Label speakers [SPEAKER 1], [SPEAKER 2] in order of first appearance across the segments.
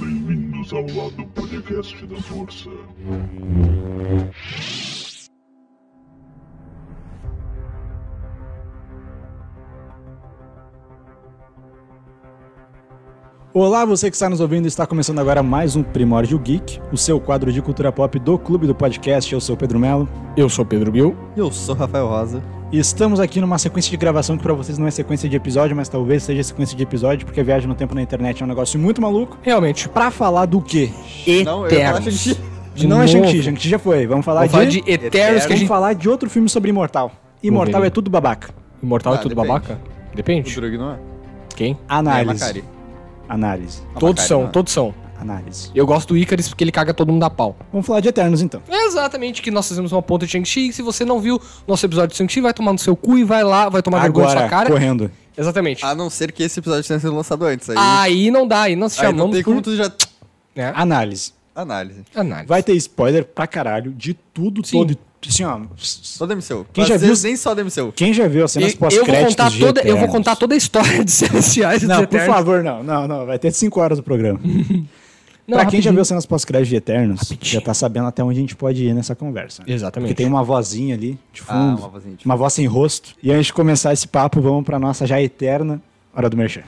[SPEAKER 1] bem-vindos ao lado podcast da Força.
[SPEAKER 2] Olá, você que está nos ouvindo, está começando agora mais um Primórdio Geek, o seu quadro de cultura pop do Clube do Podcast. Eu sou o Pedro Melo.
[SPEAKER 3] Eu sou Pedro Gil.
[SPEAKER 4] Eu sou Rafael Rosa.
[SPEAKER 2] E estamos aqui numa sequência de gravação que pra vocês não é sequência de episódio, mas talvez seja sequência de episódio, porque a viagem no tempo na internet é um negócio muito maluco.
[SPEAKER 3] Realmente, pra falar do quê?
[SPEAKER 4] Não, eu acho
[SPEAKER 3] Eternos.
[SPEAKER 4] que
[SPEAKER 3] De
[SPEAKER 2] não é
[SPEAKER 3] novo.
[SPEAKER 2] Shang-Chi, Shang-Chi já foi. Vamos falar
[SPEAKER 3] Vamos falar de
[SPEAKER 2] de...
[SPEAKER 3] Eternos, que a
[SPEAKER 2] Vamos
[SPEAKER 3] gente...
[SPEAKER 2] falar de outro filme sobre Imortal. Imortal
[SPEAKER 3] ver.
[SPEAKER 2] é tudo babaca.
[SPEAKER 3] Imortal é
[SPEAKER 4] Ah,
[SPEAKER 3] tudo
[SPEAKER 4] depende.
[SPEAKER 3] babaca?
[SPEAKER 4] o
[SPEAKER 3] Depende.
[SPEAKER 4] Drug não é.
[SPEAKER 3] Quem?
[SPEAKER 2] Análise.
[SPEAKER 4] É, Macari.
[SPEAKER 2] Análise.
[SPEAKER 4] Não,
[SPEAKER 3] todos
[SPEAKER 4] Macari
[SPEAKER 3] são,
[SPEAKER 2] né?
[SPEAKER 4] não é.
[SPEAKER 3] todos são.
[SPEAKER 2] Análise.
[SPEAKER 3] Eu gosto do Icarus porque ele caga todo mundo a pau.
[SPEAKER 2] Vamos falar de Eternos, então.
[SPEAKER 3] É exatamente que nós fizemos uma ponta de Shang-Chi. Se você não viu nosso episódio de Shang-Chi, vai tomar no seu cu e vai lá, vai tomar vergonha na sua cara.
[SPEAKER 2] correndo.
[SPEAKER 3] Exatamente.
[SPEAKER 4] A não ser que esse episódio tenha sido lançado antes. Aí,
[SPEAKER 3] Aí não dá, aí nós
[SPEAKER 4] aí não
[SPEAKER 3] Ah, chamamos
[SPEAKER 4] tem como tu já...
[SPEAKER 3] né?
[SPEAKER 2] Análise.
[SPEAKER 4] Análise.
[SPEAKER 3] análise.
[SPEAKER 2] Vai ter spoiler pra caralho de tudo,
[SPEAKER 3] Sim.
[SPEAKER 2] todo. e- Assim, ó. s-
[SPEAKER 4] Só DMCU.
[SPEAKER 2] Quem já
[SPEAKER 4] Às
[SPEAKER 2] viu-
[SPEAKER 4] vezes nem só DMCU.
[SPEAKER 2] Quem já viu as cenas
[SPEAKER 3] E- eu, vou
[SPEAKER 2] pós-créditos
[SPEAKER 3] contar
[SPEAKER 2] de
[SPEAKER 3] toda, eu vou
[SPEAKER 2] Eternos?
[SPEAKER 3] contar toda a história de Celestiais e dos
[SPEAKER 2] Não, por
[SPEAKER 3] Eternos.
[SPEAKER 2] favor, não. Não, não. Vai ter cinco horas do programa.
[SPEAKER 3] Não,
[SPEAKER 2] pra quem já
[SPEAKER 3] rapidinho.
[SPEAKER 2] viu as cenas pós-créditos de Eternos,
[SPEAKER 3] Rapidinho.
[SPEAKER 2] já tá sabendo até onde a gente pode ir nessa conversa. né?
[SPEAKER 3] Exatamente.
[SPEAKER 2] Porque tem uma vozinha ali, de fundo.
[SPEAKER 4] Ah, uma vozinha de fundo.
[SPEAKER 2] Uma voz sem rosto. E antes de começar esse papo, vamos pra nossa já eterna Hora do Merchan.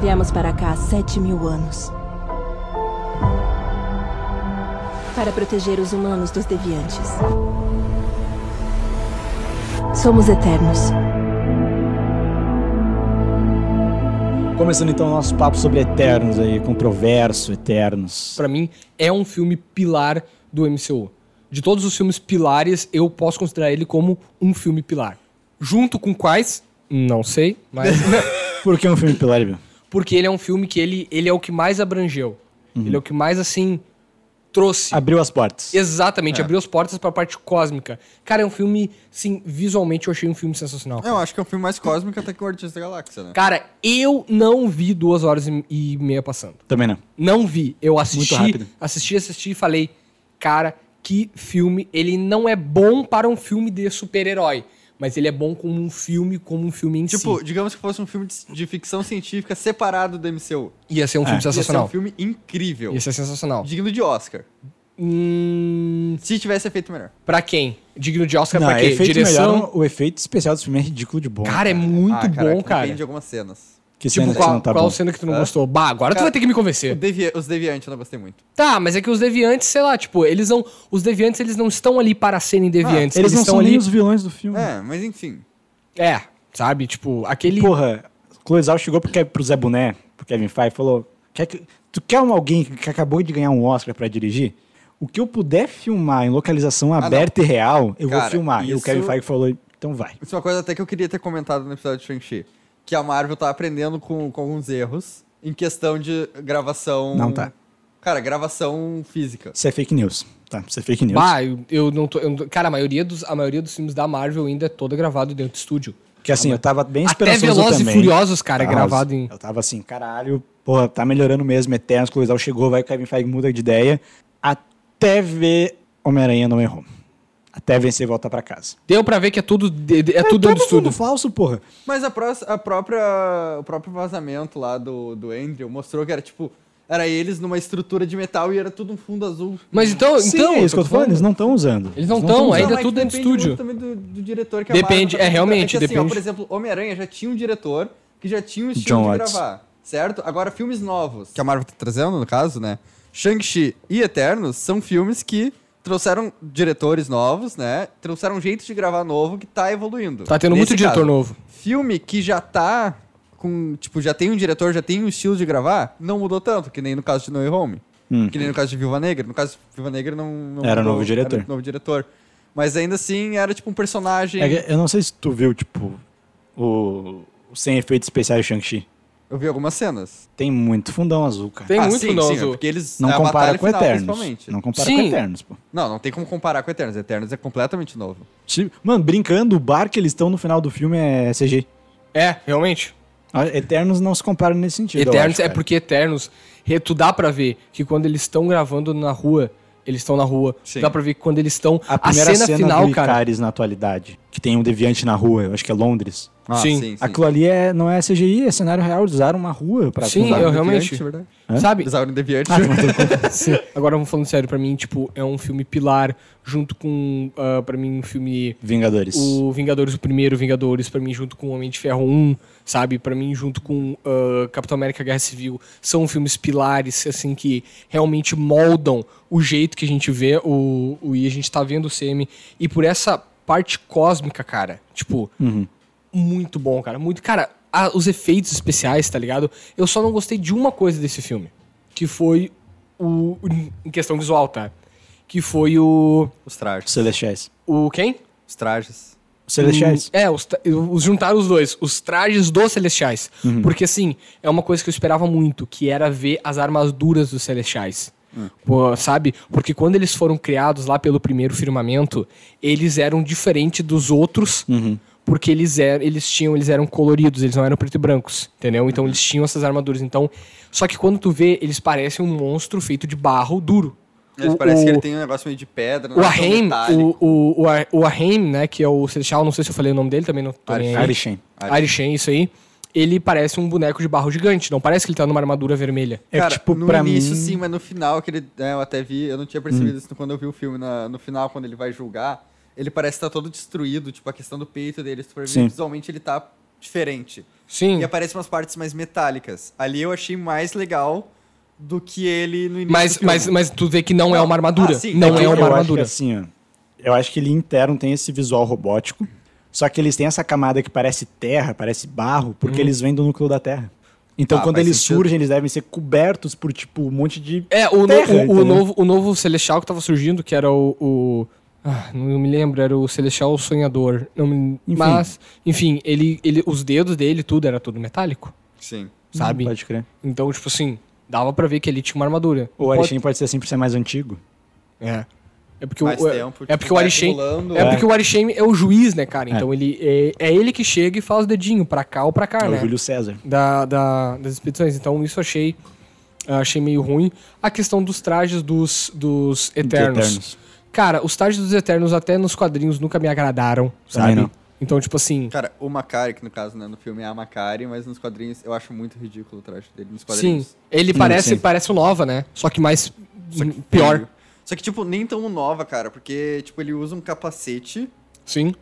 [SPEAKER 5] Viemos para cá há 7 mil anos. Para proteger os humanos dos deviantes. Somos eternos.
[SPEAKER 2] Começando então o nosso papo sobre Eternos aí, controverso, Eternos.
[SPEAKER 3] Pra mim, é um filme pilar do MCU. De todos os filmes pilares, eu posso considerar ele como um filme pilar. Junto com quais? Não sei, mas.
[SPEAKER 2] Por que um filme pilar, Bill?
[SPEAKER 3] Porque ele é um filme que ele, ele é o que mais abrangeu.
[SPEAKER 4] Uhum.
[SPEAKER 3] Ele é o que mais, assim, trouxe.
[SPEAKER 2] Abriu as portas.
[SPEAKER 3] Exatamente,
[SPEAKER 4] É.
[SPEAKER 3] abriu as portas pra parte cósmica. Cara, é um filme, sim, visualmente eu achei um filme sensacional.
[SPEAKER 4] Eu acho que é um filme mais cósmico até que o Artista da Galáxia, né?
[SPEAKER 3] Cara, eu não vi duas horas e- e meia passando.
[SPEAKER 2] Também não.
[SPEAKER 3] Não vi. Eu assisti,
[SPEAKER 2] Muito rápido.
[SPEAKER 3] assisti, assisti e falei, cara, que filme. Ele não é bom para um filme de super-herói, mas ele é bom como um filme, como um filme em
[SPEAKER 4] Tipo,
[SPEAKER 3] si.
[SPEAKER 4] digamos que fosse um filme de, de ficção científica separado do MCU.
[SPEAKER 3] Ia
[SPEAKER 2] é,
[SPEAKER 3] ser um filme
[SPEAKER 4] Ia ser
[SPEAKER 3] sensacional.
[SPEAKER 4] um filme incrível.
[SPEAKER 3] Ia ser sensacional.
[SPEAKER 4] Digno de Oscar.
[SPEAKER 3] Hum,
[SPEAKER 4] Se tivesse feito melhor.
[SPEAKER 3] pra quem? Digno de Oscar
[SPEAKER 2] Não,
[SPEAKER 3] pra quê?
[SPEAKER 2] efeito
[SPEAKER 3] Direção.
[SPEAKER 2] melhor, o efeito especial desse filme é ridículo de bom.
[SPEAKER 3] Cara, é muito
[SPEAKER 4] Ah, caraca,
[SPEAKER 3] bom, cara.
[SPEAKER 4] Depende de algumas cenas.
[SPEAKER 2] que
[SPEAKER 3] Tipo,
[SPEAKER 2] cena que
[SPEAKER 3] qual,
[SPEAKER 2] não tá
[SPEAKER 3] qual
[SPEAKER 2] bom. é.
[SPEAKER 3] cena que tu não
[SPEAKER 4] Hã?
[SPEAKER 3] gostou? Bah, agora tu
[SPEAKER 4] Cara,
[SPEAKER 3] vai ter que me
[SPEAKER 4] O
[SPEAKER 3] convencer.
[SPEAKER 4] Devia- Os Deviantes eu não gostei muito.
[SPEAKER 3] Tá, mas é que os deviantes, sei lá, tipo, eles não. Os deviantes, eles não estão ali para serem deviantes.
[SPEAKER 2] Ah, Eles não
[SPEAKER 3] estão
[SPEAKER 2] são
[SPEAKER 3] ali.
[SPEAKER 2] nem os vilões do
[SPEAKER 3] Hum.
[SPEAKER 2] filme.
[SPEAKER 4] É, mas enfim.
[SPEAKER 3] É, sabe? Tipo, aquele.
[SPEAKER 2] Porra, Cloizal chegou pro, Ke- pro Zé Boné, pro Kevin Feige, e falou: quer que- Tu quer um, alguém que acabou de ganhar um Oscar pra dirigir? O que eu puder filmar em localização
[SPEAKER 3] Ah,
[SPEAKER 2] aberta e real, eu vou
[SPEAKER 4] Cara,
[SPEAKER 2] filmar. E o
[SPEAKER 4] isso-
[SPEAKER 2] Kevin Feige falou: Então vai.
[SPEAKER 4] Isso é uma coisa até que eu queria ter comentado no episódio de Shang-Chi. Que a Marvel tá aprendendo com, com alguns erros em questão de gravação.
[SPEAKER 2] Não tá.
[SPEAKER 4] Cara, gravação física.
[SPEAKER 2] Isso é fake news. Tá, isso é fake news.
[SPEAKER 3] Bah, eu, eu não tô. eu não tô- cara, a maioria, dos, a maioria dos filmes da Marvel ainda é toda gravado dentro do estúdio.
[SPEAKER 2] Porque assim, eu tava bem
[SPEAKER 3] Até
[SPEAKER 2] esperançoso
[SPEAKER 3] Velozes e
[SPEAKER 2] também.
[SPEAKER 3] Furiosos, cara, é
[SPEAKER 2] Tava-
[SPEAKER 3] gravado em.
[SPEAKER 2] Eu tava assim, caralho, porra, tá melhorando mesmo. Eternos, Cloizal chegou, vai, Kevin Feige muda de ideia. Até ver Homem-Aranha não errou. Até vencer e voltar pra casa.
[SPEAKER 3] Deu pra ver que é tudo, de- de- é tudo
[SPEAKER 2] todo
[SPEAKER 3] dentro do estúdio.
[SPEAKER 2] mundo falso, porra.
[SPEAKER 4] Mas a, pró- a própria, o próprio vazamento lá do, do Andrew mostrou que era tipo. Era eles numa estrutura de metal e era tudo um fundo azul.
[SPEAKER 3] Mas então.
[SPEAKER 2] Sim,
[SPEAKER 3] então
[SPEAKER 2] é isso que eu tô falando, eles não estão usando.
[SPEAKER 3] Eles não
[SPEAKER 2] tão
[SPEAKER 3] tão,
[SPEAKER 2] usando.
[SPEAKER 3] ainda
[SPEAKER 4] Não,
[SPEAKER 3] é
[SPEAKER 4] que
[SPEAKER 3] tudo dentro do
[SPEAKER 4] depende muito
[SPEAKER 3] estúdio.
[SPEAKER 4] também do, do diretor que a
[SPEAKER 3] Depende,
[SPEAKER 4] Marvel tá
[SPEAKER 3] é, realmente,
[SPEAKER 4] que, assim, ó,
[SPEAKER 3] depende.
[SPEAKER 4] por exemplo, Homem-Aranha já tinha um diretor que já tinha um
[SPEAKER 2] John
[SPEAKER 4] estilo de
[SPEAKER 2] Watts.
[SPEAKER 4] gravar, certo? Agora, filmes novos. Que a Marvel tá trazendo, no caso, né? Shang-Chi e Eternos são filmes que trouxeram diretores novos, né? Trouxeram um jeito de gravar novo que tá evoluindo.
[SPEAKER 3] Tá tendo
[SPEAKER 4] Nesse
[SPEAKER 3] muito diretor
[SPEAKER 4] caso,
[SPEAKER 3] novo.
[SPEAKER 4] Filme que já tá com, tipo, já tem um diretor, já tem um estilo de gravar, não mudou tanto, que nem no caso de No Way Home. Que nem no caso de Viúva Negra. No caso de Viúva Negra não... não
[SPEAKER 2] Hum. Era
[SPEAKER 4] mudou,
[SPEAKER 2] novo diretor.
[SPEAKER 4] Era novo diretor. Mas ainda assim, era tipo um personagem...
[SPEAKER 2] É que eu não sei se tu viu, tipo, o, o sem efeitos especiais do Shang-Chi.
[SPEAKER 4] Eu vi algumas cenas.
[SPEAKER 2] Tem muito fundão azul, cara.
[SPEAKER 3] Tem
[SPEAKER 4] Ah,
[SPEAKER 3] muito
[SPEAKER 4] sim,
[SPEAKER 3] não,
[SPEAKER 4] sim,
[SPEAKER 3] Azul.
[SPEAKER 4] é porque eles...
[SPEAKER 2] Não
[SPEAKER 4] a
[SPEAKER 2] compara
[SPEAKER 4] batalha
[SPEAKER 2] com
[SPEAKER 4] final,
[SPEAKER 2] Eternos.
[SPEAKER 4] principalmente.
[SPEAKER 2] Não compara
[SPEAKER 3] Sim.
[SPEAKER 2] com Eternos, pô.
[SPEAKER 4] Não, não tem como comparar com Eternos. Eternos é completamente novo.
[SPEAKER 2] Se- Mano, brincando, o bar que eles estão no final do filme é CG.
[SPEAKER 3] É, realmente.
[SPEAKER 2] Ah, Eternos não se compara nesse sentido. eu
[SPEAKER 3] Eternos
[SPEAKER 2] acho,
[SPEAKER 3] é
[SPEAKER 2] cara.
[SPEAKER 3] porque Eternos, re- tu dá pra ver que quando eles estão gravando na rua, eles estão na rua.
[SPEAKER 4] Sim.
[SPEAKER 3] Dá pra ver que quando eles estão.
[SPEAKER 2] A primeira cena, do Icaris na atualidade, que tem um deviante na rua, eu acho que é Londres.
[SPEAKER 4] Ah,
[SPEAKER 3] Sim.
[SPEAKER 2] Aquilo ali é, não é CGI, é cenário real. Eles usaram uma rua pra
[SPEAKER 3] Sim,
[SPEAKER 2] filmar.
[SPEAKER 3] eu realmente.
[SPEAKER 4] Deviante, verdade.
[SPEAKER 3] Sabe?
[SPEAKER 4] Eles abrem
[SPEAKER 2] Ah,
[SPEAKER 4] Deviante.
[SPEAKER 3] Sim. Agora eu vou falando sério, pra mim, tipo, é um filme pilar junto com, ah, pra mim, um filme
[SPEAKER 2] Vingadores.
[SPEAKER 3] o Vingadores, o primeiro Vingadores, pra mim, junto com o Homem de Ferro 1, sabe? Pra mim, junto com ah, Capitão América Guerra Civil, são filmes pilares, assim, que realmente moldam o jeito que a gente vê o, o e a gente tá vendo o CM. E por essa parte cósmica, cara, tipo, muito bom, cara. Muito, cara, a- os efeitos especiais, tá ligado? Eu só não gostei de uma coisa desse filme, que foi o. Em questão visual, tá? Que foi o.
[SPEAKER 4] Os trajes.
[SPEAKER 2] Celestiais.
[SPEAKER 3] O quem?
[SPEAKER 4] Os trajes.
[SPEAKER 2] Os Celestiais.
[SPEAKER 3] Hum, É, os, tra- os juntaram os dois, os trajes dos Celestiais. Porque, assim, é uma coisa que eu esperava muito, que era ver as armaduras dos Celestiais. Pô, sabe? Porque quando eles foram criados lá pelo primeiro firmamento, eles eram diferentes dos outros, porque eles eram, eles tinham, eles eram coloridos, eles não eram preto e brancos, entendeu? Então eles tinham essas armaduras. Então, só que quando tu vê, eles parecem um monstro feito de barro duro.
[SPEAKER 4] Eles
[SPEAKER 3] O-
[SPEAKER 4] parece que
[SPEAKER 3] o-
[SPEAKER 4] ele tem um negócio meio de pedra.
[SPEAKER 3] o Aheim, o, o, o, Ar- o Aheim, né, que é o Celestial, não sei se eu falei o nome dele, também não tô nem aí.
[SPEAKER 2] Arishem.
[SPEAKER 4] Arishem.
[SPEAKER 3] Arishem, isso aí. Ele parece um boneco de barro gigante, não parece que ele tá numa armadura vermelha.
[SPEAKER 2] É
[SPEAKER 4] Cara,
[SPEAKER 2] tipo,
[SPEAKER 4] no
[SPEAKER 2] pra mim...
[SPEAKER 3] assim,
[SPEAKER 4] início
[SPEAKER 2] Hum.
[SPEAKER 4] sim, mas no final, que ele, né, eu até vi, eu não tinha percebido isso quando eu vi o filme, na- no final, quando ele vai julgar, ele parece estar todo destruído, tipo, a questão do peito dele, se tu for ver
[SPEAKER 2] Sim.
[SPEAKER 4] visualmente ele tá diferente.
[SPEAKER 3] Sim,
[SPEAKER 4] E aparecem umas partes mais metálicas. Ali eu achei mais legal do que ele no início do
[SPEAKER 3] mas,
[SPEAKER 4] filme.
[SPEAKER 3] mas, mas tu vê que não é uma armadura.
[SPEAKER 4] Ah, sim,
[SPEAKER 3] não
[SPEAKER 4] tem
[SPEAKER 3] é
[SPEAKER 4] que-
[SPEAKER 2] eu
[SPEAKER 3] uma
[SPEAKER 2] Acho que,
[SPEAKER 3] armadura.
[SPEAKER 2] assim, ó, eu acho que ele interno tem esse visual robótico, só que eles têm essa camada que parece terra, parece barro, porque
[SPEAKER 3] Uhum.
[SPEAKER 2] eles vêm do núcleo da Terra. Então,
[SPEAKER 4] Ah,
[SPEAKER 2] quando
[SPEAKER 4] faz
[SPEAKER 2] eles
[SPEAKER 4] sentido.
[SPEAKER 2] surgem, eles devem ser cobertos por, tipo, um monte de...
[SPEAKER 3] É, o, no-
[SPEAKER 2] terra,
[SPEAKER 3] o- o
[SPEAKER 2] entendeu?
[SPEAKER 3] novo, o novo Celestial que tava surgindo, que era o. o- ah, não me lembro, era o Celestial Sonhador. Não me-
[SPEAKER 2] Enfim.
[SPEAKER 3] Mas, enfim, ele, ele, os dedos dele, tudo, era tudo metálico,
[SPEAKER 4] Sim.
[SPEAKER 3] sabe?
[SPEAKER 2] Uhum, Pode crer.
[SPEAKER 3] Então, tipo assim, dava pra ver que ele tinha uma armadura.
[SPEAKER 2] O Arishem pode... ser assim por ser mais antigo.
[SPEAKER 3] É. É porque,
[SPEAKER 4] Mais
[SPEAKER 3] o, é-
[SPEAKER 4] tempo,
[SPEAKER 3] é
[SPEAKER 4] tipo,
[SPEAKER 3] porque o
[SPEAKER 4] vai
[SPEAKER 3] Arishem.
[SPEAKER 4] acumulando.
[SPEAKER 3] É
[SPEAKER 4] É.
[SPEAKER 3] porque o Arishem é o juiz, né, cara? Então ele é, é ele que chega e faz o dedinho pra cá ou pra cá,
[SPEAKER 2] É o
[SPEAKER 3] né?
[SPEAKER 2] Júlio César.
[SPEAKER 3] Da, da- das expedições. Então isso eu achei achei meio ruim. A questão dos trajes dos, dos eternos.
[SPEAKER 2] Eternos.
[SPEAKER 3] Cara, os trajes dos eternos até nos quadrinhos nunca me agradaram, sabe?
[SPEAKER 2] não.
[SPEAKER 3] Então, tipo assim,
[SPEAKER 4] Cara, o Macari, que no caso, né, no filme é a Macari, mas nos quadrinhos eu acho muito ridículo o traje dele nos quadrinhos.
[SPEAKER 3] sim, ele
[SPEAKER 2] Hum,
[SPEAKER 3] parece
[SPEAKER 2] sim.
[SPEAKER 3] parece o Nova, né? Só que mais
[SPEAKER 4] Só que
[SPEAKER 3] pior.
[SPEAKER 4] feio. Só que, tipo, nem tão nova, cara, porque, tipo, ele usa um capacete,
[SPEAKER 3] Sim.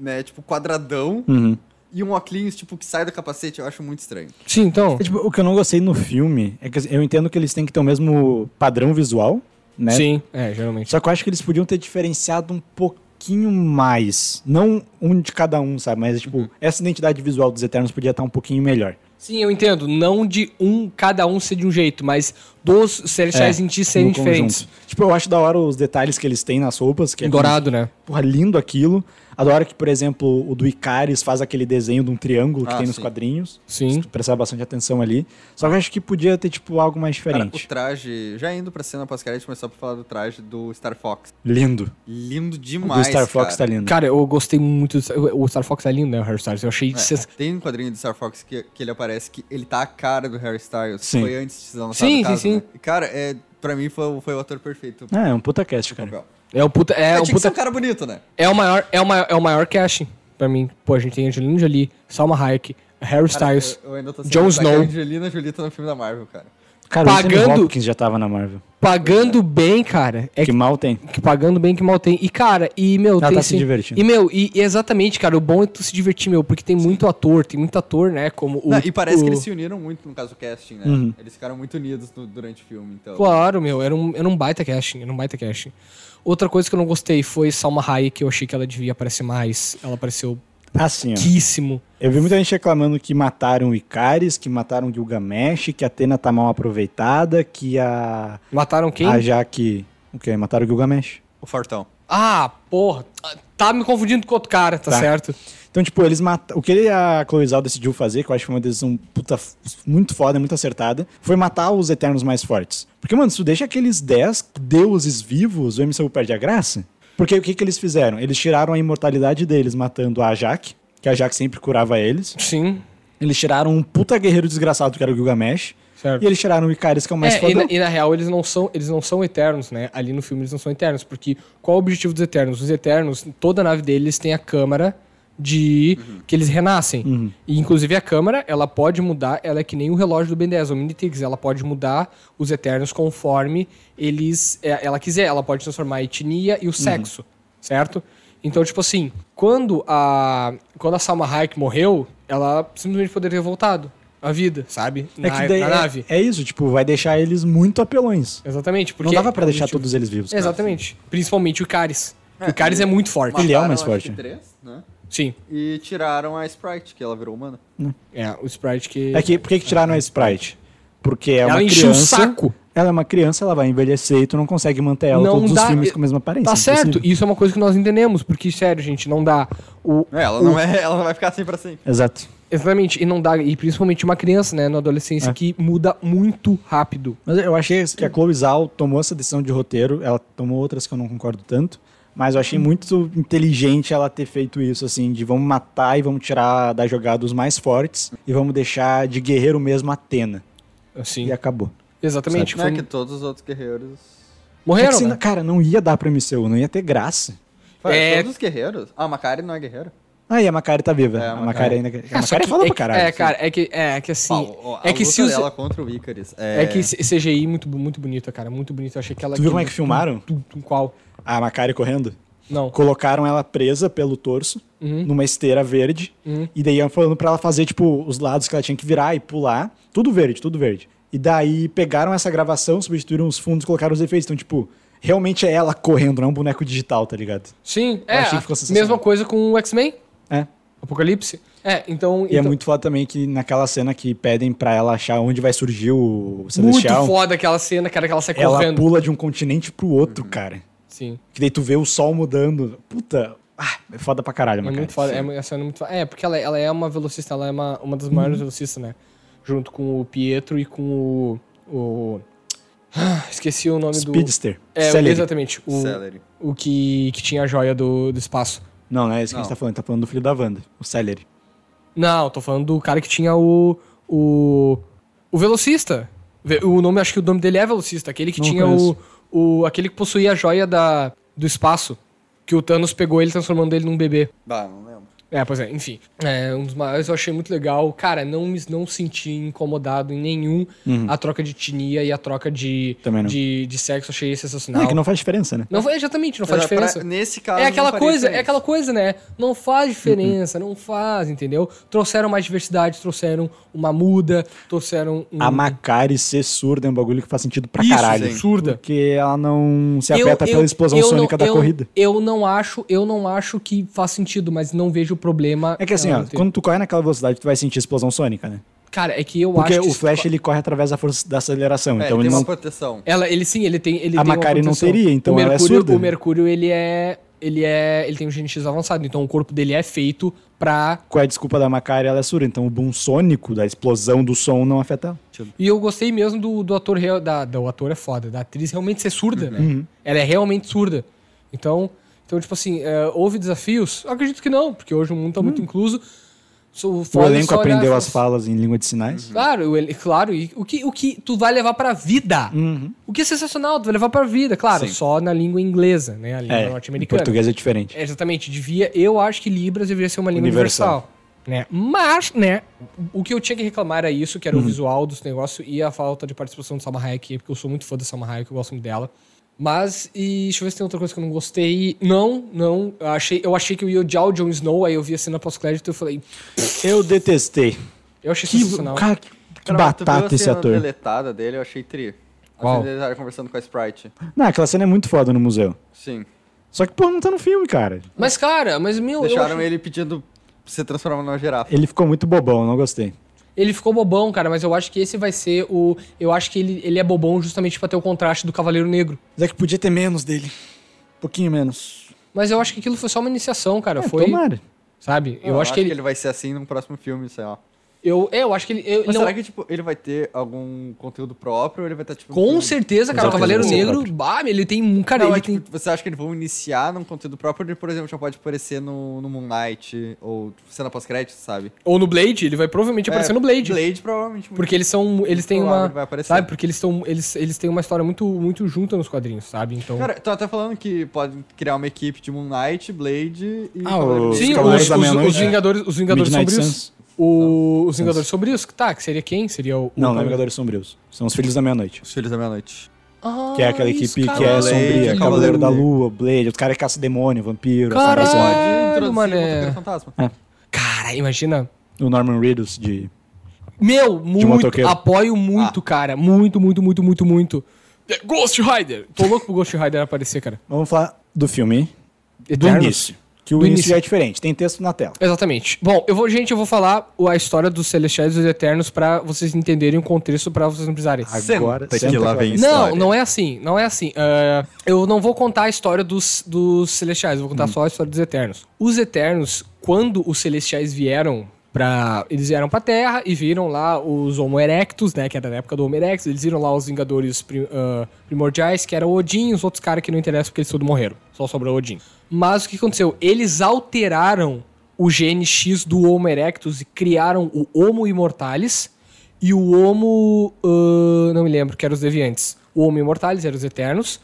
[SPEAKER 4] né, tipo, quadradão,
[SPEAKER 2] Uhum.
[SPEAKER 4] e um óculos, tipo, que sai do capacete, eu acho muito estranho.
[SPEAKER 3] Sim, então.
[SPEAKER 2] É, tipo, o que eu não gostei no filme é que assim, eu entendo que eles têm que ter o mesmo padrão visual, né?
[SPEAKER 3] Sim, é, geralmente.
[SPEAKER 2] Só que eu acho que eles podiam ter diferenciado um pouquinho mais. Não um de cada um, sabe? Mas, tipo,
[SPEAKER 3] Uhum.
[SPEAKER 2] essa identidade visual dos Eternos podia estar um pouquinho melhor.
[SPEAKER 3] Sim, eu entendo. Não de um, cada um ser de um jeito, mas dos celestiais em ti serem
[SPEAKER 2] É, no conjunto.
[SPEAKER 3] diferentes.
[SPEAKER 2] Tipo, eu acho da hora os detalhes que eles têm nas roupas. Que é
[SPEAKER 3] Dourado, né?
[SPEAKER 2] como- Porra, lindo aquilo. A da hora que, por exemplo, o do Icaris faz aquele desenho de um triângulo que
[SPEAKER 4] Ah,
[SPEAKER 2] tem nos
[SPEAKER 4] sim.
[SPEAKER 2] quadrinhos.
[SPEAKER 3] Sim.
[SPEAKER 2] Se tu prestar bastante atenção ali. Só que eu acho que podia ter, tipo, algo mais
[SPEAKER 4] Cara,
[SPEAKER 2] diferente.
[SPEAKER 4] o traje, já indo pra cena pós-crédito, mas só pra falar do traje do Star Fox.
[SPEAKER 2] Lindo.
[SPEAKER 4] Lindo
[SPEAKER 2] o
[SPEAKER 4] demais,
[SPEAKER 2] do Star Fox
[SPEAKER 4] cara.
[SPEAKER 2] tá lindo.
[SPEAKER 3] Cara, eu gostei muito. Do... O Star Fox é lindo, né? O Harry Styles. Eu achei. sens-
[SPEAKER 4] É, tem um quadrinho do Star Fox que, que ele aparece que ele tá a cara do Harry Styles.
[SPEAKER 2] Sim.
[SPEAKER 4] Foi antes de lançar
[SPEAKER 3] Sim,
[SPEAKER 4] no caso,
[SPEAKER 3] sim, sim.
[SPEAKER 4] né? E, Cara, é, pra mim foi, o- foi o ator perfeito.
[SPEAKER 2] Ah, é um puta cast, cara.
[SPEAKER 4] papel.
[SPEAKER 3] É o puta. É,
[SPEAKER 4] É,
[SPEAKER 3] o
[SPEAKER 4] tinha que ser
[SPEAKER 3] puta...
[SPEAKER 4] um cara bonito, né?
[SPEAKER 3] é o maior. É o maior, é o maior casting pra mim. Pô, a gente tem Angelina Jolie, Salma Hayek, Harry
[SPEAKER 4] Cara,
[SPEAKER 3] Styles.
[SPEAKER 4] eu, eu ainda tô
[SPEAKER 3] Jon
[SPEAKER 4] sendo
[SPEAKER 3] Snow.
[SPEAKER 4] da Angelina Jolie tá no filme da Marvel, cara.
[SPEAKER 2] Cara, o Anthony
[SPEAKER 3] Pagando-
[SPEAKER 2] Hopkins já tava na Marvel.
[SPEAKER 3] Pagando bem, cara. É
[SPEAKER 2] que mal tem.
[SPEAKER 3] que pagando bem que mal tem. E, cara, e, meu,
[SPEAKER 2] Ela
[SPEAKER 3] tem
[SPEAKER 2] tá se divertindo.
[SPEAKER 3] E, meu, e, e exatamente, cara, o bom é tu se divertir, meu, porque tem muito ator, tem muito ator, né? Como o.
[SPEAKER 4] Não, e parece
[SPEAKER 3] o- Uhum.
[SPEAKER 4] que eles se uniram muito no caso do casting, né? Eles ficaram muito unidos no- durante o filme, então.
[SPEAKER 3] Claro, meu, era um, era um baita casting, era um baita casting. Outra coisa que eu não gostei foi Salma Hayek, que eu achei que ela devia aparecer mais. Ela apareceu
[SPEAKER 2] Assim, ó.
[SPEAKER 3] pouquíssimo.
[SPEAKER 2] Eu vi muita gente reclamando que mataram o Icaris, que mataram Gilgamesh, que a Atena tá mal aproveitada, que a.
[SPEAKER 3] Mataram quem?
[SPEAKER 2] A Jaque. O quê? Mataram o Gilgamesh.
[SPEAKER 4] O Fortão.
[SPEAKER 3] Ah, porra. Tá me confundindo com outro cara, tá,
[SPEAKER 2] Tá.
[SPEAKER 3] certo?
[SPEAKER 2] Então, tipo, eles mataram. O que a Chloe Zhao decidiu fazer, que eu acho que foi uma decisão puta, f- muito foda, muito acertada, foi matar os Eternos mais fortes. Porque, mano, se tu deixa aqueles 10 deuses vivos, o MCU perde a graça. Porque o que, que eles fizeram? Eles tiraram a imortalidade deles matando a Jaque, que a Jaque sempre curava eles.
[SPEAKER 3] Sim.
[SPEAKER 2] Eles tiraram um puta guerreiro desgraçado, que era o Gilgamesh.
[SPEAKER 3] Certo.
[SPEAKER 2] E eles tiraram o Icaris, que é o mais
[SPEAKER 3] É,
[SPEAKER 2] foda.
[SPEAKER 3] e, na, e na real, eles não, são, eles não são eternos, né? Ali no filme eles não são eternos, porque qual é o objetivo dos eternos? Os eternos, toda a nave deles tem a câmara de que eles renascem.
[SPEAKER 2] Uhum.
[SPEAKER 3] E inclusive a câmera, ela pode mudar, ela é que nem o relógio do Ben 10, o Minitrix, ela pode mudar os Eternos conforme eles é, ela quiser, ela pode transformar a etnia
[SPEAKER 2] Uhum.
[SPEAKER 3] e o sexo, certo? Então, tipo assim, quando a quando a Salma Hayek morreu, ela simplesmente poderia ter voltado à vida, sabe? Na, na nave.
[SPEAKER 2] É, é isso, tipo, vai deixar eles muito apelões.
[SPEAKER 3] Exatamente, porque
[SPEAKER 2] não dava pra deixar
[SPEAKER 3] Tipo,
[SPEAKER 2] todos eles vivos.
[SPEAKER 3] Exatamente. Principalmente o Caris. o Caris é muito forte.
[SPEAKER 2] Ele é o mais
[SPEAKER 4] Mataram, acho que
[SPEAKER 2] forte.
[SPEAKER 4] três, né?
[SPEAKER 3] Sim.
[SPEAKER 4] E tiraram a Sprite, que ela virou humana.
[SPEAKER 3] É, o Sprite que.
[SPEAKER 2] É que, por que, que tiraram a Sprite? Porque é uma
[SPEAKER 3] Ela encheu o
[SPEAKER 2] criança.
[SPEAKER 3] saco.
[SPEAKER 2] Ela é uma criança, ela vai envelhecer e tu não consegue manter ela
[SPEAKER 3] Não
[SPEAKER 2] todos
[SPEAKER 3] dá-
[SPEAKER 2] os filmes com a mesma aparência.
[SPEAKER 3] Tá
[SPEAKER 2] impossível.
[SPEAKER 3] certo. Isso é uma coisa que nós entendemos, porque, sério, gente, não dá. O,
[SPEAKER 4] É, ela não é, ela não vai ficar assim pra sempre.
[SPEAKER 2] Exato.
[SPEAKER 3] exatamente, e não dá. E principalmente uma criança, né, na adolescência,
[SPEAKER 2] É.
[SPEAKER 3] que muda muito rápido.
[SPEAKER 2] Mas eu achei que a Chloe Zhao tomou essa decisão de roteiro, ela tomou outras que eu não concordo tanto, mas eu achei muito inteligente ela ter feito isso, assim, de vamos matar e vamos tirar da jogada os mais fortes e vamos deixar de guerreiro mesmo a Atena.
[SPEAKER 3] Assim.
[SPEAKER 2] E acabou.
[SPEAKER 3] Exatamente.
[SPEAKER 4] Não é
[SPEAKER 3] Foi, um
[SPEAKER 4] que todos os outros guerreiros.
[SPEAKER 2] É que
[SPEAKER 3] Morreram.
[SPEAKER 2] se-
[SPEAKER 3] Né?
[SPEAKER 2] Cara, não ia dar pro MCU, não ia ter graça.
[SPEAKER 4] Ué,
[SPEAKER 3] É.
[SPEAKER 4] Todos os guerreiros? Ah, Macari não é guerreiro?
[SPEAKER 2] Ah, e a Macari tá viva.
[SPEAKER 4] É, a
[SPEAKER 2] a
[SPEAKER 4] Macari.
[SPEAKER 2] Macari ainda. A
[SPEAKER 3] só
[SPEAKER 2] Macari
[SPEAKER 3] que
[SPEAKER 2] falou
[SPEAKER 3] é,
[SPEAKER 2] pra
[SPEAKER 3] que-
[SPEAKER 2] caralho. assim.
[SPEAKER 3] É, cara, é que, é, que assim.
[SPEAKER 4] Pau, a
[SPEAKER 3] é que
[SPEAKER 4] luta
[SPEAKER 3] se os.
[SPEAKER 4] dela contra o Icarus. É,
[SPEAKER 3] É que C- CGI muito, bu- muito bonita, cara. Muito bonita. Eu achei que ela.
[SPEAKER 2] Tu viu como é que filmaram?
[SPEAKER 3] Tum, tum, qual?
[SPEAKER 2] A Macari correndo.
[SPEAKER 3] Não.
[SPEAKER 2] Colocaram ela presa pelo torso,
[SPEAKER 3] Uhum.
[SPEAKER 2] numa esteira verde, e daí iam falando pra ela fazer, tipo, os lados que ela tinha que virar e pular. Tudo verde, tudo verde. E daí pegaram essa gravação, substituíram os fundos, colocaram os efeitos. Então, tipo, realmente é ela correndo, não é um boneco digital, tá ligado?
[SPEAKER 3] Sim, é.
[SPEAKER 2] achei que
[SPEAKER 3] a-
[SPEAKER 2] ficou sensacional.
[SPEAKER 3] mesma coisa com o X-Men.
[SPEAKER 2] É.
[SPEAKER 3] Apocalipse? É, então.
[SPEAKER 2] E é
[SPEAKER 3] então-
[SPEAKER 2] muito foda também que naquela cena que pedem pra ela achar onde vai surgir o
[SPEAKER 3] muito
[SPEAKER 2] Celestial,
[SPEAKER 3] foda aquela cena, cara, que ela sai
[SPEAKER 2] ela
[SPEAKER 3] correndo.
[SPEAKER 2] pula de um continente pro outro, cara.
[SPEAKER 3] Sim.
[SPEAKER 2] Que daí tu vê o sol mudando. Puta, ah, é foda pra caralho,
[SPEAKER 3] É
[SPEAKER 2] Macari.
[SPEAKER 3] muito foda. É, uma- essa cena é muito foda. É, porque ela, ela é uma velocista, ela é uma, uma das maiores velocistas, né? Junto com o Pietro e com o. o- Ah, esqueci o nome do.
[SPEAKER 2] Speedster.
[SPEAKER 3] É,
[SPEAKER 2] Celery.
[SPEAKER 3] exatamente. O,
[SPEAKER 4] Celery.
[SPEAKER 3] o que, que tinha a joia do, do espaço.
[SPEAKER 2] Não, não é isso que a
[SPEAKER 4] Não.
[SPEAKER 2] gente tá falando. Tá falando do filho da Wanda, o Celery.
[SPEAKER 3] Não, tô falando do cara que tinha o. O. O velocista. Ve- O nome, acho que o nome dele é velocista. Aquele que
[SPEAKER 2] Não
[SPEAKER 3] tinha o,
[SPEAKER 2] conheço.
[SPEAKER 3] o. Aquele que possuía a joia da, do espaço. Que o Thanos pegou ele transformando ele num bebê.
[SPEAKER 4] Bah, não lembro.
[SPEAKER 3] É, pois é, enfim. É, um dos maiores eu achei muito legal. Cara, não me não senti incomodado em nenhum a troca de etnia e a troca de,
[SPEAKER 2] Uhum. Também não.
[SPEAKER 3] de, de sexo. Achei
[SPEAKER 2] Não,
[SPEAKER 3] sensacional.
[SPEAKER 2] é que não faz diferença, né?
[SPEAKER 3] Não foi exatamente, não faz
[SPEAKER 4] Mas pra-
[SPEAKER 3] diferença.
[SPEAKER 4] nesse caso,
[SPEAKER 3] é
[SPEAKER 4] não
[SPEAKER 3] aquela
[SPEAKER 4] faria
[SPEAKER 3] coisa, é
[SPEAKER 4] diferença.
[SPEAKER 3] aquela coisa, né? Não faz diferença, não faz, entendeu? Trouxeram mais diversidade, trouxeram uma muda, trouxeram um
[SPEAKER 2] A Macari ser surda é um bagulho que faz sentido pra
[SPEAKER 3] Isso,
[SPEAKER 2] caralho.
[SPEAKER 3] sim. Surda.
[SPEAKER 2] Porque ela não se
[SPEAKER 3] Eu-
[SPEAKER 2] afeta
[SPEAKER 3] eu-
[SPEAKER 2] pela explosão
[SPEAKER 3] eu não-
[SPEAKER 2] sônica da
[SPEAKER 3] eu-
[SPEAKER 2] corrida.
[SPEAKER 3] Eu não acho, eu não acho que faz sentido, mas não vejo o problema.
[SPEAKER 2] É que assim,
[SPEAKER 3] ela
[SPEAKER 2] ó,
[SPEAKER 3] ter.
[SPEAKER 2] quando tu corre naquela velocidade, tu vai sentir explosão sônica, né?
[SPEAKER 3] cara, é que eu
[SPEAKER 2] Porque
[SPEAKER 3] acho que
[SPEAKER 2] o
[SPEAKER 3] se-
[SPEAKER 2] Flash ele corre através da força da aceleração.
[SPEAKER 4] É,
[SPEAKER 2] então
[SPEAKER 4] ele
[SPEAKER 2] ele
[SPEAKER 4] tem
[SPEAKER 2] não.
[SPEAKER 4] uma proteção.
[SPEAKER 3] Ela, ele sim, ele tem. Ele
[SPEAKER 2] A
[SPEAKER 3] tem uma
[SPEAKER 2] Macari não
[SPEAKER 3] proteção.
[SPEAKER 2] teria, então
[SPEAKER 3] o
[SPEAKER 2] ela é
[SPEAKER 3] Mercúrio,
[SPEAKER 2] surda.
[SPEAKER 3] O Mercúrio, ele é. Ele é. Ele tem um GNX avançado. Então o corpo dele é feito pra.
[SPEAKER 2] Qual é a desculpa da Macari? Ela é surda. Então o boom sônico da explosão do som não afeta ela.
[SPEAKER 3] E eu gostei mesmo do, do ator real. Da, da- o ator é foda, da atriz realmente ser surda,
[SPEAKER 2] Uhum.
[SPEAKER 3] né? Ela é realmente surda. Então, então tipo assim, é, houve desafios? Eu acredito que não, porque hoje o mundo tá muito incluso. Sou
[SPEAKER 2] Uhum. O
[SPEAKER 3] foda
[SPEAKER 2] elenco
[SPEAKER 3] Tipo, só Uhum. olhar
[SPEAKER 2] aprendeu
[SPEAKER 3] só-
[SPEAKER 2] as falas né? em língua de sinais.
[SPEAKER 3] Claro, o ele- claro, e o que, o que tu vai levar pra vida?
[SPEAKER 2] Uhum.
[SPEAKER 3] O que é sensacional, tu vai levar pra vida, claro,
[SPEAKER 4] Sim.
[SPEAKER 3] só na língua inglesa, né? A língua
[SPEAKER 2] É, em
[SPEAKER 3] norte-americana.
[SPEAKER 2] português é diferente.
[SPEAKER 3] É, exatamente, devia. Eu acho que Libras deveria ser uma língua universal.
[SPEAKER 2] Universal.
[SPEAKER 3] né? Mas, né, o que eu tinha que reclamar era isso, que era
[SPEAKER 2] Uhum.
[SPEAKER 3] o visual dos negócios e a falta de participação do Salma Hayek, porque eu sou muito fã da Salma Hayek, eu gosto muito dela. Mas, e deixa eu ver se tem outra coisa que eu não gostei. Não, não, eu achei, eu achei que eu ia odiar o Jon Snow, aí eu vi a cena pós-crédito e eu falei,
[SPEAKER 2] Eu detestei.
[SPEAKER 3] eu achei
[SPEAKER 2] Que,
[SPEAKER 3] sensacional.
[SPEAKER 2] cara, que, que
[SPEAKER 4] Cara, mas tu viu a
[SPEAKER 2] batata esse
[SPEAKER 4] cena
[SPEAKER 2] ator.
[SPEAKER 4] deletada dele, eu achei tri. A
[SPEAKER 3] Qual?
[SPEAKER 4] cena dele tava conversando com a Sprite.
[SPEAKER 2] Não, aquela cena é muito foda no museu.
[SPEAKER 4] Sim.
[SPEAKER 2] Só que, pô, não tá no filme, cara.
[SPEAKER 3] Mas, cara, mas meu, eu
[SPEAKER 4] Deixaram
[SPEAKER 3] achei-
[SPEAKER 4] ele pedindo pra se transformar numa girafa.
[SPEAKER 2] Ele ficou muito bobão, não gostei.
[SPEAKER 3] ele ficou bobão, cara, mas eu acho que esse vai ser o... Eu acho que ele, ele é bobão justamente pra ter o contraste do Cavaleiro Negro.
[SPEAKER 2] Mas é que podia ter menos dele. Um pouquinho menos.
[SPEAKER 3] Mas eu acho que aquilo foi só uma iniciação, cara,
[SPEAKER 2] É,
[SPEAKER 3] foi...
[SPEAKER 2] Tomara.
[SPEAKER 4] Ah,
[SPEAKER 3] Sabe? eu acho que ele...
[SPEAKER 4] vai ser assim no próximo filme, sei lá.
[SPEAKER 3] Eu, é, eu acho que ele. eu-
[SPEAKER 4] Mas
[SPEAKER 3] não,
[SPEAKER 4] será que, tipo, ele vai ter algum conteúdo próprio ou ele vai estar, tipo...
[SPEAKER 3] Com
[SPEAKER 4] um-
[SPEAKER 3] certeza, cara,
[SPEAKER 2] certeza
[SPEAKER 3] o Cavaleiro
[SPEAKER 2] vai ser
[SPEAKER 3] Negro,
[SPEAKER 2] próprio.
[SPEAKER 3] bah, ele tem um. Cara,
[SPEAKER 4] Não,
[SPEAKER 3] ele
[SPEAKER 4] é, tipo,
[SPEAKER 3] tem.
[SPEAKER 4] Você acha que eles vão iniciar num conteúdo próprio? Ele, por exemplo, já pode aparecer no, no Moonlight ou tipo, cena pós-crédito, sabe?
[SPEAKER 3] Ou no Blade, ele vai provavelmente aparecer no Blade.
[SPEAKER 4] É, Blade, provavelmente. muito
[SPEAKER 3] Porque eles são. Eles têm
[SPEAKER 4] provável
[SPEAKER 3] uma.
[SPEAKER 4] que Vai aparecer.
[SPEAKER 3] Sabe? Porque eles, tão, eles, eles têm uma história muito, muito junta nos quadrinhos, sabe? Então.
[SPEAKER 4] Cara, tô até falando que pode criar uma equipe de Moon Knight, Blade e...
[SPEAKER 2] Ah,
[SPEAKER 4] Cavaleiro
[SPEAKER 2] o-
[SPEAKER 4] Negro.
[SPEAKER 2] Os
[SPEAKER 3] Sim,
[SPEAKER 2] Cavaleiros
[SPEAKER 3] os,
[SPEAKER 2] da
[SPEAKER 3] os-
[SPEAKER 2] Meia-Noite.
[SPEAKER 3] os Vingadores, os Vingadores
[SPEAKER 2] Midnight
[SPEAKER 3] Sombrios.
[SPEAKER 2] Suns.
[SPEAKER 3] O, os Vingadores Sombrios, tá, que seria quem? Seria o.
[SPEAKER 2] Não,
[SPEAKER 3] o
[SPEAKER 2] não é Vingadores Sombrios. São os Filhos da Meia-Noite.
[SPEAKER 4] Os Filhos da Meia-Noite.
[SPEAKER 3] Ah,
[SPEAKER 2] Que é aquela equipe que é
[SPEAKER 4] Cavaleiro,
[SPEAKER 2] sombria.
[SPEAKER 4] Cavaleiro
[SPEAKER 2] Cavaleiro da
[SPEAKER 4] Negro.
[SPEAKER 2] Lua, Blade, os caras que caçam demônio, vampiro. essa
[SPEAKER 3] Caralho,
[SPEAKER 2] coisa.
[SPEAKER 3] mané.
[SPEAKER 4] o motoqueiro fantasma.
[SPEAKER 2] É,
[SPEAKER 3] Cara, imagina.
[SPEAKER 2] O Norman Reedus de...
[SPEAKER 3] Meu, muito.
[SPEAKER 2] motoqueiro.
[SPEAKER 3] Apoio muito, cara. Muito, muito, muito, muito, muito. Ah. É, Ghost Rider! Tô louco pro Ghost Rider aparecer, cara.
[SPEAKER 2] Vamos falar do filme. Do
[SPEAKER 3] Eternos.
[SPEAKER 2] início. Que o
[SPEAKER 3] Do
[SPEAKER 2] início,
[SPEAKER 3] início.
[SPEAKER 2] já é diferente. Tem texto na tela.
[SPEAKER 3] Exatamente. Bom, eu vou, gente, eu vou falar o- a história dos Celestiais e dos Eternos pra vocês entenderem o contexto pra vocês não precisarem.
[SPEAKER 2] Agora,
[SPEAKER 4] Senta
[SPEAKER 2] senta
[SPEAKER 4] que lá
[SPEAKER 2] que lá
[SPEAKER 4] vem
[SPEAKER 3] Não,
[SPEAKER 4] história.
[SPEAKER 3] não é assim, não é assim. Ah, eu não vou contar a história dos, dos Celestiais, eu vou contar só a história dos Eternos. Os Eternos, quando os Celestiais vieram pra... Eles vieram pra Terra e viram lá os Homo Erectus, né, que era da época do Homo Erectus. Eles viram lá os Vingadores prim- ah, Primordiais, que era o Odin, e os outros caras que não interessam porque eles todos morreram. Só sobrou o Odin. Mas o que aconteceu? Eles alteraram o gene X do Homo Erectus e criaram o Homo Immortalis, e o Homo. ah, não me lembro, que eram os Deviantes. O Homo Imortalis eram os Eternos.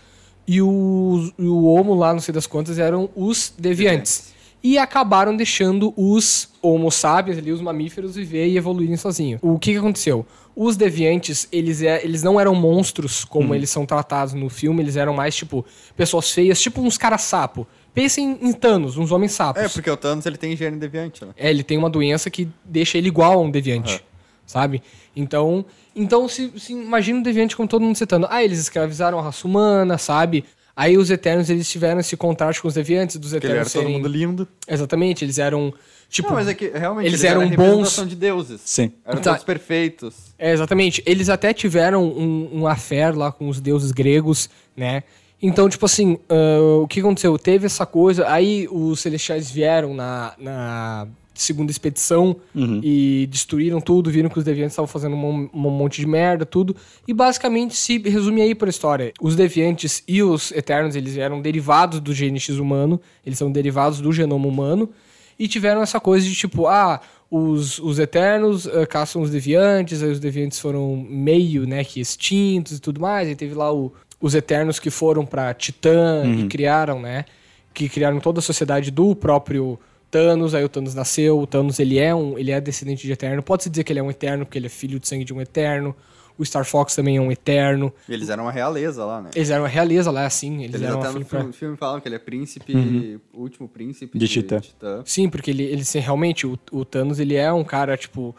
[SPEAKER 3] E o, e o Homo, lá, não sei das quantas, eram os Deviantes. E acabaram deixando os Homo sapiens, ali, os mamíferos, viver e evoluírem sozinhos. O que, que aconteceu? Os Deviantes, eles, é- eles não eram monstros como eles são tratados no filme, eles eram mais, tipo, pessoas feias, tipo uns caras-sapo. Pensem em Thanos, uns homens-sapos.
[SPEAKER 4] É, porque o Thanos, ele tem gênio deviante, né?
[SPEAKER 3] É, ele tem uma doença que deixa ele igual a um deviante, sabe? Então, então se, se imagina um deviante como todo mundo citando. Ah, eles escravizaram a raça humana, sabe? Aí os Eternos, eles tiveram esse contraste com os deviantes, dos
[SPEAKER 4] Porque ele era
[SPEAKER 3] Eternos
[SPEAKER 4] todo
[SPEAKER 3] serem...
[SPEAKER 4] mundo lindo.
[SPEAKER 3] Exatamente, eles eram, tipo...
[SPEAKER 4] Não, mas é que realmente
[SPEAKER 3] eles eram
[SPEAKER 4] a
[SPEAKER 3] bons-
[SPEAKER 4] representação de deuses.
[SPEAKER 2] Sim.
[SPEAKER 4] Eram
[SPEAKER 3] Tá.
[SPEAKER 4] todos perfeitos.
[SPEAKER 3] É, exatamente. Eles até tiveram um, um affair lá com os deuses gregos, né? Então, tipo assim, ah, o que aconteceu? Teve essa coisa, aí os celestiais vieram na, na segunda expedição e destruíram tudo, viram que os deviantes estavam fazendo um, mon- um monte de merda, tudo. E basicamente se resume aí pra história. Os deviantes e os eternos, eles eram derivados do GNX humano, eles são derivados do genoma humano e tiveram essa coisa de tipo, ah, os, os Eternos eh, caçam os Deviantes, aí os Deviantes foram meio, né, que extintos e tudo mais, aí teve lá o- os Eternos que foram pra Titã e criaram, né, que criaram toda a sociedade do próprio Thanos, aí o Thanos nasceu, o Thanos ele é um, ele é descendente de Eterno, pode-se dizer que ele é um Eterno, porque ele é filho de sangue de um Eterno, o Star Fox também é um Eterno,
[SPEAKER 4] E eles eram uma realeza lá, né?
[SPEAKER 3] eles eram a realeza lá, assim, eles,
[SPEAKER 4] Eles
[SPEAKER 3] eram
[SPEAKER 4] até
[SPEAKER 3] a
[SPEAKER 4] no
[SPEAKER 3] filha pra-
[SPEAKER 4] filme, filme falam que ele é príncipe, o último príncipe
[SPEAKER 2] Uhum. De Titã.
[SPEAKER 3] Sim, porque ele, ele se- realmente, o, o Thanos, ele é um cara, tipo,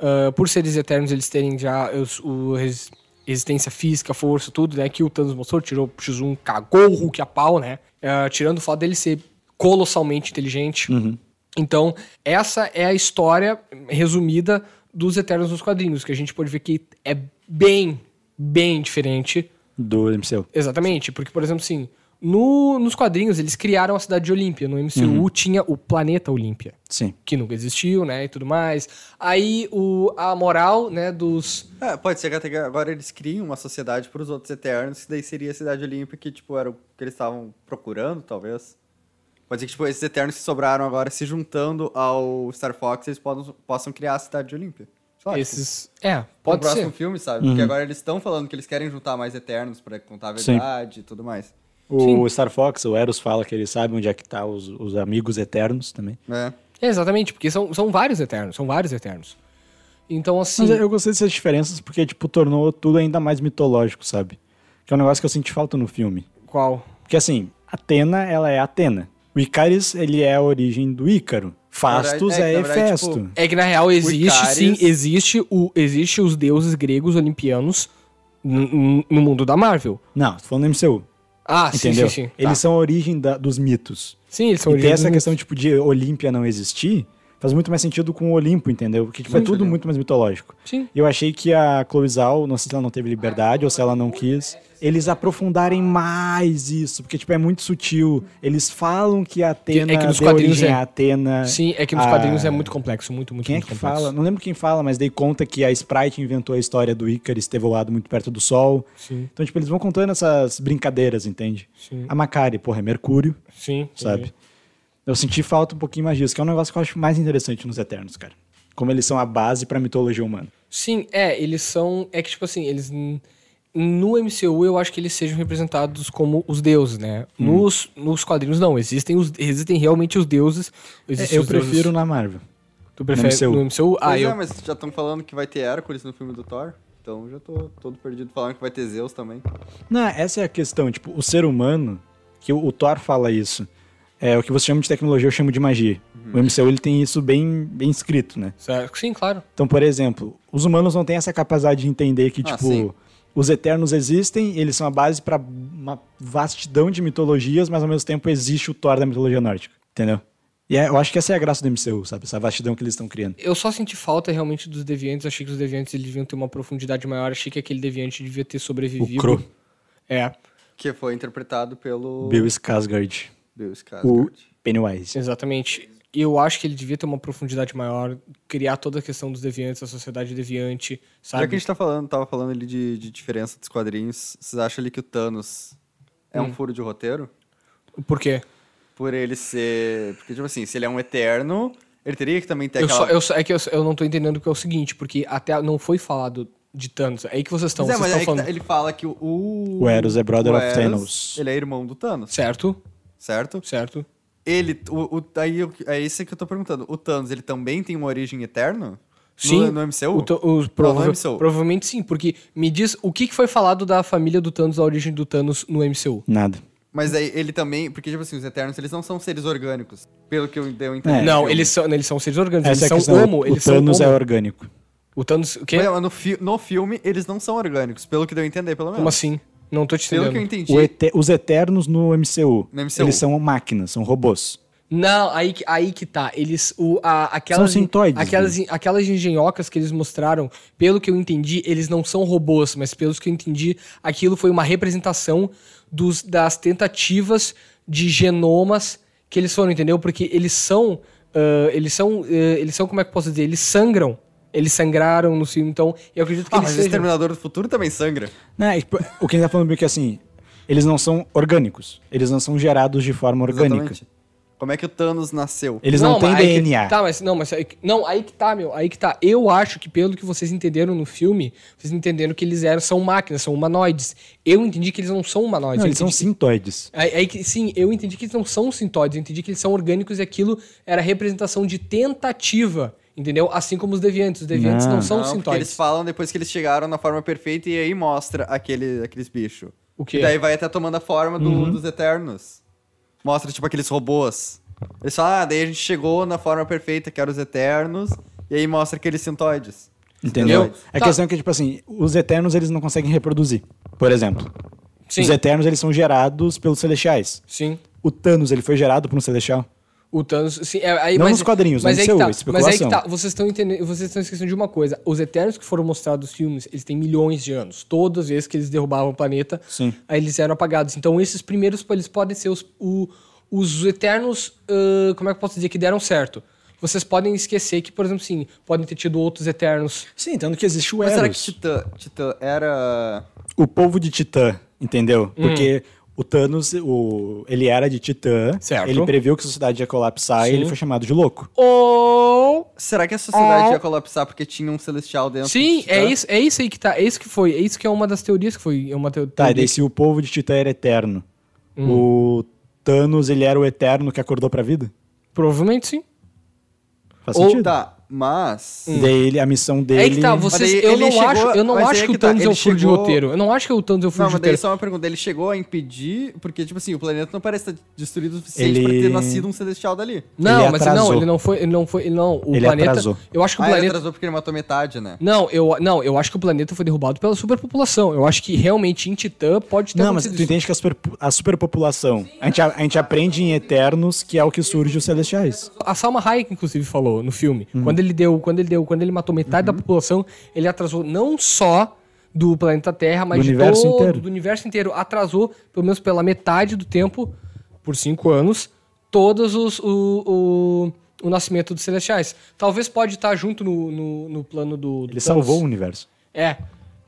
[SPEAKER 3] ah, por seres eternos, eles terem já os- o res- resistência física, força, tudo, né? Que o Thanos mostrou, tirou o X1, cagou o Hulk a pau, né? ah, tirando o fato dele ser colossalmente inteligente. Então, essa é a história resumida dos Eternos nos quadrinhos, que a gente pode ver que é bem, bem diferente
[SPEAKER 2] Do MCU.
[SPEAKER 3] Exatamente, porque, por exemplo, assim, no- nos quadrinhos eles criaram a cidade de Olímpia. No MCU
[SPEAKER 2] Uhum.
[SPEAKER 3] tinha o planeta Olímpia,
[SPEAKER 2] Sim.
[SPEAKER 3] que nunca existiu, né, e tudo mais. Aí o, a moral, né, dos...
[SPEAKER 4] É, pode ser que até que agora eles criam uma sociedade pros outros Eternos, que daí seria a Cidade Olímpica, que, tipo, era o que eles estavam procurando, talvez. Pode ser que, tipo, esses Eternos que sobraram agora, se juntando ao Star Fox, eles podam- possam criar a Cidade Olímpia. Sei lá, tipo,
[SPEAKER 3] esses... É,
[SPEAKER 4] no
[SPEAKER 3] pode ser.
[SPEAKER 4] próximo filme, sabe? Porque agora eles estão falando que eles querem juntar mais Eternos pra contar a
[SPEAKER 2] Uhum. Sim.
[SPEAKER 4] verdade e tudo mais.
[SPEAKER 2] O Star Fox, o Eros fala que ele sabe onde é que tá os, os amigos eternos também.
[SPEAKER 4] né?
[SPEAKER 3] É, exatamente, porque são, são vários Eternos, são vários Eternos. Então, assim...
[SPEAKER 2] Mas eu gostei dessas diferenças porque, tipo, tornou tudo ainda mais mitológico, sabe? Que é um negócio que eu senti falta no filme.
[SPEAKER 3] Qual?
[SPEAKER 2] Porque, assim, Atena, ela é Atena. O Icaris, ele é a origem do Ícaro. Fastos
[SPEAKER 4] Na verdade,
[SPEAKER 2] é,
[SPEAKER 4] é, na verdade,
[SPEAKER 2] Hefesto.
[SPEAKER 4] tipo,
[SPEAKER 3] É que, na real, existe,
[SPEAKER 4] Icaris-
[SPEAKER 3] sim, existe, o, existe os deuses gregos olimpianos n- n- no mundo da Marvel.
[SPEAKER 2] Não, tô falando do MCU.
[SPEAKER 3] Ah,
[SPEAKER 2] entendeu?
[SPEAKER 3] sim, sim, sim.
[SPEAKER 2] Eles
[SPEAKER 3] Eles...
[SPEAKER 2] são a origem da- dos mitos.
[SPEAKER 3] Sim, eles são
[SPEAKER 2] e tem essa
[SPEAKER 3] origens-
[SPEAKER 2] questão, tipo, de Olímpia não existir. faz muito mais sentido com o Olimpo, entendeu? Porque tipo, é
[SPEAKER 3] Sim.
[SPEAKER 2] tudo muito mais mitológico.
[SPEAKER 3] Sim.
[SPEAKER 2] Eu achei que a Chloe Zhao, não sei se ela não teve liberdade ou se ela não quis, eles aprofundarem mais isso, porque tipo é muito sutil. Eles falam que a Atena
[SPEAKER 3] É que nos
[SPEAKER 2] deu
[SPEAKER 3] quadrinhos
[SPEAKER 2] origem
[SPEAKER 3] é.
[SPEAKER 2] à Atena.
[SPEAKER 3] Sim, é que nos
[SPEAKER 2] Ah.
[SPEAKER 3] quadrinhos é muito complexo, muito, muito,
[SPEAKER 2] Quem é
[SPEAKER 3] muito
[SPEAKER 2] que
[SPEAKER 3] complexo.
[SPEAKER 2] fala? Não lembro quem fala, mas dei conta que a Sprite inventou a história do Icarus ter voado muito perto do Sol.
[SPEAKER 3] Sim.
[SPEAKER 2] Então, tipo, eles vão contando essas brincadeiras, entende?
[SPEAKER 3] Sim.
[SPEAKER 2] A Macari, porra, é Mercúrio,
[SPEAKER 3] Sim. entendi.
[SPEAKER 2] sabe? Eu senti falta um pouquinho mais disso, que é um negócio que eu acho mais interessante nos Eternos, cara. Como eles são a base pra mitologia humana.
[SPEAKER 3] Sim, é, eles são. É que, tipo assim, eles. n- No MCU, eu acho que eles sejam representados como os deuses, né?
[SPEAKER 2] Hum.
[SPEAKER 3] Nos, nos quadrinhos, não. Existem, os, existem realmente os deuses.
[SPEAKER 2] É,
[SPEAKER 3] existem
[SPEAKER 2] eu
[SPEAKER 3] os deuses-
[SPEAKER 2] prefiro na Marvel.
[SPEAKER 3] Tu prefere
[SPEAKER 2] MCU.
[SPEAKER 3] no MCU? Ah,
[SPEAKER 4] pois
[SPEAKER 3] eu.
[SPEAKER 4] é, mas já estão falando que vai ter Hércules no filme do Thor. Então já tô todo perdido falando que vai ter Zeus também.
[SPEAKER 2] Não, essa é a questão, tipo, o ser humano, que o, o Thor fala isso, é o que você chama de tecnologia, eu chamo de magia.
[SPEAKER 3] Uhum.
[SPEAKER 2] O MCU, ele tem isso bem, bem escrito, né?
[SPEAKER 3] Certo. Sim, claro.
[SPEAKER 2] Então, por exemplo, os humanos não têm essa capacidade de entender que,
[SPEAKER 4] Ah,
[SPEAKER 2] tipo,
[SPEAKER 4] sim.
[SPEAKER 2] os eternos existem, eles são a base pra uma vastidão de mitologias, mas ao mesmo tempo existe o Thor da mitologia nórdica, entendeu? E é- eu acho que essa é a graça do MCU, sabe? Essa vastidão que eles estão criando.
[SPEAKER 3] Eu só senti falta realmente dos deviantes. Achei que os deviantes eles deviam ter uma profundidade maior. Achei que aquele deviante devia ter sobrevivido.
[SPEAKER 2] O Crow.
[SPEAKER 3] É,
[SPEAKER 4] Que foi interpretado pelo.
[SPEAKER 2] Bill Skarsgård,
[SPEAKER 4] Bill
[SPEAKER 2] o
[SPEAKER 4] Skarsgård.
[SPEAKER 2] Pennywise.
[SPEAKER 3] exatamente. Eu acho que ele devia ter uma profundidade maior, criar toda a questão dos deviantes, a sociedade deviante,
[SPEAKER 4] Já que a
[SPEAKER 3] sabe?
[SPEAKER 4] gente tá falando, tava falando ali de, de diferença dos quadrinhos, vocês acham ali que o Thanos é
[SPEAKER 3] Hum.
[SPEAKER 4] um furo de roteiro?
[SPEAKER 3] Por quê?
[SPEAKER 4] Por ele ser. Porque, tipo assim, se ele é um eterno, ele teria que também ter
[SPEAKER 3] Eu
[SPEAKER 4] aquela.
[SPEAKER 3] só, eu só- é que eu, eu não tô entendendo que é o seguinte, porque até não foi falado de Thanos. É aí que vocês estão,
[SPEAKER 4] Mas é,
[SPEAKER 3] vocês estão
[SPEAKER 4] mas aí que
[SPEAKER 3] falando.
[SPEAKER 4] tá- ele fala que o. O,
[SPEAKER 2] O Eros é brother of
[SPEAKER 4] Eros,
[SPEAKER 2] Thanos.
[SPEAKER 4] Ele é irmão do Thanos,
[SPEAKER 3] Certo,
[SPEAKER 4] certo?
[SPEAKER 3] certo.
[SPEAKER 4] Ele. O, o- aí eu- é isso que eu tô perguntando. O Thanos, ele também tem uma origem eterna?
[SPEAKER 3] Sim.
[SPEAKER 4] No, no MCU?
[SPEAKER 3] o Tha- o
[SPEAKER 4] Não,
[SPEAKER 3] prova-
[SPEAKER 4] no MCU.
[SPEAKER 3] Provavelmente sim, porque me diz o que, que foi falado da família do Thanos, da origem do Thanos no MCU.
[SPEAKER 2] Nada.
[SPEAKER 4] Mas aí ele também. Porque, tipo assim, os eternos, eles não são seres orgânicos. Pelo que eu deu a
[SPEAKER 2] É.
[SPEAKER 4] entender.
[SPEAKER 3] Não, eles são, eles são seres orgânicos,
[SPEAKER 2] Essa é a
[SPEAKER 3] eles
[SPEAKER 2] questão.
[SPEAKER 3] são homo,
[SPEAKER 2] o
[SPEAKER 3] eles
[SPEAKER 2] Thanos
[SPEAKER 3] são
[SPEAKER 2] é
[SPEAKER 3] homo.
[SPEAKER 2] orgânico.
[SPEAKER 3] O Thanos, o quê?
[SPEAKER 4] Mas, é mas no, fi- no filme, eles não são orgânicos, pelo que deu a entender, pelo menos.
[SPEAKER 3] Como assim? Não tô te
[SPEAKER 4] Pelo que eu
[SPEAKER 3] entendendo.
[SPEAKER 4] entendi.
[SPEAKER 2] O Ete- os Eternos no MCU,
[SPEAKER 4] No MCU.
[SPEAKER 2] eles são máquinas, são robôs.
[SPEAKER 3] Não, aí, que- aí que tá. Eles. O, a, aquelas,
[SPEAKER 2] São sintoides,
[SPEAKER 3] aquelas, aquelas engenhocas que eles mostraram, pelo que eu entendi, eles não são robôs, mas pelo que eu entendi, aquilo foi uma representação dos, das tentativas de genomas que eles foram, entendeu? Porque eles são. ah, eles são. ah, eles são, como é que eu posso dizer? Eles sangram. Eles sangraram no filme, então eu acredito que
[SPEAKER 4] Ah,
[SPEAKER 3] eles
[SPEAKER 4] mas o
[SPEAKER 3] sejam.
[SPEAKER 4] Exterminador do Futuro também sangra.
[SPEAKER 2] Né, e, tipo, o que ele tá falando meio que assim, eles não são orgânicos, eles não são gerados de forma orgânica.
[SPEAKER 4] Exatamente. Como é que o Thanos nasceu?
[SPEAKER 2] Eles não, têm
[SPEAKER 3] mas aí que-
[SPEAKER 2] DNA.
[SPEAKER 3] tá, mas não, mas aí, que- não, aí que tá, meu, aí que tá. Eu acho que pelo que vocês entenderam no filme, vocês entenderam que eles eram são máquinas, são humanoides. Eu entendi que eles não são humanoides.
[SPEAKER 2] Não,
[SPEAKER 3] eu
[SPEAKER 2] eles são
[SPEAKER 3] entendi que-
[SPEAKER 2] sintoides.
[SPEAKER 3] Aí, aí que, sim, eu entendi que eles não são sintoides, eu entendi que eles são orgânicos e aquilo era representação de tentativa, entendeu? Assim como os deviantes. Os deviantes não,
[SPEAKER 2] Não.
[SPEAKER 3] são
[SPEAKER 4] porque
[SPEAKER 3] sintoides.
[SPEAKER 4] eles falam depois que eles chegaram na forma perfeita e aí mostra aquele, aqueles bichos.
[SPEAKER 3] O quê?
[SPEAKER 4] E daí vai até tomando a forma do-
[SPEAKER 3] Uhum.
[SPEAKER 4] dos Eternos. Mostra, tipo, aqueles robôs. Eles falam, ah, daí a gente chegou na forma perfeita, que eram os Eternos, e aí mostra aqueles sintoides.
[SPEAKER 2] Entendeu?
[SPEAKER 3] Entendeu?
[SPEAKER 2] A
[SPEAKER 3] Tá.
[SPEAKER 2] questão é que, tipo assim, os Eternos eles não conseguem reproduzir. Por exemplo,
[SPEAKER 3] Sim,
[SPEAKER 2] os Eternos eles são gerados pelos Celestiais.
[SPEAKER 3] sim.
[SPEAKER 2] O Thanos ele foi gerado por um Celestial?
[SPEAKER 3] O Thanos, sim, é, aí,
[SPEAKER 2] Não
[SPEAKER 3] mas-
[SPEAKER 2] nos quadrinhos,
[SPEAKER 3] mas
[SPEAKER 2] no
[SPEAKER 3] aí que
[SPEAKER 2] MCU,
[SPEAKER 3] tá,
[SPEAKER 2] especulação.
[SPEAKER 3] Mas aí que tá, vocês estão entendendo, vocês estão esquecendo de uma coisa. Os Eternos que foram mostrados nos filmes, eles têm milhões de anos. Todas as vezes que eles derrubavam o planeta,
[SPEAKER 2] Sim.
[SPEAKER 3] aí eles eram apagados. Então esses primeiros, eles podem ser os, o- os Eternos, ah, como é que eu posso dizer, que deram certo. Vocês podem esquecer que, por exemplo, sim, podem ter tido outros Eternos.
[SPEAKER 2] Sim, tanto que existe o
[SPEAKER 4] Mas será que
[SPEAKER 2] Eros.
[SPEAKER 4] Titã, Titã era...
[SPEAKER 2] O povo de Titã, entendeu? Porque o Thanos, o... ele era de Titã,
[SPEAKER 3] Certo.
[SPEAKER 2] ele previu que a sociedade ia colapsar e
[SPEAKER 3] Sim.
[SPEAKER 2] ele foi chamado de louco.
[SPEAKER 3] Ou...
[SPEAKER 4] Será que a sociedade
[SPEAKER 2] É.
[SPEAKER 3] Ah.
[SPEAKER 4] ia colapsar porque tinha um Celestial dentro
[SPEAKER 3] Sim,
[SPEAKER 4] do Titã?
[SPEAKER 3] é isso, é isso aí que tá, é isso que foi, é isso que é uma das teorias que foi, é uma teo-
[SPEAKER 2] Tá, e
[SPEAKER 3] teoria
[SPEAKER 2] daí se o povo de Titã era eterno, o Thanos, ele era o eterno que acordou pra vida?
[SPEAKER 3] que- Provavelmente sim.
[SPEAKER 2] Faz
[SPEAKER 4] Ou
[SPEAKER 2] sentido? Hum.
[SPEAKER 4] tá, Mas.
[SPEAKER 2] E daí ele, a missão dele.
[SPEAKER 3] É que tá,
[SPEAKER 4] Mas
[SPEAKER 3] vocês,
[SPEAKER 4] daí
[SPEAKER 3] eu,
[SPEAKER 4] ele
[SPEAKER 3] não
[SPEAKER 4] chegou-
[SPEAKER 3] acho, eu não
[SPEAKER 4] mas aí
[SPEAKER 3] acho
[SPEAKER 4] é
[SPEAKER 3] que o
[SPEAKER 4] que tá,
[SPEAKER 3] Thanos é
[SPEAKER 4] ele
[SPEAKER 3] um furo de
[SPEAKER 4] chegou-
[SPEAKER 3] roteiro. Eu não acho que o Thanos é um furo
[SPEAKER 4] Não,
[SPEAKER 3] de
[SPEAKER 4] mas daí
[SPEAKER 3] roteiro.
[SPEAKER 4] só uma pergunta. Ele chegou a impedir. Porque, tipo assim, o planeta não parece estar destruído o suficiente
[SPEAKER 2] Ele-
[SPEAKER 4] pra ter nascido um celestial dali.
[SPEAKER 3] Não,
[SPEAKER 2] Ele
[SPEAKER 3] mas
[SPEAKER 2] atrasou.
[SPEAKER 3] não, ele não foi, ele não foi, ele não, o
[SPEAKER 2] Ele
[SPEAKER 3] planeta.
[SPEAKER 2] atrasou.
[SPEAKER 3] Eu acho que o
[SPEAKER 4] Ah, ele
[SPEAKER 3] planeta
[SPEAKER 4] atrasou porque ele matou metade, né?
[SPEAKER 3] Não, eu não, eu acho que o planeta foi derrubado pela superpopulação. Eu acho que realmente em Titã pode ter
[SPEAKER 2] Não, mas tu
[SPEAKER 3] acontecido isso.
[SPEAKER 2] entende que a, super- a superpopulação. A gente, a gente aprende em Eternos que é o que surge os Celestiais.
[SPEAKER 3] A Salma Hayek inclusive falou no filme,
[SPEAKER 2] Uhum.
[SPEAKER 3] quando ele deu, quando ele deu, quando ele matou metade da população, ele atrasou não só do planeta Terra, mas
[SPEAKER 2] Do
[SPEAKER 3] de
[SPEAKER 2] universo
[SPEAKER 3] todo-
[SPEAKER 2] inteiro.
[SPEAKER 3] do universo inteiro, atrasou pelo menos pela metade do tempo, por cinco anos, todos os o, o, o nascimento dos celestiais. Talvez pode estar junto no, no, no plano do, do
[SPEAKER 2] Ele
[SPEAKER 3] Thanos.
[SPEAKER 2] salvou o universo.
[SPEAKER 3] É,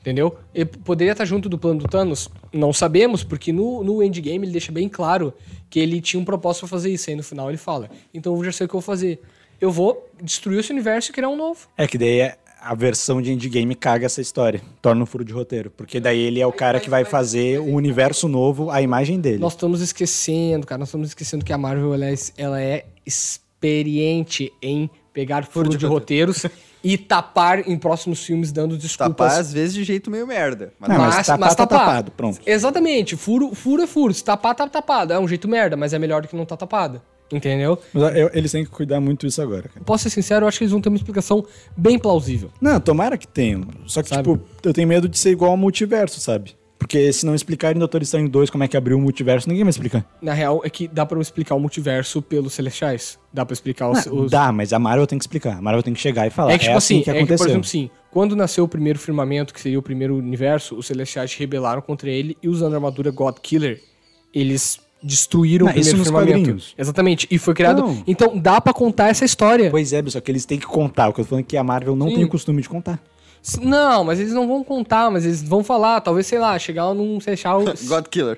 [SPEAKER 3] entendeu? Ele poderia estar junto do plano do Thanos? Não sabemos, porque no, no endgame ele deixa bem claro que ele tinha um propósito pra fazer isso. Aí no final ele fala: Então eu já sei o que eu vou fazer. Eu vou destruir esse universo e criar um novo.
[SPEAKER 2] É que daí é- a versão de endgame caga essa história. Torna um furo de roteiro. Porque daí ele é o cara que vai fazer um universo novo, a imagem dele.
[SPEAKER 3] Nós estamos esquecendo, cara, nós estamos esquecendo que a Marvel ela é, ela é experiente em pegar furo de, roteiros e tapar em próximos filmes dando desculpas.
[SPEAKER 4] Tapar, Tá, às vezes, de jeito meio merda. Mas
[SPEAKER 2] Não, mas
[SPEAKER 3] Mas-
[SPEAKER 2] tapar
[SPEAKER 3] mas
[SPEAKER 2] tá
[SPEAKER 3] tapar.
[SPEAKER 2] tapado, pronto.
[SPEAKER 3] Exatamente, furo, furo é furo. Se tapar, tá tapado. É um jeito merda, mas é melhor do que não tá tapado. Entendeu?
[SPEAKER 2] Mas eu- eles têm que cuidar muito disso agora, cara.
[SPEAKER 3] Posso ser sincero, eu acho que eles vão ter uma explicação bem plausível.
[SPEAKER 2] Não, tomara que tenham. Só que,
[SPEAKER 3] Sabe?
[SPEAKER 2] tipo, eu tenho medo de ser igual ao multiverso, sabe? Porque se não explicarem Doutor Estranho 2 como é que abriu o multiverso, ninguém vai explicar.
[SPEAKER 3] Na real, é que dá pra eu explicar o multiverso pelos Celestiais. Dá pra explicar os.
[SPEAKER 2] Não,
[SPEAKER 3] os-
[SPEAKER 2] Ah, Dá, mas a Marvel tem que explicar. A Marvel tem que chegar e falar.
[SPEAKER 3] É que, tipo assim,
[SPEAKER 2] que
[SPEAKER 3] é que,
[SPEAKER 2] aconteceu.
[SPEAKER 3] por exemplo, sim, quando nasceu o primeiro firmamento, que seria o primeiro universo, os Celestiais rebelaram contra ele e usando a armadura God Killer, eles destruíram
[SPEAKER 2] Não,
[SPEAKER 3] o
[SPEAKER 2] isso
[SPEAKER 3] primeiro
[SPEAKER 2] nos
[SPEAKER 3] firmamento.
[SPEAKER 2] quadrinhos.
[SPEAKER 3] Exatamente. E foi criado.
[SPEAKER 2] Não.
[SPEAKER 3] Então dá pra contar essa história.
[SPEAKER 2] Pois é, só que eles têm que contar. O que eu tô falando é que a Marvel não
[SPEAKER 3] Sim.
[SPEAKER 2] tem o costume de contar.
[SPEAKER 3] S- Não, mas eles não vão contar, mas eles vão falar, talvez, sei lá, um chegar num Celestial.
[SPEAKER 4] God Killer.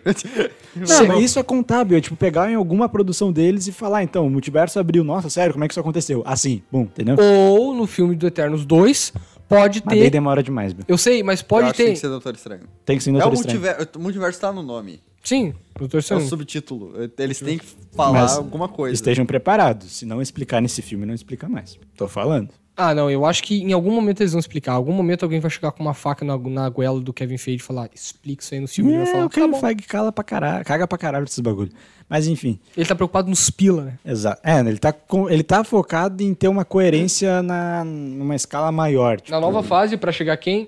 [SPEAKER 2] Não, mas isso é contábil. É tipo pegar em alguma produção deles e falar, então, o multiverso abriu. Nossa, sério, como é que isso aconteceu? Assim, bom, entendeu?
[SPEAKER 3] Ou no filme do Eternos 2, pode
[SPEAKER 2] Mas daí
[SPEAKER 3] ter.
[SPEAKER 2] demora demais, meu.
[SPEAKER 3] Eu sei, mas
[SPEAKER 4] Eu
[SPEAKER 3] pode
[SPEAKER 4] acho que Tem
[SPEAKER 3] ter.
[SPEAKER 4] que ser Doutor Estranho.
[SPEAKER 2] Tem que ser em
[SPEAKER 4] é o
[SPEAKER 2] Doutor Estranho.
[SPEAKER 4] multiverso. O multiverso tá no nome.
[SPEAKER 3] Sim, Doutor
[SPEAKER 4] É o
[SPEAKER 3] Estranho.
[SPEAKER 4] subtítulo. Eles têm que falar
[SPEAKER 2] Mas
[SPEAKER 4] alguma coisa.
[SPEAKER 2] Estejam preparados. Se não explicar nesse filme, não explica mais. Tô falando.
[SPEAKER 3] Ah, não, eu acho que em algum momento eles vão explicar. Em algum momento alguém vai chegar com uma faca na, na goela do Kevin Feige e falar, explica isso aí no filme. Ele vai
[SPEAKER 2] É,
[SPEAKER 3] falar,
[SPEAKER 2] o Kevin
[SPEAKER 3] tá bom.
[SPEAKER 2] Feige cala pra caralho, caga pra caralho esses bagulho. Mas enfim,
[SPEAKER 3] Ele tá preocupado nos pila, né?
[SPEAKER 2] exato. É, ele tá, com- ele tá focado em ter uma coerência na, numa escala maior. tipo,
[SPEAKER 3] Na nova fase, pra chegar quem?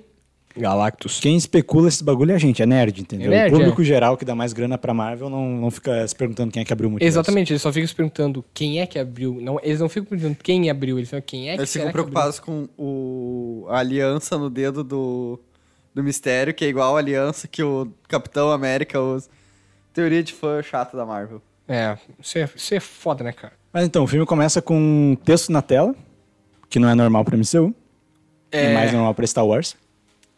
[SPEAKER 3] Galactus.
[SPEAKER 2] Quem especula esses bagulho é a gente, é nerd, entendeu?
[SPEAKER 3] É nerd,
[SPEAKER 2] o público
[SPEAKER 3] é.
[SPEAKER 2] geral que dá mais grana pra Marvel não, não fica se perguntando quem é que abriu o multiverso.
[SPEAKER 3] Exatamente, eles só ficam se perguntando quem é que abriu. Não, eles não ficam perguntando quem abriu, eles ficam quem é que
[SPEAKER 4] Eles
[SPEAKER 3] será
[SPEAKER 4] ficam
[SPEAKER 3] que
[SPEAKER 4] preocupados com o, a aliança no dedo do, do mistério, que é igual a aliança que o Capitão América usa. Teoria de fã chata da Marvel.
[SPEAKER 3] abriu. É, isso é, isso é foda, né, cara?
[SPEAKER 2] Mas então, o filme começa com um texto na tela, que não é normal pra MCU, é,
[SPEAKER 3] É.
[SPEAKER 2] mais normal pra Star Wars.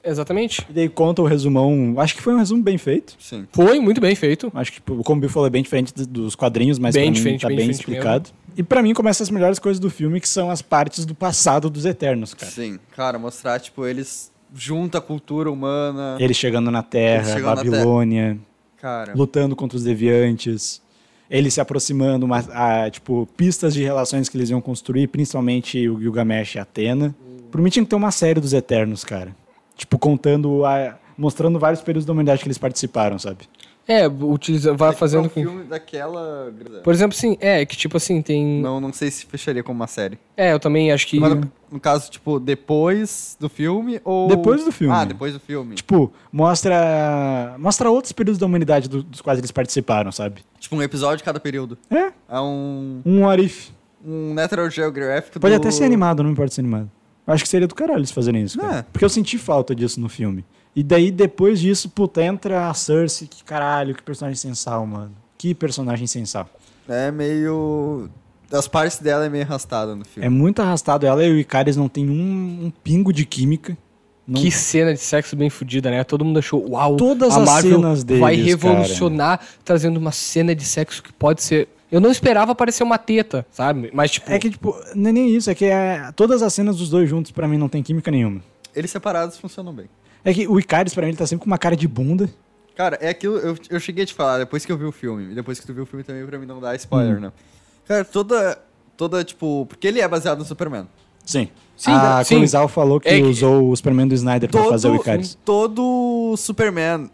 [SPEAKER 3] Exatamente.
[SPEAKER 2] E daí conta o resumão, acho que foi um resumo bem feito.
[SPEAKER 4] Sim.
[SPEAKER 3] Foi muito bem feito.
[SPEAKER 2] Acho que, tipo, como o Bill falou, é bem diferente do- dos quadrinhos, mas
[SPEAKER 3] Bem
[SPEAKER 2] pra mim
[SPEAKER 3] diferente,
[SPEAKER 2] tá
[SPEAKER 3] bem
[SPEAKER 2] bem,
[SPEAKER 3] diferente
[SPEAKER 2] explicado. E pra mim começa as melhores coisas do filme, que são as partes do passado dos Eternos, cara.
[SPEAKER 4] Sim. Cara, mostrar, tipo, eles juntam a cultura humana.
[SPEAKER 2] Ele chegando na Terra,
[SPEAKER 4] Ele chegando na
[SPEAKER 2] Babilônia,
[SPEAKER 4] Cara.
[SPEAKER 2] lutando contra os deviantes, ele se aproximando, uma, a, tipo, pistas de relações que eles iam construir, principalmente o Gilgamesh e a Atena. Por mim tinha que ter uma série dos Eternos, cara. Tipo, contando, a- mostrando vários períodos da humanidade que eles participaram, sabe?
[SPEAKER 3] É, utiliza,
[SPEAKER 2] tá
[SPEAKER 3] vai
[SPEAKER 4] Tem que
[SPEAKER 3] fazendo
[SPEAKER 4] ser um
[SPEAKER 3] com...
[SPEAKER 4] filme daquela. grana.
[SPEAKER 3] Por exemplo, sim, é, que tipo assim, tem...
[SPEAKER 4] Não, não sei se fecharia como uma série.
[SPEAKER 3] É, eu também acho que...
[SPEAKER 4] Mas no, no caso, tipo, depois do filme ou.
[SPEAKER 2] Depois do filme.
[SPEAKER 4] Ah, depois do filme. Tipo,
[SPEAKER 2] Tipo, mostra, mostra outros períodos da humanidade do- dos quais eles participaram, sabe?
[SPEAKER 4] um episódio cada período.
[SPEAKER 2] É,
[SPEAKER 4] É um.
[SPEAKER 2] um Arif.
[SPEAKER 4] Um Natural Geographic
[SPEAKER 2] Pode
[SPEAKER 4] do-
[SPEAKER 2] até ser animado, não me importa ser animado. Eu acho que seria do caralho eles fazerem isso, cara.
[SPEAKER 4] É.
[SPEAKER 2] Porque eu senti falta disso no filme. E daí, depois disso, puta, entra a Cersei, que caralho, que personagem sensal, mano. Que personagem sensal.
[SPEAKER 4] É meio. As partes dela é meio arrastada no
[SPEAKER 2] É
[SPEAKER 4] filme.
[SPEAKER 2] muito arrastado. Ela e o Icaris não tem um, um pingo de química. Não-
[SPEAKER 3] Que cena de sexo bem fodida, né? Todo mundo achou, uau,
[SPEAKER 2] Todas
[SPEAKER 3] a
[SPEAKER 2] as
[SPEAKER 3] Marvel
[SPEAKER 2] cenas deles,
[SPEAKER 3] vai
[SPEAKER 2] cara.
[SPEAKER 3] revolucionar, trazendo uma cena de sexo que pode ser... Eu não esperava aparecer uma teta, sabe? Mas, tipo,
[SPEAKER 2] É que, tipo, não é nem isso. É que é- todas as cenas dos dois juntos, pra mim, não tem química nenhuma.
[SPEAKER 4] Eles separados funcionam bem.
[SPEAKER 2] É que o Icaris, pra mim, ele tá sempre com uma cara de bunda.
[SPEAKER 4] Cara, é aquilo. Eu, eu cheguei a te falar depois que eu vi o filme. E depois que tu viu o filme também, pra mim não dar spoiler, né? Cara, toda. Toda, tipo. Porque ele é baseado no Superman.
[SPEAKER 2] Sim.
[SPEAKER 3] Sim,
[SPEAKER 2] a
[SPEAKER 3] sim.
[SPEAKER 2] Cloizal falou que
[SPEAKER 3] É que-
[SPEAKER 2] usou o Superman do Snyder pra
[SPEAKER 4] todo,
[SPEAKER 2] fazer o Icaris.
[SPEAKER 4] todo Superman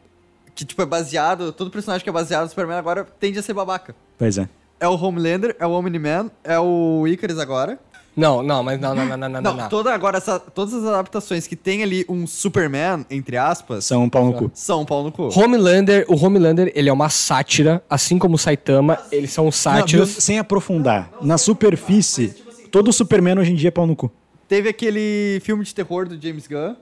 [SPEAKER 4] que, tipo, é baseado, todo personagem que é baseado no Superman agora tende a ser babaca.
[SPEAKER 2] Pois é.
[SPEAKER 4] É o Homelander, é o Omni-Man, é o Icarus agora.
[SPEAKER 3] Não, não, mas não, não, não, não, não.
[SPEAKER 4] Não,
[SPEAKER 3] não.
[SPEAKER 4] toda agora essa- todas as adaptações que tem ali um Superman, entre aspas,
[SPEAKER 2] São um pau no cu.
[SPEAKER 4] são um pau no cu.
[SPEAKER 3] Homelander, o Homelander, ele é uma sátira, assim como o Saitama, eles são
[SPEAKER 2] Não,
[SPEAKER 3] sátiras.
[SPEAKER 2] sem aprofundar. Na superfície, todo Superman hoje em dia é pau no cu.
[SPEAKER 4] Teve aquele filme de terror do James Gunn,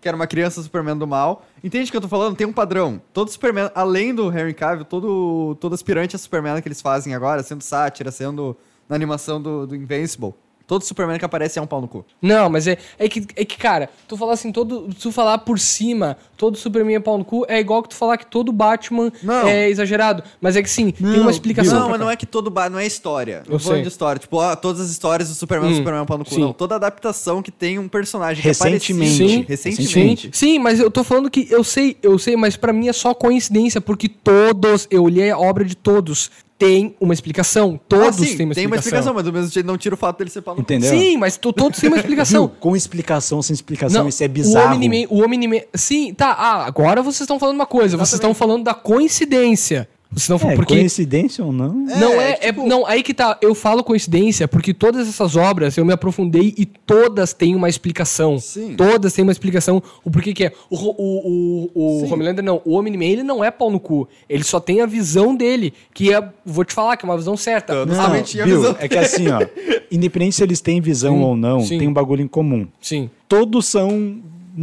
[SPEAKER 4] que era uma criança Superman do mal. Entende o que eu tô falando? Tem um padrão. Todo Superman, além do Henry Cavill, todo, todo aspirante a Superman que eles fazem agora, sendo sátira, sendo na animação do, do Invincible, todo Superman que aparece é um pau no cu.
[SPEAKER 3] Não, mas é, é, que, é que, cara, tu falar assim, todo. Se tu falar por cima, todo Superman é pau no cu, é igual que tu falar que todo Batman
[SPEAKER 4] Não.
[SPEAKER 3] é exagerado. Mas é que sim, tem uma explicação.
[SPEAKER 4] Não,
[SPEAKER 3] pra
[SPEAKER 4] mas
[SPEAKER 3] cada-
[SPEAKER 4] não é que todo ba... não é história.
[SPEAKER 3] Eu
[SPEAKER 4] Não tô falando
[SPEAKER 3] sei.
[SPEAKER 4] de história. Tipo, ah, todas as histórias do Superman,
[SPEAKER 3] Hum,
[SPEAKER 4] do Superman é um pau no cu.
[SPEAKER 3] sim.
[SPEAKER 4] Não, toda adaptação que tem um personagem
[SPEAKER 2] Recentemente.
[SPEAKER 4] que é
[SPEAKER 3] Sim.
[SPEAKER 4] parecido, recentemente.
[SPEAKER 3] Sim, sim, mas eu tô falando que eu sei, eu sei, mas pra mim é só coincidência, porque todos, eu olhei a obra de todos, tem uma explicação.
[SPEAKER 4] Ah,
[SPEAKER 3] Todos
[SPEAKER 4] sim,
[SPEAKER 3] têm uma
[SPEAKER 4] tem
[SPEAKER 3] explicação.
[SPEAKER 4] uma explicação, mas do mesmo jeito não tira o fato dele ser pau no cu.
[SPEAKER 2] Entendeu?
[SPEAKER 3] Sim, mas to- todos têm uma
[SPEAKER 2] Viu?
[SPEAKER 3] explicação.
[SPEAKER 2] Com explicação, sem explicação, isso é bizarro.
[SPEAKER 3] O Omni-Man, o Omni-Man, sim, tá, ah, agora vocês estão falando uma coisa, vocês estão falando da coincidência. Vocês não
[SPEAKER 2] É,
[SPEAKER 3] porque
[SPEAKER 2] coincidência ou não?
[SPEAKER 3] não
[SPEAKER 4] É,
[SPEAKER 3] é, é- não, aí que tá, eu falo coincidência porque todas essas obras eu me aprofundei e todas têm uma explicação.
[SPEAKER 4] Sim.
[SPEAKER 3] Todas têm uma explicação o porquê que é. O, Ro- o, o, o
[SPEAKER 4] Sim.
[SPEAKER 3] Homelander não, o Omni-Man ele não é pau no cu, ele só tem a visão dele, que é, vou te falar que é uma visão certa.
[SPEAKER 4] Não.
[SPEAKER 3] Ah,
[SPEAKER 4] justamente a
[SPEAKER 2] viu?
[SPEAKER 4] visão
[SPEAKER 2] É que assim, ó, independente se eles têm visão
[SPEAKER 3] Sim,
[SPEAKER 2] ou não,
[SPEAKER 3] sim.
[SPEAKER 2] tem um bagulho em comum.
[SPEAKER 3] Sim.
[SPEAKER 2] Todos são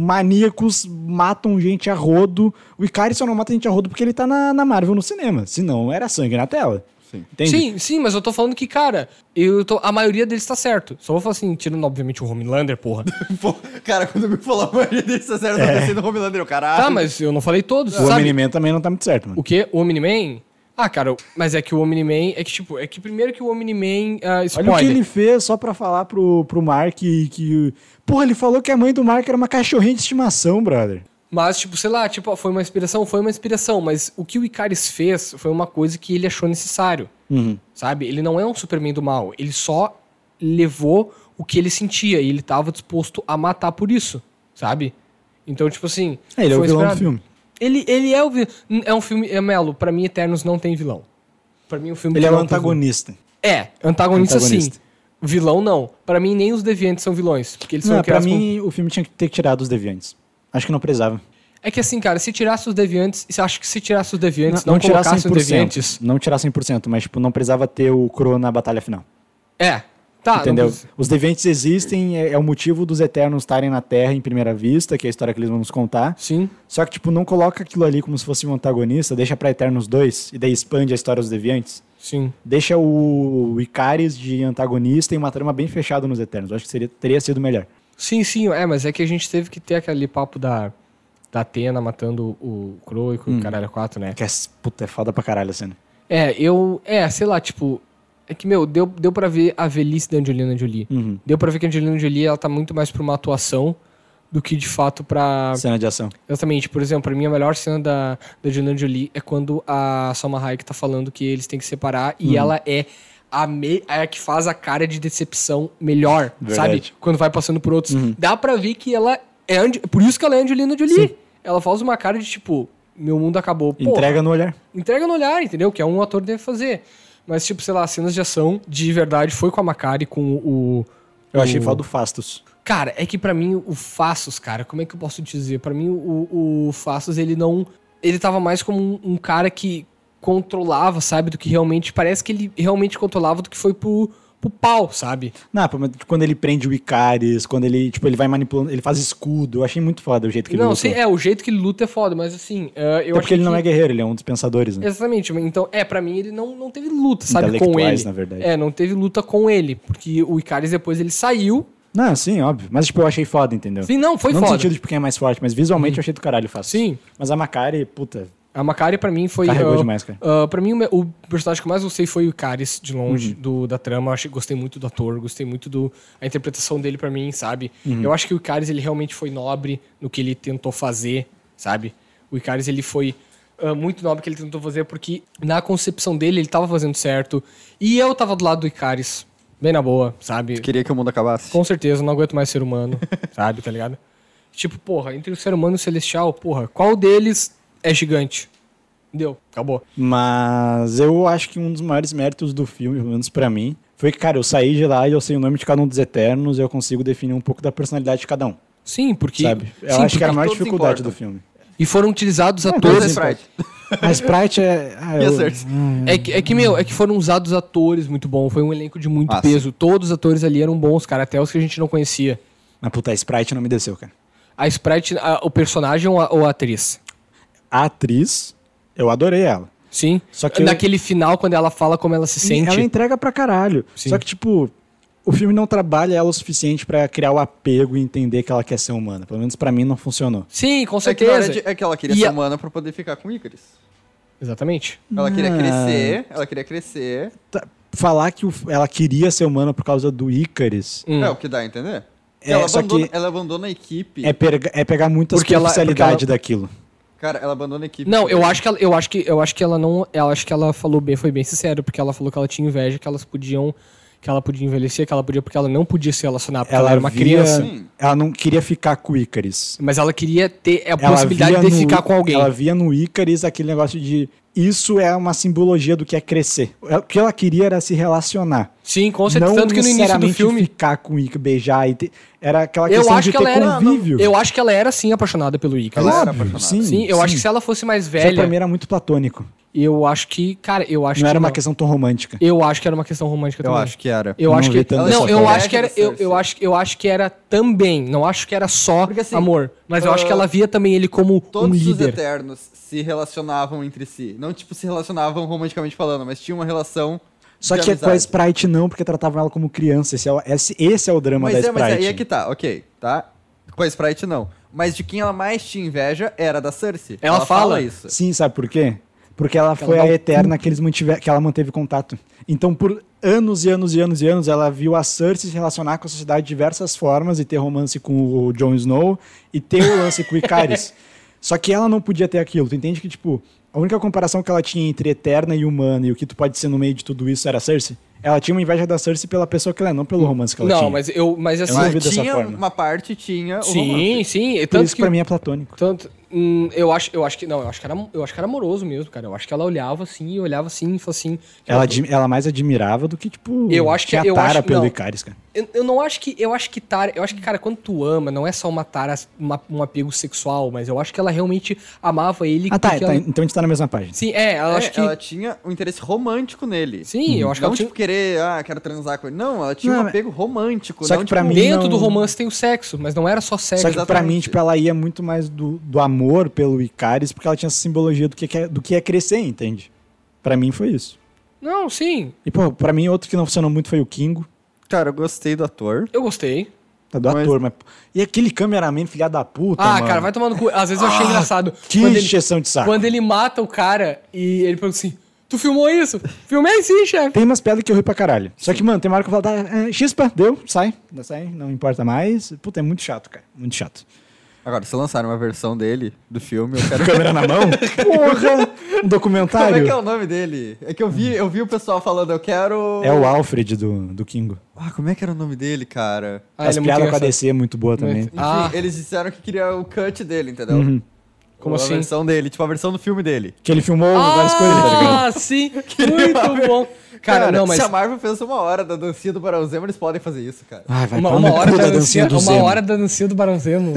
[SPEAKER 2] maníacos, matam gente a rodo. O Ikari só não mata gente a rodo porque ele tá na, na Marvel no cinema. Senão era sangue na tela.
[SPEAKER 4] Sim.
[SPEAKER 2] Entende?
[SPEAKER 3] Sim, sim, mas eu tô falando que, cara, eu tô, a maioria deles tá certo. Só vou falar assim, tirando, obviamente, o Homelander, porra.
[SPEAKER 4] Pô, cara, quando me falou a maioria desses zero, eu
[SPEAKER 2] É.
[SPEAKER 4] tô pensando no Homelander, eu, caralho.
[SPEAKER 3] tá, mas eu não falei todos,
[SPEAKER 2] O
[SPEAKER 3] sabe?
[SPEAKER 2] Omni-Man também não tá muito certo, mano.
[SPEAKER 3] O quê? O Omni-Man? Ah, cara, mas é que o Omni-Man... É que, tipo, é que primeiro que o Omni-Man... ah,
[SPEAKER 2] Olha
[SPEAKER 3] spoiler.
[SPEAKER 2] o que ele fez só pra falar pro, pro Mark que, que. Porra, ele falou que a mãe do Mark era uma cachorrinha de estimação, brother.
[SPEAKER 3] Mas, tipo, sei lá, tipo, ó, foi uma inspiração? Foi uma inspiração, mas o que o Icaris fez foi uma coisa que ele achou necessário.
[SPEAKER 2] Uhum.
[SPEAKER 3] Sabe? Ele não é um Superman do mal. Ele só levou o que ele sentia e ele tava disposto a matar por isso, sabe? Então, tipo assim.
[SPEAKER 2] É, ele é o
[SPEAKER 3] foi
[SPEAKER 2] vilão do
[SPEAKER 3] inspirado.
[SPEAKER 2] filme.
[SPEAKER 3] Ele, ele é o vilão. É um filme. É Melo, pra mim, Eternos não tem vilão. Pra mim, o filme.
[SPEAKER 2] Ele é
[SPEAKER 3] que
[SPEAKER 2] o
[SPEAKER 3] não tem vilão.
[SPEAKER 2] antagonista.
[SPEAKER 3] É, antagonista,
[SPEAKER 2] Antagonista.
[SPEAKER 3] sim. Vilão não. Pra mim, nem os deviantes são vilões. Porque eles
[SPEAKER 2] Não,
[SPEAKER 3] são
[SPEAKER 2] pra
[SPEAKER 3] criados com-
[SPEAKER 2] mim, o filme tinha que ter tirado os deviantes. Acho que não precisava.
[SPEAKER 3] É que assim, cara, se tirasse os deviantes, eu acho que se tirasse os deviantes, não,
[SPEAKER 2] não tirar
[SPEAKER 3] colocasse os
[SPEAKER 2] 100%.
[SPEAKER 3] deviantes.
[SPEAKER 2] Não tirar 100%, mas tipo, não precisava ter o Crow na batalha final.
[SPEAKER 3] É. Tá, não
[SPEAKER 2] entendeu?
[SPEAKER 3] precisa-
[SPEAKER 2] Os deviantes existem, é, é o motivo dos Eternos estarem na Terra em primeira vista, que é a história que eles vão nos contar.
[SPEAKER 3] Sim.
[SPEAKER 2] Só que, tipo, não coloca aquilo ali como se fosse um antagonista, deixa pra Eternos 2 e daí expande a história dos deviantes.
[SPEAKER 3] Sim.
[SPEAKER 2] Deixa o Icaris de antagonista e uma trama bem fechada nos Eternos. Eu acho que seria, teria sido melhor.
[SPEAKER 3] Sim, sim, é, mas é que a gente teve que ter aquele papo da, da Atena matando o Crow e o caralho 4, né?
[SPEAKER 2] Que é, puta, é foda pra caralho a cena.
[SPEAKER 3] É, eu. É, sei lá, tipo. É que, meu, deu, deu pra ver a velhice da Angelina Jolie.
[SPEAKER 2] Uhum.
[SPEAKER 3] Deu pra ver que a Angelina Jolie, ela tá muito mais pra uma atuação do que de fato pra.
[SPEAKER 2] Cena de ação.
[SPEAKER 3] Exatamente, por exemplo, pra mim a melhor cena da, da Angelina Jolie é quando a Salma Hayek tá falando que eles têm que separar e
[SPEAKER 2] Hum.
[SPEAKER 3] ela é a, me, é a que faz a cara de decepção melhor,
[SPEAKER 2] Verdade. Uhum.
[SPEAKER 3] sabe? Quando vai passando por outros. Dá pra ver que ela é. Ange- Por isso que ela é Angelina Jolie. Ela faz uma cara de tipo, meu mundo acabou. Porra,
[SPEAKER 2] Entrega no olhar.
[SPEAKER 3] entrega no olhar, entendeu? Que é um ator deve fazer. Mas, tipo, sei lá, cenas de ação de verdade foi com a Macari, com o.
[SPEAKER 2] Eu achei
[SPEAKER 3] o-
[SPEAKER 2] foda o Fastos.
[SPEAKER 3] Cara, é que pra mim o Faços, cara, como é que eu posso te dizer? Pra mim o, o Faços, ele não. Ele tava mais como um, um cara que controlava, sabe? Do que realmente. Parece que ele realmente controlava do que foi pro, pro pau, sabe?
[SPEAKER 2] Não, pô, mas quando ele prende o Icaris, quando ele, tipo, ele vai manipulando, ele faz escudo. Eu achei muito foda o jeito que ele
[SPEAKER 3] não,
[SPEAKER 2] lutou.
[SPEAKER 3] sim, é, o jeito que ele luta é foda, mas assim. é, eu
[SPEAKER 2] Até
[SPEAKER 3] acho
[SPEAKER 2] porque ele não é guerreiro, ele é um dos pensadores, né?
[SPEAKER 3] Exatamente, mas então, é, pra mim ele não, não teve luta, sabe? Com
[SPEAKER 2] Intelectuais,
[SPEAKER 3] ele.
[SPEAKER 2] na verdade.
[SPEAKER 3] É, não teve luta com ele, porque o Icaris depois ele saiu.
[SPEAKER 2] Não, sim, óbvio. Mas, tipo, eu achei foda, entendeu?
[SPEAKER 3] Sim, não, foi
[SPEAKER 2] não
[SPEAKER 3] foda.
[SPEAKER 2] no sentido de tipo, quem é mais forte, mas visualmente eu achei do caralho fácil.
[SPEAKER 3] Sim.
[SPEAKER 2] Mas a Macari, puta,
[SPEAKER 3] A Macari, pra mim, foi.
[SPEAKER 2] Carregou
[SPEAKER 3] ah,
[SPEAKER 2] demais, cara.
[SPEAKER 3] ah, pra mim, o, me- o personagem que eu mais gostei foi o Icaris, de longe,
[SPEAKER 2] Uhum.
[SPEAKER 3] do, da trama. Achei, gostei muito do ator, gostei muito do a interpretação dele pra mim, sabe?
[SPEAKER 2] Uhum.
[SPEAKER 3] Eu acho que o Icaris, ele realmente foi nobre no que ele tentou fazer, sabe? O Icaris, ele foi ah, muito nobre no que ele tentou fazer, porque na concepção dele, ele tava fazendo certo. E eu tava do lado do Icaris, Bem na boa, sabe?
[SPEAKER 4] Queria que o mundo acabasse.
[SPEAKER 3] Com certeza, eu não aguento mais ser humano, sabe, tá ligado? Tipo, porra, entre o ser humano e o celestial, porra, qual deles é gigante? Deu, acabou.
[SPEAKER 2] Mas eu acho que um dos maiores méritos do filme, pelo menos pra mim, foi que, cara, eu saí de lá e eu sei o nome de cada um dos Eternos e eu consigo definir um pouco da personalidade de cada um,
[SPEAKER 3] Sim, porque.
[SPEAKER 2] sabe? Eu
[SPEAKER 3] sim,
[SPEAKER 2] acho que era É, a
[SPEAKER 3] porque
[SPEAKER 2] maior
[SPEAKER 4] todos
[SPEAKER 2] dificuldade
[SPEAKER 4] importam.
[SPEAKER 2] do filme.
[SPEAKER 3] E foram utilizados
[SPEAKER 4] Todos
[SPEAKER 3] atores.
[SPEAKER 4] Sprite.
[SPEAKER 2] A Sprite é... ah,
[SPEAKER 4] E a
[SPEAKER 2] eu-
[SPEAKER 4] Cersei.
[SPEAKER 3] É que, é que, meu, é que foram usados atores muito bom. Foi um elenco de muito
[SPEAKER 4] Ah,
[SPEAKER 3] peso. Todos os atores ali eram bons, cara, até os que a gente não conhecia.
[SPEAKER 2] Mas, Ah, puta, a Sprite não me desceu, cara.
[SPEAKER 3] A Sprite, a- o personagem ou a, ou a atriz?
[SPEAKER 2] A atriz, eu adorei ela.
[SPEAKER 3] Sim.
[SPEAKER 2] Só que eu-
[SPEAKER 3] Naquele final, quando ela fala como ela se sente.
[SPEAKER 2] Ela entrega pra caralho.
[SPEAKER 3] Sim.
[SPEAKER 2] Só que, tipo, o filme não trabalha ela o suficiente pra criar o apego e entender que ela quer ser humana. Pelo menos pra mim não funcionou.
[SPEAKER 3] Sim, com
[SPEAKER 4] É que, na
[SPEAKER 3] certeza.
[SPEAKER 4] verdade, é que ela queria
[SPEAKER 3] E
[SPEAKER 4] ser
[SPEAKER 3] a-
[SPEAKER 4] humana pra poder ficar com o Icarus.
[SPEAKER 3] Exatamente.
[SPEAKER 4] Ela queria
[SPEAKER 2] Não.
[SPEAKER 4] crescer, ela queria crescer.
[SPEAKER 2] Tá- Falar que o- ela queria ser humana por causa do Ícaris
[SPEAKER 3] Hum.
[SPEAKER 4] É o que dá a entender.
[SPEAKER 2] É,
[SPEAKER 4] ela,
[SPEAKER 2] só
[SPEAKER 4] abandona,
[SPEAKER 2] que-
[SPEAKER 4] ela abandona a equipe.
[SPEAKER 2] é, perga- é pegar muita
[SPEAKER 3] Porque ela-
[SPEAKER 2] superficialidade
[SPEAKER 3] porque ela-
[SPEAKER 2] daquilo.
[SPEAKER 4] Cara, ela abandona a equipe.
[SPEAKER 3] Não, eu acho que ela, eu acho que eu acho que ela não, eu acho que ela falou bem, foi bem sincero, porque ela falou que ela tinha inveja, que elas podiam, que ela podia envelhecer, que ela podia, porque ela não podia se relacionar, porque ela,
[SPEAKER 2] Ela
[SPEAKER 3] era uma
[SPEAKER 2] via-
[SPEAKER 3] criança.
[SPEAKER 4] Sim.
[SPEAKER 2] Ela não queria ficar com o Ícaris.
[SPEAKER 3] Mas ela queria ter a
[SPEAKER 2] Ela
[SPEAKER 3] possibilidade
[SPEAKER 2] via
[SPEAKER 3] de
[SPEAKER 2] no-
[SPEAKER 3] ficar com alguém.
[SPEAKER 2] Ela via no Ícaris aquele negócio de isso é uma simbologia do que é crescer. O que ela queria era se relacionar.
[SPEAKER 3] Sim, com certeza.
[SPEAKER 2] não
[SPEAKER 3] Tanto que no início do
[SPEAKER 2] necessariamente
[SPEAKER 3] filme.
[SPEAKER 2] ficar com o Ica, beijar e ter... era aquela
[SPEAKER 3] Eu
[SPEAKER 2] questão
[SPEAKER 3] acho
[SPEAKER 2] de
[SPEAKER 3] que
[SPEAKER 2] ter
[SPEAKER 3] ela era.
[SPEAKER 2] convívio.
[SPEAKER 3] Eu acho que ela era sim apaixonada pelo Ica.
[SPEAKER 4] Ela era
[SPEAKER 2] Óbvio,
[SPEAKER 4] apaixonada.
[SPEAKER 2] sim,
[SPEAKER 3] Sim, eu acho que se ela fosse mais
[SPEAKER 2] Só pra
[SPEAKER 3] velha,
[SPEAKER 2] mim era muito platônico.
[SPEAKER 3] eu acho que. Cara, eu acho
[SPEAKER 2] não
[SPEAKER 3] que.
[SPEAKER 2] era uma questão tão romântica.
[SPEAKER 3] Eu acho que era uma questão romântica
[SPEAKER 4] Eu
[SPEAKER 3] também.
[SPEAKER 4] acho que era.
[SPEAKER 3] Eu
[SPEAKER 2] Não
[SPEAKER 3] acho
[SPEAKER 2] vi
[SPEAKER 3] que.
[SPEAKER 2] tanto
[SPEAKER 3] Não,
[SPEAKER 2] dessa
[SPEAKER 3] eu
[SPEAKER 2] forma.
[SPEAKER 3] acho que era. Eu, eu, acho, eu acho que era também. Não acho que era só
[SPEAKER 4] Porque, assim,
[SPEAKER 3] amor. Mas eu acho
[SPEAKER 4] ah,
[SPEAKER 3] que ela via também ele como um
[SPEAKER 4] Todos os
[SPEAKER 3] líder.
[SPEAKER 4] Eternos se relacionavam entre si. Não, tipo, se relacionavam romanticamente falando, mas tinha uma relação.
[SPEAKER 2] Só
[SPEAKER 4] de
[SPEAKER 2] que é com a
[SPEAKER 4] amizade.
[SPEAKER 2] Sprite não, porque tratavam ela como criança. Esse é o, esse, esse é o drama
[SPEAKER 4] Mas,
[SPEAKER 2] da
[SPEAKER 4] é,
[SPEAKER 2] Sprite.
[SPEAKER 4] mas aí é que tá, ok, tá? Com a Sprite não. Mas de quem ela mais tinha inveja era da Cersei.
[SPEAKER 3] Ela fala.
[SPEAKER 4] isso.
[SPEAKER 2] Sim, sabe por quê? Porque ela
[SPEAKER 3] Porque
[SPEAKER 2] foi
[SPEAKER 3] ela dá
[SPEAKER 2] a
[SPEAKER 3] o
[SPEAKER 2] eterna que, eles mantiver, que ela manteve contato. Então, por anos e anos e anos e anos, ela viu a Cersei se relacionar com a sociedade de diversas formas e ter romance com o Jon Snow e ter o lance com o Icaris. Só que ela não podia ter aquilo. Tu entende que, tipo, a única comparação que ela tinha entre eterna e humana e o que tu pode ser no meio de tudo isso era a Cersei? Ela tinha uma inveja da Cersei pela pessoa que ela é, não pelo romance que ela
[SPEAKER 3] Hum. Não,
[SPEAKER 2] tinha.
[SPEAKER 3] mas eu. Mas assim.
[SPEAKER 2] não vi
[SPEAKER 4] Mas
[SPEAKER 2] dessa
[SPEAKER 4] tinha
[SPEAKER 2] forma.
[SPEAKER 4] uma parte, tinha o
[SPEAKER 3] Sim,
[SPEAKER 4] romance.
[SPEAKER 3] sim. e
[SPEAKER 2] Por
[SPEAKER 3] Tanto
[SPEAKER 2] isso que pra
[SPEAKER 3] que.
[SPEAKER 2] mim é platônico.
[SPEAKER 3] Tanto, hum, eu, acho, eu acho que. Não, eu acho que, era, eu acho que era amoroso mesmo, cara. Eu acho que ela olhava assim, e olhava assim e falou assim.
[SPEAKER 2] Ela, admi- ela mais admirava do que, tipo,
[SPEAKER 3] Eu acho que-
[SPEAKER 2] tinha
[SPEAKER 3] eu
[SPEAKER 2] tara
[SPEAKER 3] acho-
[SPEAKER 2] pelo
[SPEAKER 3] não.
[SPEAKER 2] Icaris, cara.
[SPEAKER 3] Eu, eu não acho que. Eu acho que tara. Eu acho que, cara, quando tu ama, não é só uma tara, uma- um apego sexual, mas eu acho que ela realmente amava ele.
[SPEAKER 2] Ah, tá,
[SPEAKER 3] porque
[SPEAKER 2] tá,
[SPEAKER 3] ela-
[SPEAKER 2] Então a gente tá na mesma página.
[SPEAKER 3] Sim, é, ela
[SPEAKER 4] É,
[SPEAKER 3] acho que.
[SPEAKER 4] Ela tinha um interesse romântico nele.
[SPEAKER 3] Sim, eu acho que
[SPEAKER 4] não,
[SPEAKER 3] ela tinha.
[SPEAKER 4] tipo, querer, ah, quero transar com ele. Não, ela tinha
[SPEAKER 2] Não,
[SPEAKER 4] um
[SPEAKER 2] mas-
[SPEAKER 4] apego romântico.
[SPEAKER 2] Só
[SPEAKER 4] não,
[SPEAKER 2] que pra
[SPEAKER 4] tipo,
[SPEAKER 2] mim-
[SPEAKER 3] Dentro
[SPEAKER 2] não-
[SPEAKER 3] do romance tem o sexo, mas não era só sexo.
[SPEAKER 2] Só que pra mim,
[SPEAKER 4] Exatamente.
[SPEAKER 2] tipo, ela ia muito mais do, do amor pelo Icaris, porque ela tinha essa simbologia do que, que é, do que é crescer, entende? Pra mim foi isso.
[SPEAKER 3] Não, sim.
[SPEAKER 2] E, pô, pra mim outro que não funcionou muito foi o Kingo,
[SPEAKER 4] Cara, eu gostei do ator.
[SPEAKER 3] Eu gostei.
[SPEAKER 2] tá, do
[SPEAKER 4] Mas-
[SPEAKER 2] ator, mas... E aquele cameraman, filha da puta,
[SPEAKER 3] ah,
[SPEAKER 2] Tá, mano. Ah,
[SPEAKER 3] cara, vai tomando cu. Às vezes eu achei engraçado.
[SPEAKER 2] Que
[SPEAKER 3] quando, ele,
[SPEAKER 2] encheção de saco.
[SPEAKER 3] quando ele mata o cara e ele pergunta assim: Tu filmou isso? Filmei sim, chefe.
[SPEAKER 2] Tem umas piadas que eu ri pra caralho. Só que, mano, tem uma hora que eu falo, tá, é, chispa, deu, sai, sai, não importa mais. Puta, é muito chato, cara, muito chato.
[SPEAKER 4] Agora, se lançarem uma versão dele, do filme, eu quero...
[SPEAKER 2] Câmera na mão? Porra! Um documentário.
[SPEAKER 4] Como é que é
[SPEAKER 2] É,
[SPEAKER 4] o nome dele? É que eu vi, eu vi o pessoal falando, eu quero...
[SPEAKER 3] é
[SPEAKER 2] É o Alfred do, do Kingo.
[SPEAKER 4] Ah, como é que era o nome dele, cara?
[SPEAKER 3] Ah,
[SPEAKER 2] As
[SPEAKER 3] ele é muito
[SPEAKER 2] piadas com a
[SPEAKER 3] engraçado.
[SPEAKER 2] DC é muito boa também.
[SPEAKER 3] Muito-
[SPEAKER 4] Enfim,
[SPEAKER 3] Ah.
[SPEAKER 4] eles disseram que queria o cut dele, entendeu?
[SPEAKER 2] Uhum.
[SPEAKER 3] Como
[SPEAKER 4] a
[SPEAKER 3] assim?
[SPEAKER 4] versão dele, tipo a versão do filme dele.
[SPEAKER 2] Que ele filmou várias coisas, tá ligado?
[SPEAKER 3] Ah, sim. Muito bom. Cara, não, mas.
[SPEAKER 4] Se a Marvel fez uma hora da dancinha do Barão Zemo, eles podem fazer isso, cara.
[SPEAKER 2] Ai, vai
[SPEAKER 3] Uma,
[SPEAKER 2] tomar
[SPEAKER 3] uma
[SPEAKER 2] no
[SPEAKER 3] hora
[SPEAKER 2] cu
[SPEAKER 3] da
[SPEAKER 2] da dancinha
[SPEAKER 3] dancinha,
[SPEAKER 2] do
[SPEAKER 3] uma
[SPEAKER 2] Zemo.
[SPEAKER 3] hora da dancinha do Barão Zemo.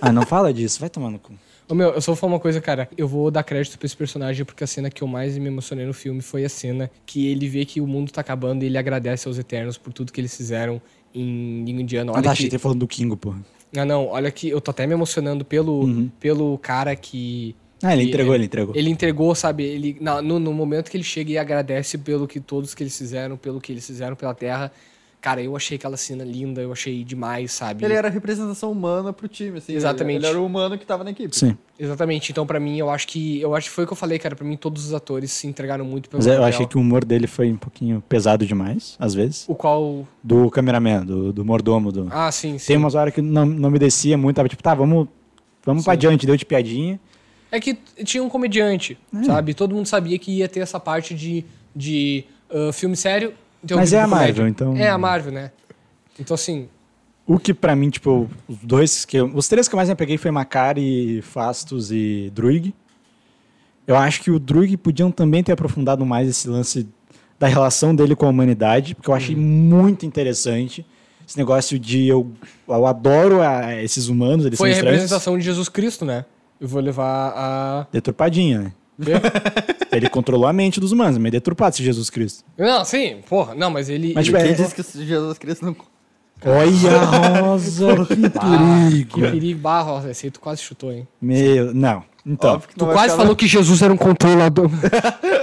[SPEAKER 2] Ah, não fala disso, vai tomar no cu.
[SPEAKER 3] Ô, meu, eu só vou falar uma coisa, cara. Eu vou dar crédito pra esse personagem porque a cena que eu mais me emocionei no filme foi a cena que ele vê que o mundo tá acabando e ele agradece aos Eternos por tudo que eles fizeram em língua indiana.
[SPEAKER 2] Ah,
[SPEAKER 3] Olha
[SPEAKER 2] tá,
[SPEAKER 3] que...
[SPEAKER 2] achei que tá falando do Kingo, porra.
[SPEAKER 3] Ah, não, olha que eu tô até me emocionando pelo,
[SPEAKER 2] Uhum.
[SPEAKER 3] pelo cara que...
[SPEAKER 2] Ah, ele
[SPEAKER 3] que-
[SPEAKER 2] entregou, ele entregou.
[SPEAKER 3] Ele entregou, sabe? Ele, na- no, no momento que ele chega e agradece pelo que todos que eles fizeram, pelo que eles fizeram pela Terra. Cara, eu achei aquela cena linda, eu achei demais, sabe?
[SPEAKER 2] é-
[SPEAKER 4] Ele era a representação humana pro time, assim. ele-
[SPEAKER 3] Exatamente.
[SPEAKER 4] Ele era o humano que tava na equipe.
[SPEAKER 2] Sim.
[SPEAKER 3] Exatamente. Então, pra mim, eu acho que. Eu acho que foi o que eu falei, cara. Pra mim, todos os atores se entregaram muito pelo
[SPEAKER 2] Mas é, eu
[SPEAKER 3] um papel.
[SPEAKER 2] achei que o humor dele foi um pouquinho pesado demais, às vezes.
[SPEAKER 3] O qual.
[SPEAKER 2] Do cameraman, do, do mordomo. Do...
[SPEAKER 3] Ah, sim, sim.
[SPEAKER 2] Tem umas horas que não, não me descia muito, tava tipo, tá, vamos, vamos pra diante, deu de piadinha.
[SPEAKER 3] É que tinha um
[SPEAKER 2] É.
[SPEAKER 3] comediante, sabe? Todo mundo sabia que ia ter essa parte de, de ah, filme sério tem
[SPEAKER 2] Mas
[SPEAKER 3] ouvido
[SPEAKER 2] é a
[SPEAKER 3] comédia.
[SPEAKER 2] Marvel, então-
[SPEAKER 3] É a Marvel, né? Então, assim,
[SPEAKER 2] O que pra mim, tipo, os dois que eu- os três que eu mais me apeguei foi Macari, Fastos e Druig. Eu acho que o Druig podiam também ter aprofundado mais esse lance da relação dele com a humanidade, porque eu achei muito interessante esse negócio de eu, eu adoro a- esses humanos, eles
[SPEAKER 3] foi a
[SPEAKER 2] são estranhos.
[SPEAKER 3] representação de Jesus Cristo, né? Eu vou levar a.
[SPEAKER 2] Deturpadinha, né? Ele controlou a mente dos humanos, meio deturpado esse Jesus Cristo.
[SPEAKER 3] Não, sim, porra, não, mas ele.
[SPEAKER 2] Mas, tipo,
[SPEAKER 3] ele-
[SPEAKER 2] é-
[SPEAKER 4] Quem disse que Jesus Cristo não.
[SPEAKER 2] Olha a rosa, que
[SPEAKER 3] que
[SPEAKER 2] um perigo.
[SPEAKER 3] um
[SPEAKER 2] né?
[SPEAKER 3] perigo, barro, esse aí tu quase chutou, hein?
[SPEAKER 2] Meu, não. Então,
[SPEAKER 4] Óbvio que
[SPEAKER 3] tu
[SPEAKER 4] não vai
[SPEAKER 3] quase
[SPEAKER 4] ficar-
[SPEAKER 3] falou que Jesus era um controlador.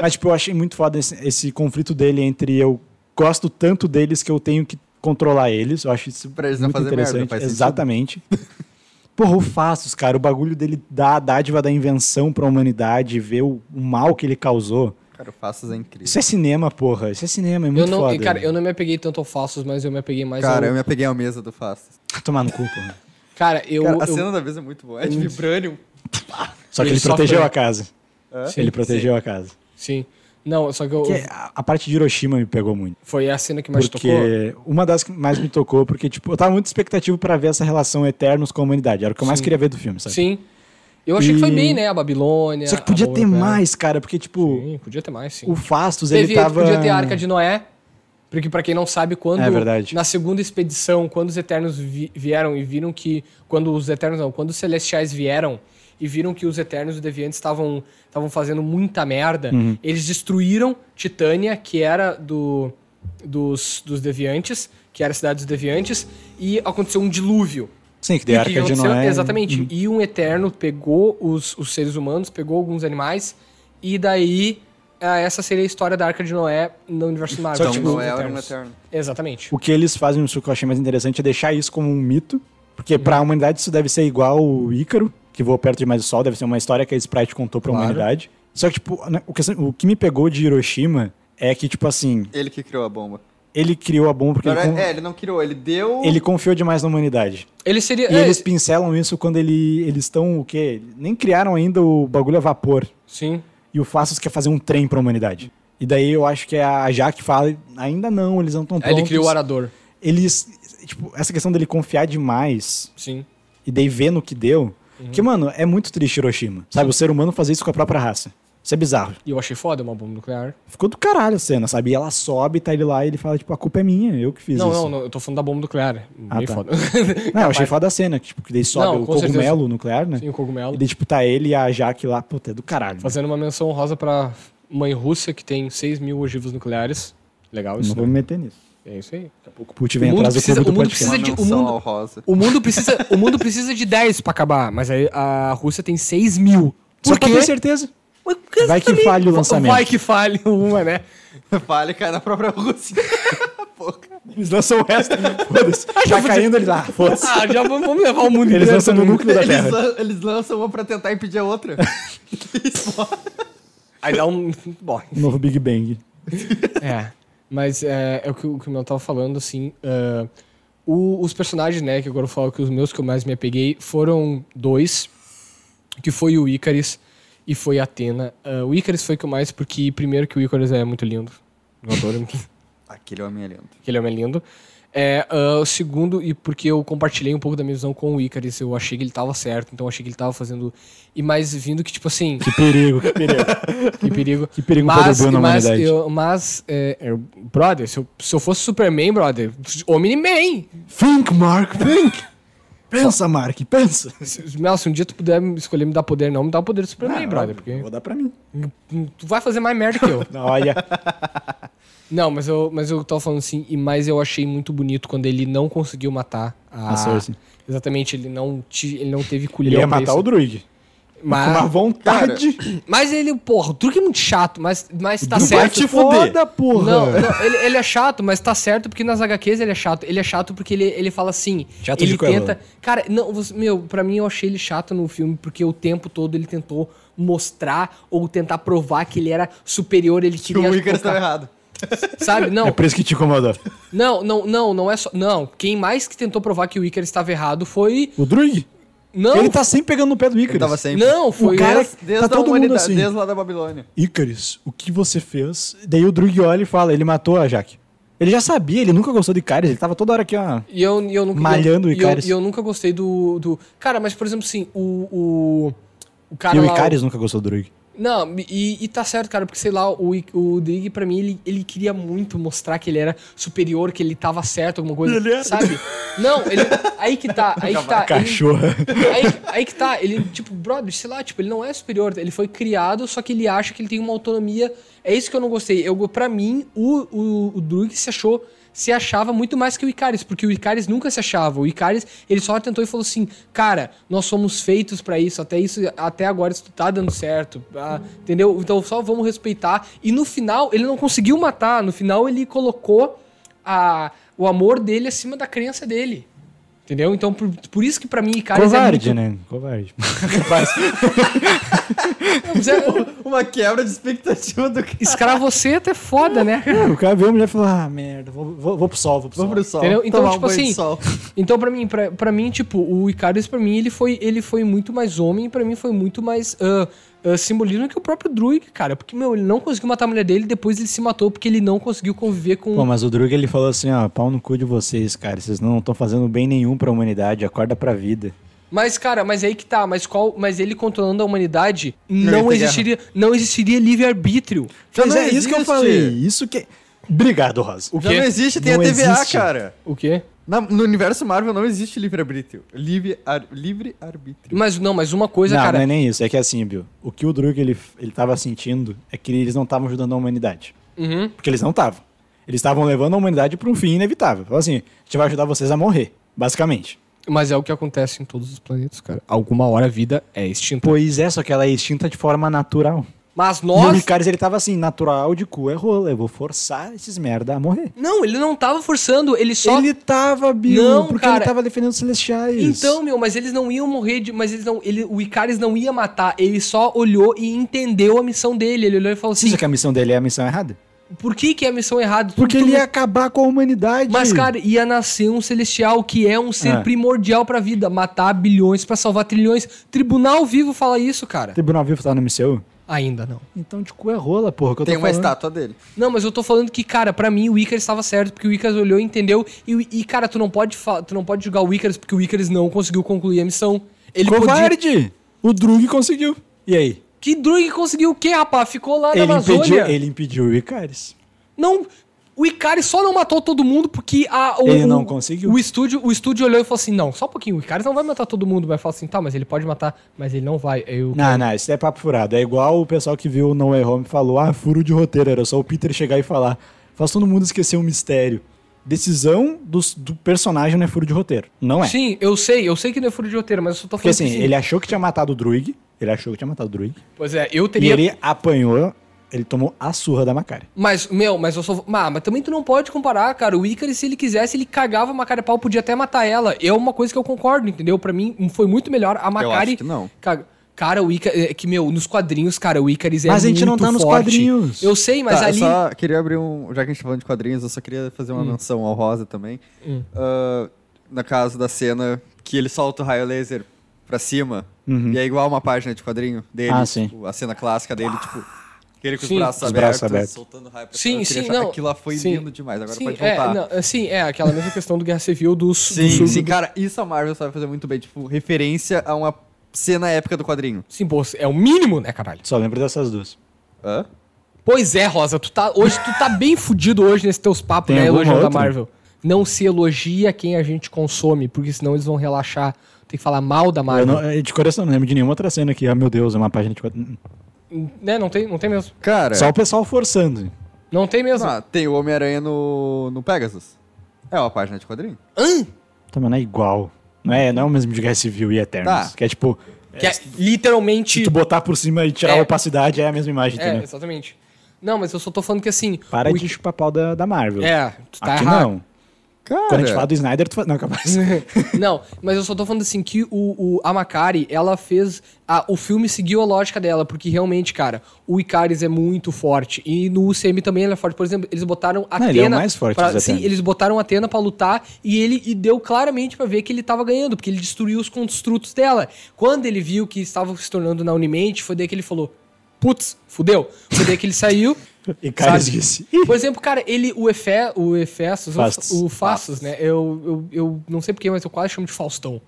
[SPEAKER 2] Mas, tipo, eu achei muito foda esse, esse conflito dele entre eu gosto tanto deles que eu tenho que controlar eles. Eu acho isso
[SPEAKER 4] Pra eles não
[SPEAKER 2] muito
[SPEAKER 4] fazerem merda,
[SPEAKER 2] interessante.
[SPEAKER 4] faz sentido.
[SPEAKER 2] Exatamente. Porra, o Fastos, cara, o bagulho dele dar a dádiva da invenção pra humanidade, ver o, o mal que ele causou.
[SPEAKER 4] Cara, o Faças é incrível.
[SPEAKER 2] Isso é cinema, porra. Isso é cinema, é muito
[SPEAKER 3] eu não,
[SPEAKER 2] foda.
[SPEAKER 3] e, cara, eu não me apeguei tanto ao Falsos, mas eu me apeguei mais
[SPEAKER 4] Cara,
[SPEAKER 3] ao.
[SPEAKER 4] eu me apeguei à mesa do Faças.
[SPEAKER 2] Tomar no cu, porra.
[SPEAKER 3] Cara, eu.
[SPEAKER 4] Cara, a
[SPEAKER 3] eu-
[SPEAKER 4] cena da mesa é muito boa. É de Vibranium.
[SPEAKER 2] Só que
[SPEAKER 3] Ele
[SPEAKER 2] ele,
[SPEAKER 3] sofre. né?
[SPEAKER 2] protegeu a casa.
[SPEAKER 3] Sim,
[SPEAKER 2] ele protegeu a casa.
[SPEAKER 3] Sim. Não, só que eu.
[SPEAKER 2] Que a, a parte de Hiroshima me pegou muito.
[SPEAKER 3] Foi a cena que mais tocou.
[SPEAKER 2] porque uma das que mais me tocou, porque, tipo, eu tava muito expectativo pra ver essa relação Eternos com a humanidade. Era o que eu mais
[SPEAKER 3] Sim.
[SPEAKER 2] queria ver do filme, sabe?
[SPEAKER 3] Sim. Eu achei que foi
[SPEAKER 2] E-
[SPEAKER 3] bem, né? A Babilônia.
[SPEAKER 2] Só que podia
[SPEAKER 3] a
[SPEAKER 2] ter
[SPEAKER 3] Moabera.
[SPEAKER 2] mais, cara, porque, tipo,
[SPEAKER 3] Sim, podia ter mais, sim.
[SPEAKER 2] o Fastos, ele
[SPEAKER 3] Teve,
[SPEAKER 2] tava...
[SPEAKER 3] Podia ter a Arca de Noé. Porque pra quem não sabe, quando...
[SPEAKER 2] É verdade.
[SPEAKER 3] Na segunda expedição, quando os Eternos vi- vieram e viram que... Quando os Eternos não, quando os Celestiais vieram e viram que os Eternos e os Deviantes estavam estavam fazendo muita merda,
[SPEAKER 2] Uhum.
[SPEAKER 3] eles destruíram Titânia, que era do... Dos, dos Deviantes, que era a cidade dos Deviantes, e aconteceu um dilúvio.
[SPEAKER 2] Sim, que
[SPEAKER 3] E
[SPEAKER 2] deu a
[SPEAKER 3] o que
[SPEAKER 2] Arca de
[SPEAKER 3] aconteceu?
[SPEAKER 2] Noé. Hum.
[SPEAKER 3] Exatamente. E um Eterno pegou os, os seres humanos, pegou alguns animais, e daí ah, essa seria a história da Arca de Noé no universo Marvel.
[SPEAKER 4] Então,
[SPEAKER 3] Tipo,
[SPEAKER 4] não
[SPEAKER 3] os
[SPEAKER 4] é era um
[SPEAKER 3] Eternos.
[SPEAKER 4] eterno.
[SPEAKER 3] Exatamente.
[SPEAKER 2] O que eles fazem, isso que eu achei mais interessante, é deixar isso como um mito, porque
[SPEAKER 3] Uhum.
[SPEAKER 2] pra humanidade isso deve ser igual o Ícaro, que voa perto demais do Sol, deve ser uma história que a Sprite contou pra
[SPEAKER 3] Claro.
[SPEAKER 2] humanidade. Só que, tipo, né, o que, o que me pegou de Hiroshima é que, tipo assim,
[SPEAKER 4] Ele que criou a bomba.
[SPEAKER 2] ele criou a bomba porque
[SPEAKER 4] Na
[SPEAKER 2] ele,
[SPEAKER 4] verdade,
[SPEAKER 2] con-
[SPEAKER 4] É, ele não criou, ele deu.
[SPEAKER 2] ele confiou demais na humanidade.
[SPEAKER 3] Ele seria.
[SPEAKER 2] E
[SPEAKER 3] é,
[SPEAKER 2] eles pincelam isso quando ele, eles estão o quê? Nem criaram ainda o bagulho a vapor.
[SPEAKER 3] Sim.
[SPEAKER 2] E o Fastos quer fazer um trem pra humanidade. E daí eu acho que é a Jaque fala, ainda não, eles não estão
[SPEAKER 3] É, Ele
[SPEAKER 2] prontos.
[SPEAKER 3] criou o Arador.
[SPEAKER 2] Eles, tipo, essa questão dele confiar demais
[SPEAKER 3] Sim.
[SPEAKER 2] e daí ver no que deu.
[SPEAKER 3] Uhum.
[SPEAKER 2] Porque, mano, é muito triste Hiroshima. Sabe, o ser humano fazer isso com a própria raça. Isso é bizarro.
[SPEAKER 3] E eu achei foda uma bomba nuclear.
[SPEAKER 2] Ficou do caralho a cena, sabe? E ela sobe, tá ele lá e ele fala, tipo, a culpa é minha, eu que fiz
[SPEAKER 3] Não,
[SPEAKER 2] isso.
[SPEAKER 3] não, não, eu tô falando da bomba nuclear. Bem
[SPEAKER 2] tá.
[SPEAKER 3] foda.
[SPEAKER 2] Não, eu achei foda a cena, que, tipo, que daí sobe
[SPEAKER 3] Não,
[SPEAKER 2] o
[SPEAKER 3] com
[SPEAKER 2] cogumelo
[SPEAKER 3] certeza.
[SPEAKER 2] nuclear, né?
[SPEAKER 3] Sim, o
[SPEAKER 2] E
[SPEAKER 3] cogumelo.
[SPEAKER 2] daí, tipo, tá ele e a Jaque lá, puta, é do caralho.
[SPEAKER 3] Fazendo uma menção honrosa pra mãe russa, que tem 6 mil ogivas nucleares. Legal
[SPEAKER 2] Não
[SPEAKER 3] isso.
[SPEAKER 2] vou me
[SPEAKER 3] né?
[SPEAKER 2] meter nisso.
[SPEAKER 3] É isso aí. Daqui a pouco.
[SPEAKER 2] O Putin
[SPEAKER 3] O
[SPEAKER 2] vem
[SPEAKER 3] mundo
[SPEAKER 2] atrás do
[SPEAKER 3] precisa-
[SPEAKER 2] clube do
[SPEAKER 3] o mundo
[SPEAKER 2] podcast.
[SPEAKER 3] precisa de- o
[SPEAKER 4] Menção
[SPEAKER 3] mundo-
[SPEAKER 4] ao rosa.
[SPEAKER 3] O mundo precisa, o mundo precisa de 10 pra acabar, mas aí a Rússia tem 6 mil.
[SPEAKER 2] Só
[SPEAKER 3] Por
[SPEAKER 2] que eu
[SPEAKER 3] quê?
[SPEAKER 2] tenho certeza.
[SPEAKER 3] Mas porque
[SPEAKER 2] Vai que
[SPEAKER 3] também-
[SPEAKER 2] falhe o lançamento.
[SPEAKER 3] tá Vai que falhe uma, né?
[SPEAKER 4] Vale cai na própria Rússia. Pô, cara.
[SPEAKER 2] Eles lançam o resto. Foda-se. Tá caindo ele lá. Foda-se.
[SPEAKER 3] Ah, já vamos vamos levar o mundo
[SPEAKER 2] Eles
[SPEAKER 3] inteiro
[SPEAKER 2] lançam no
[SPEAKER 3] também.
[SPEAKER 2] núcleo da
[SPEAKER 4] Eles,
[SPEAKER 2] Terra.
[SPEAKER 4] lan- eles lançam uma pra tentar impedir a outra.
[SPEAKER 3] Aí dá um... Bom,
[SPEAKER 2] Novo Big Bang.
[SPEAKER 3] é. Mas é, é o, que, o que o Mel tava falando, assim... ah, o- os personagens, né, que agora eu falo que os meus que eu mais me apeguei foram dois, que foi o Ícaris e foi a Atena. Ah, o Ícaris foi o que eu mais, porque primeiro que o Ícaris é muito lindo. Eu adoro muito.
[SPEAKER 4] Aquele homem é lindo.
[SPEAKER 3] que ele é mais lindo. É, ah, o segundo, e porque eu compartilhei um pouco da minha visão com o Icarus, eu achei que ele tava certo, então eu achei que ele tava fazendo. E mais vindo que, tipo assim,
[SPEAKER 2] Que perigo, que perigo.
[SPEAKER 3] que perigo.
[SPEAKER 2] Que perigo
[SPEAKER 3] mas,
[SPEAKER 2] contribuiu na
[SPEAKER 3] mas,
[SPEAKER 2] humanidade.
[SPEAKER 3] eu, mas é, eu- brother, se eu, se eu fosse Superman, brother, Omni-Man.
[SPEAKER 2] Think, Mark, think. Pensa, Mark, pensa.
[SPEAKER 3] Se- Mel, se um dia tu puder me- escolher me dar poder, não, me dá o poder do Superman, brother, porque
[SPEAKER 2] Vou dar pra mim.
[SPEAKER 3] tu vai fazer mais merda que eu.
[SPEAKER 2] Não, Olha,
[SPEAKER 3] não, mas eu, mas eu tava falando assim, e mais eu achei muito bonito quando ele não conseguiu matar a.
[SPEAKER 2] A Cersei.
[SPEAKER 3] Exatamente, ele não, ti- ele não teve culhão.
[SPEAKER 2] ele é um ia
[SPEAKER 3] pra
[SPEAKER 2] matar
[SPEAKER 3] isso.
[SPEAKER 2] o druid. Ah, Com uma
[SPEAKER 3] Mas,
[SPEAKER 2] vontade.
[SPEAKER 3] mas ele, porra, o truque é muito chato, mas, mas tá
[SPEAKER 2] do
[SPEAKER 3] certo.
[SPEAKER 2] bate foda, é porra.
[SPEAKER 3] Não, não, ele, ele é chato, mas tá certo porque nas HQs ele é chato. Ele é chato porque ele, ele fala assim.
[SPEAKER 2] Chato
[SPEAKER 3] ele
[SPEAKER 2] de coelho.
[SPEAKER 3] tenta. Cara, não, você- meu, pra mim eu achei ele chato no filme porque o tempo todo ele tentou mostrar ou tentar provar que ele era superior, ele
[SPEAKER 4] Que o
[SPEAKER 3] queria.
[SPEAKER 4] Icarus
[SPEAKER 3] tocar,
[SPEAKER 4] tava errado.
[SPEAKER 3] Sabe? Não,
[SPEAKER 2] É por isso que te incomodou.
[SPEAKER 3] não, não, não, não é só. Não, quem mais que tentou provar que o Iker estava errado foi.
[SPEAKER 2] O druid?
[SPEAKER 3] Não,
[SPEAKER 2] Ele tá sempre pegando no pé do
[SPEAKER 4] Ele
[SPEAKER 2] Icarus.
[SPEAKER 4] tava sempre.
[SPEAKER 3] não, foi
[SPEAKER 2] cara
[SPEAKER 3] essa-
[SPEAKER 4] Desde, desde
[SPEAKER 2] tá
[SPEAKER 4] a
[SPEAKER 2] todo mundo
[SPEAKER 4] humanidade,
[SPEAKER 2] assim.
[SPEAKER 4] desde lá da Babilônia.
[SPEAKER 2] Icarus, o que você fez? Daí o Drug olha e fala, ele matou a Jaque. Ele já sabia, ele nunca gostou de Icaris, ele tava toda hora aqui, ó.
[SPEAKER 3] E eu, e eu nunca.
[SPEAKER 2] Malhando o
[SPEAKER 3] e eu, e eu,
[SPEAKER 2] Icarus.
[SPEAKER 3] e eu nunca gostei do, do. Cara, mas por exemplo, assim, o. O, o cara.
[SPEAKER 2] e o
[SPEAKER 3] Tá lá,
[SPEAKER 2] Icaris nunca gostou do Druig.
[SPEAKER 3] Não, e, e tá certo, cara, porque sei lá, o, I- o Dig, pra mim, ele, ele queria muito mostrar que ele era superior, que ele tava certo, alguma coisa.
[SPEAKER 2] Ele era.
[SPEAKER 3] Sabe? Não, ele. Aí que tá, aí que tá. ele-
[SPEAKER 2] Cachorra.
[SPEAKER 3] aí, aí que tá, ele, tipo, brother, sei lá, tipo, ele não é superior, ele foi criado, só que ele acha que ele tem uma autonomia. É isso que eu não gostei. Eu, pra mim, o, o, o Druig se achou, se achava muito mais que o Icaris, porque o Icaris nunca se achava. O Icaris, ele só tentou e falou assim: cara, nós somos feitos pra isso, até isso, até agora isso tá dando certo, ah, entendeu? Então só vamos respeitar. E no final, ele não conseguiu matar, no final ele colocou a, o amor dele acima da crença dele. Entendeu? Então, por, por isso que pra mim, Icaris é muito
[SPEAKER 2] Covarde, né? Covarde. né?
[SPEAKER 3] Mas é-
[SPEAKER 4] Uma quebra de expectativa do que.
[SPEAKER 3] Escravoceta é foda, né?
[SPEAKER 2] o cara viu a mulher e falou: ah, merda, vou, vou, vou pro sol, vou pro sol.
[SPEAKER 4] Vamos pro sol.
[SPEAKER 3] Entendeu? Então,
[SPEAKER 4] tomar um
[SPEAKER 3] tipo
[SPEAKER 4] banho de
[SPEAKER 3] assim,
[SPEAKER 4] sol.
[SPEAKER 3] Então, pra mim, pra, pra mim, tipo, o Icarus, pra mim, ele foi, ele foi muito mais homem, pra mim foi muito mais ah, ah, simbolismo que o próprio Druig, cara. Porque, meu, ele não conseguiu matar a mulher dele, depois ele se matou porque ele não conseguiu conviver com.
[SPEAKER 2] Pô, mas o Drug ele falou assim: ó, pau no cu de vocês, cara. Vocês não estão fazendo bem nenhum pra humanidade, acorda pra vida.
[SPEAKER 3] Mas, cara, mas aí que tá, mas qual. Mas ele controlando a humanidade não,
[SPEAKER 4] ia ter
[SPEAKER 3] existiria. Não existiria livre-arbítrio.
[SPEAKER 2] Pois
[SPEAKER 4] não
[SPEAKER 2] é, isso que eu
[SPEAKER 4] existe.
[SPEAKER 2] falei. Isso que. é- Obrigado, Rosa.
[SPEAKER 3] O
[SPEAKER 4] Já
[SPEAKER 3] quê?
[SPEAKER 4] não existe, tem
[SPEAKER 2] Não
[SPEAKER 4] a TVA,
[SPEAKER 2] existe.
[SPEAKER 4] cara.
[SPEAKER 3] O quê?
[SPEAKER 4] Na- no universo Marvel não existe livre-arbítrio. Livre, ar- livre-arbítrio.
[SPEAKER 3] Mas não, mas uma coisa,
[SPEAKER 2] não,
[SPEAKER 3] cara.
[SPEAKER 2] não é nem isso. É que assim, Bill, o que o Drug ele, ele tava sentindo é que eles não estavam ajudando a humanidade.
[SPEAKER 3] Uhum.
[SPEAKER 2] Porque eles não estavam. Eles estavam levando a humanidade pra um fim inevitável. Falou assim: a gente vai ajudar vocês a morrer, basicamente.
[SPEAKER 3] Mas é o que acontece em todos os planetas, cara. Alguma hora a vida é extinta.
[SPEAKER 2] Pois é, só que ela é extinta de forma natural.
[SPEAKER 3] Mas
[SPEAKER 2] E o
[SPEAKER 3] nós.
[SPEAKER 2] Icarus, ele tava assim, natural de cu é rola, eu vou forçar esses merda a morrer.
[SPEAKER 3] Não, ele não tava forçando, ele só.
[SPEAKER 2] Ele tava, Bill,
[SPEAKER 3] Não,
[SPEAKER 2] porque
[SPEAKER 3] cara.
[SPEAKER 2] ele tava defendendo os celestiais.
[SPEAKER 3] Então, meu, mas eles não iam morrer de. Mas eles não. Ele, o Icaris não ia matar. Ele só olhou e entendeu a missão dele. Ele olhou e falou assim:
[SPEAKER 2] Isso que a missão dele é a missão errada.
[SPEAKER 3] por que, que é a missão errada? Tudo
[SPEAKER 2] Porque
[SPEAKER 3] tu-
[SPEAKER 2] ele ia acabar com a humanidade.
[SPEAKER 3] Mas, cara, ia nascer um celestial que é um ser
[SPEAKER 2] É.
[SPEAKER 3] primordial pra vida. Matar bilhões pra salvar trilhões. Tribunal vivo fala isso, cara.
[SPEAKER 2] Tribunal Vivo tá no MCU?
[SPEAKER 3] Ainda não.
[SPEAKER 2] Então de cu é rola, porra, que eu
[SPEAKER 4] Tem
[SPEAKER 2] tô
[SPEAKER 4] uma
[SPEAKER 2] falando.
[SPEAKER 4] estátua dele.
[SPEAKER 3] Não, mas eu tô falando que, cara, pra mim o Icarus estava certo, porque o Icarus olhou e entendeu. E, o- e, cara, tu não pode fa- tu não pode julgar o Icarus porque o Icarus não conseguiu concluir a missão. Ele podia...
[SPEAKER 2] Covarde! O Drug conseguiu. E aí?
[SPEAKER 3] Que Drug conseguiu o quê, rapaz? Ficou lá na
[SPEAKER 2] Ele
[SPEAKER 3] Amazônia.
[SPEAKER 2] impediu, ele impediu o Icarus.
[SPEAKER 3] Não. O Icarus só não matou todo mundo porque a, o,
[SPEAKER 2] Ele não
[SPEAKER 3] o-
[SPEAKER 2] conseguiu.
[SPEAKER 3] O estúdio, o estúdio olhou e falou assim: não, só um pouquinho, o Icarus não vai matar todo mundo, vai falar assim, tá, mas ele pode matar, mas ele não vai. Eu...
[SPEAKER 2] Não, não, isso é papo furado. É igual o pessoal que viu o No Way Home e falou: ah, furo de roteiro, era só o Peter chegar e falar. Faz todo mundo esquecer um mistério. Decisão dos- do, personagem não é furo de roteiro. Não é.
[SPEAKER 3] Sim, eu sei, eu sei que não é furo de roteiro, mas eu só tô
[SPEAKER 2] Porque
[SPEAKER 3] falando.
[SPEAKER 2] assim,
[SPEAKER 3] que,
[SPEAKER 2] ele achou que tinha matado o Druig. Ele achou que tinha matado o Druig.
[SPEAKER 3] Pois é, eu
[SPEAKER 2] E
[SPEAKER 3] teria.
[SPEAKER 2] ele apanhou, ele tomou a surra da Macari.
[SPEAKER 3] Mas, meu, mas eu só. Ah, mas também tu não pode comparar, cara. O Icarus, se ele quisesse, ele cagava a Macari a pau, podia até matar ela. É uma coisa que eu concordo, entendeu? Pra mim, foi muito melhor a Macari.
[SPEAKER 4] acho que não.
[SPEAKER 3] Ca- Cara, o Icarus. É que, meu, nos quadrinhos, cara, o Icarus é muito
[SPEAKER 2] Mas a gente não tá nos
[SPEAKER 3] forte.
[SPEAKER 2] quadrinhos.
[SPEAKER 3] Eu sei, mas
[SPEAKER 4] Tá,
[SPEAKER 3] ali. Hum.
[SPEAKER 4] Eu só queria abrir um. Já que a gente tá falando de quadrinhos, eu só queria fazer uma menção ao Rosa também. Ah, no caso da cena que ele solta o raio laser pra cima. E é igual uma página de quadrinho dele.
[SPEAKER 2] Uhum. Ah, sim.
[SPEAKER 4] tipo, a cena clássica dele, tipo. Que ele com
[SPEAKER 3] Sim.
[SPEAKER 4] os braços
[SPEAKER 2] Os
[SPEAKER 4] abertos,
[SPEAKER 2] braços abertos.
[SPEAKER 4] soltando raio pra
[SPEAKER 3] Sim,
[SPEAKER 4] cima. Eu queria
[SPEAKER 3] sim,
[SPEAKER 4] achar-
[SPEAKER 3] não.
[SPEAKER 4] Aquilo lá foi
[SPEAKER 3] Sim.
[SPEAKER 4] lindo demais. Agora
[SPEAKER 3] Sim,
[SPEAKER 4] pode
[SPEAKER 3] é,
[SPEAKER 4] voltar.
[SPEAKER 3] não, sim, é aquela mesma questão do Guerra Civil dos.
[SPEAKER 4] Sim,
[SPEAKER 3] dos-
[SPEAKER 4] sim,
[SPEAKER 3] do-
[SPEAKER 4] cara, isso a Marvel sabe fazer muito bem. Tipo, referência a uma cena épica do quadrinho.
[SPEAKER 3] Sim, pô, é o mínimo, né, caralho?
[SPEAKER 2] Só lembro dessas duas.
[SPEAKER 4] Hã?
[SPEAKER 3] Pois é, Rosa, tu tá, hoje, tu tá bem fudido hoje nesses teus papos,
[SPEAKER 2] Tem
[SPEAKER 3] né,
[SPEAKER 2] alguma
[SPEAKER 3] elogiando a
[SPEAKER 2] outra?
[SPEAKER 3] Marvel. Não se elogia quem a gente consome, porque senão eles vão relaxar. Tem que falar mal da
[SPEAKER 2] Eu
[SPEAKER 3] Marvel.
[SPEAKER 2] não- eh, de coração, não lembro de nenhuma outra cena aqui. Ah, meu Deus, é uma página de quadrinhos.
[SPEAKER 3] Né, não tem, não tem mesmo.
[SPEAKER 4] Cara,
[SPEAKER 2] Só o pessoal forçando.
[SPEAKER 3] Não tem mesmo.
[SPEAKER 4] ah, tem o Homem-Aranha no, no Pegasus. É uma página de quadrinho.
[SPEAKER 3] Hã?
[SPEAKER 2] Também não é igual. Não é, não é o mesmo de Guerra Civil e Eternos.
[SPEAKER 4] Tá.
[SPEAKER 2] Que é tipo,
[SPEAKER 3] que é literalmente.
[SPEAKER 2] se tu botar por cima e tirar
[SPEAKER 3] É.
[SPEAKER 2] a opacidade, é a mesma imagem,
[SPEAKER 3] É,
[SPEAKER 2] entendeu?
[SPEAKER 3] exatamente. Não, mas eu só tô falando que assim.
[SPEAKER 2] Para
[SPEAKER 3] o
[SPEAKER 2] de chupar pau da, da Marvel.
[SPEAKER 3] É, tu tá
[SPEAKER 2] Aqui
[SPEAKER 3] errado. É.
[SPEAKER 2] não.
[SPEAKER 4] Cara,
[SPEAKER 2] Quando a gente fala do Snyder, tu fala... Não, capaz.
[SPEAKER 3] Não, mas eu só tô falando assim que o, o a Macari, ela fez. a- o filme seguiu a lógica dela, porque realmente, cara, o Icaris é muito forte. E no UCM também ele é forte. Por exemplo, eles botaram a
[SPEAKER 2] Não,
[SPEAKER 3] Atena.
[SPEAKER 2] ele é o mais forte
[SPEAKER 3] pra-
[SPEAKER 2] dos
[SPEAKER 3] Sim,
[SPEAKER 2] Eternos.
[SPEAKER 3] eles botaram a Atena pra lutar e ele e deu claramente pra ver que ele tava ganhando, porque ele destruiu os construtos dela. Quando ele viu que estava se tornando na Unimente, foi daí que ele falou: putz, fudeu. Foi daí que ele saiu.
[SPEAKER 2] E Carlos
[SPEAKER 3] sabe?
[SPEAKER 2] disse.
[SPEAKER 3] Por exemplo, cara, ele, o, Efe, o Efestos,
[SPEAKER 2] Fastos.
[SPEAKER 3] o Fastos, né? Eu, eu, eu não sei porquê, mas eu quase chamo de Faustão.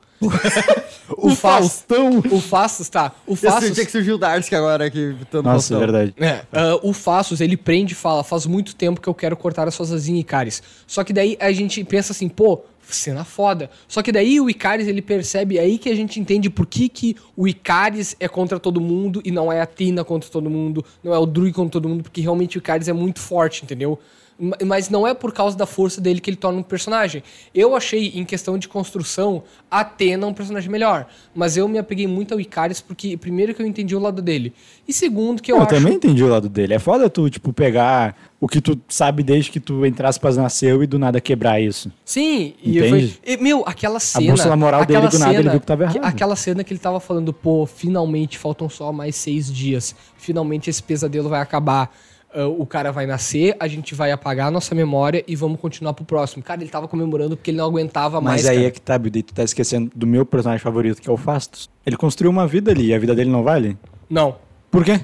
[SPEAKER 2] O Faustão.
[SPEAKER 3] O Fastos, tá. O
[SPEAKER 4] Esse
[SPEAKER 3] Fastos.
[SPEAKER 4] assim, tinha que surgir o Darsk agora aqui, tanto
[SPEAKER 2] Nossa, é verdade.
[SPEAKER 3] É, ah, o Faços, ele prende e fala: faz muito tempo que eu quero cortar as suas asinhas, Icaris. Só que daí a gente pensa assim, pô, cena foda. Só que daí o Icaris ele percebe, é aí que a gente entende por que, que o Icaris é contra todo mundo e não é a Tina contra todo mundo, não é o Druid contra todo mundo, porque realmente o Icaris é muito forte, entendeu? Ma- Mas não é por causa da força dele que ele torna um personagem. Eu achei, em questão de construção, a Atena um personagem melhor. Mas eu me apeguei muito ao Icaris porque, primeiro, que eu entendi o lado dele. E segundo, que eu,
[SPEAKER 2] Eu,
[SPEAKER 3] acho.
[SPEAKER 2] também entendi o lado dele. É foda tu, tipo, pegar o que tu sabe desde que tu, entre aspas, nasceu e do nada quebrar isso.
[SPEAKER 3] Sim, e eu
[SPEAKER 2] Entende?
[SPEAKER 3] falei, e, meu, aquela cena.
[SPEAKER 2] bússola moral dele,
[SPEAKER 3] aquela
[SPEAKER 2] do nada, ele viu que tava errado.
[SPEAKER 3] aquela cena que ele tava falando, pô, finalmente faltam só mais seis dias. Finalmente esse pesadelo vai acabar. Ah, o cara vai nascer, a gente vai apagar a nossa memória e vamos continuar pro próximo. Cara, ele tava comemorando porque ele não aguentava mais.
[SPEAKER 2] Mas aí
[SPEAKER 3] cara.
[SPEAKER 2] é que tá, Bidu, e tu tá esquecendo do meu personagem favorito, que é o Fastos. Ele construiu uma vida ali e a vida dele não vale?
[SPEAKER 3] Não.
[SPEAKER 2] Por quê?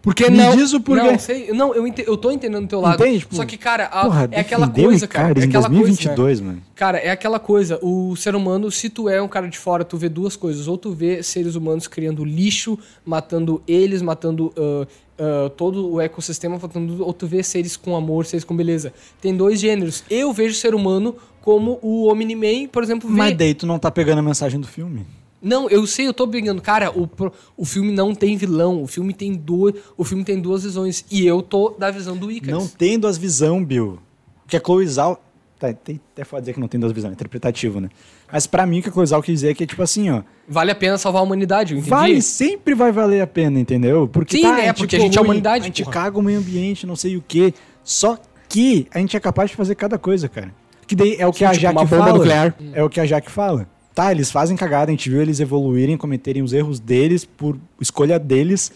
[SPEAKER 3] Porque
[SPEAKER 2] Me
[SPEAKER 3] não.
[SPEAKER 2] diz o porquê.
[SPEAKER 3] Não, sei, não eu, ente- eu tô entendendo o teu lado.
[SPEAKER 2] Entende? Tipo,
[SPEAKER 3] Só que, cara, a-
[SPEAKER 2] Porra,
[SPEAKER 3] é aquela
[SPEAKER 2] defender o
[SPEAKER 3] coisa, cara.
[SPEAKER 2] Icarus
[SPEAKER 3] É
[SPEAKER 2] em
[SPEAKER 3] aquela coisa. né?
[SPEAKER 2] 2022, mano.
[SPEAKER 3] Cara, é aquela coisa, o ser humano, se tu é um cara de fora, tu vê duas coisas. Ou tu vê seres humanos criando lixo, matando eles, matando ah, ah, todo o ecossistema, matando, ou tu vê seres com amor, seres com beleza. Tem dois gêneros. Eu vejo o ser humano como o Omni-Man, por exemplo, vê.
[SPEAKER 2] Mas daí tu não tá pegando a mensagem do filme.
[SPEAKER 3] Não, eu sei, eu tô brigando. Cara, o, pro- o filme não tem vilão, o filme tem duas. O filme tem duas visões. E eu tô da visão do Icarus.
[SPEAKER 2] Não tendo as visão, Bill. Que a Chloe Zhao... Tá, tem, é foda dizer que não tem duas visões, é interpretativo, né? Mas pra mim, o que a Chloe Zhao quis dizer é que é tipo assim, ó...
[SPEAKER 3] Vale a pena salvar a humanidade, eu entendi.
[SPEAKER 2] Vale, sempre vai valer a pena, entendeu? Porque,
[SPEAKER 3] Sim,
[SPEAKER 2] tá,
[SPEAKER 3] né?
[SPEAKER 2] é
[SPEAKER 3] Porque
[SPEAKER 2] tipo
[SPEAKER 3] a gente é
[SPEAKER 2] ruim,
[SPEAKER 3] humanidade,
[SPEAKER 2] A gente
[SPEAKER 3] porra.
[SPEAKER 2] caga o meio ambiente, não sei o quê. Só que a gente é capaz de fazer cada coisa, cara. Que daí é o que
[SPEAKER 3] Sim,
[SPEAKER 2] a
[SPEAKER 3] tipo
[SPEAKER 2] Jaque
[SPEAKER 3] uma bomba
[SPEAKER 2] fala.
[SPEAKER 3] nuclear.
[SPEAKER 2] É o que a Jaque fala. Tá, eles fazem cagada, a gente viu eles evoluírem, cometerem os erros deles por escolha deles.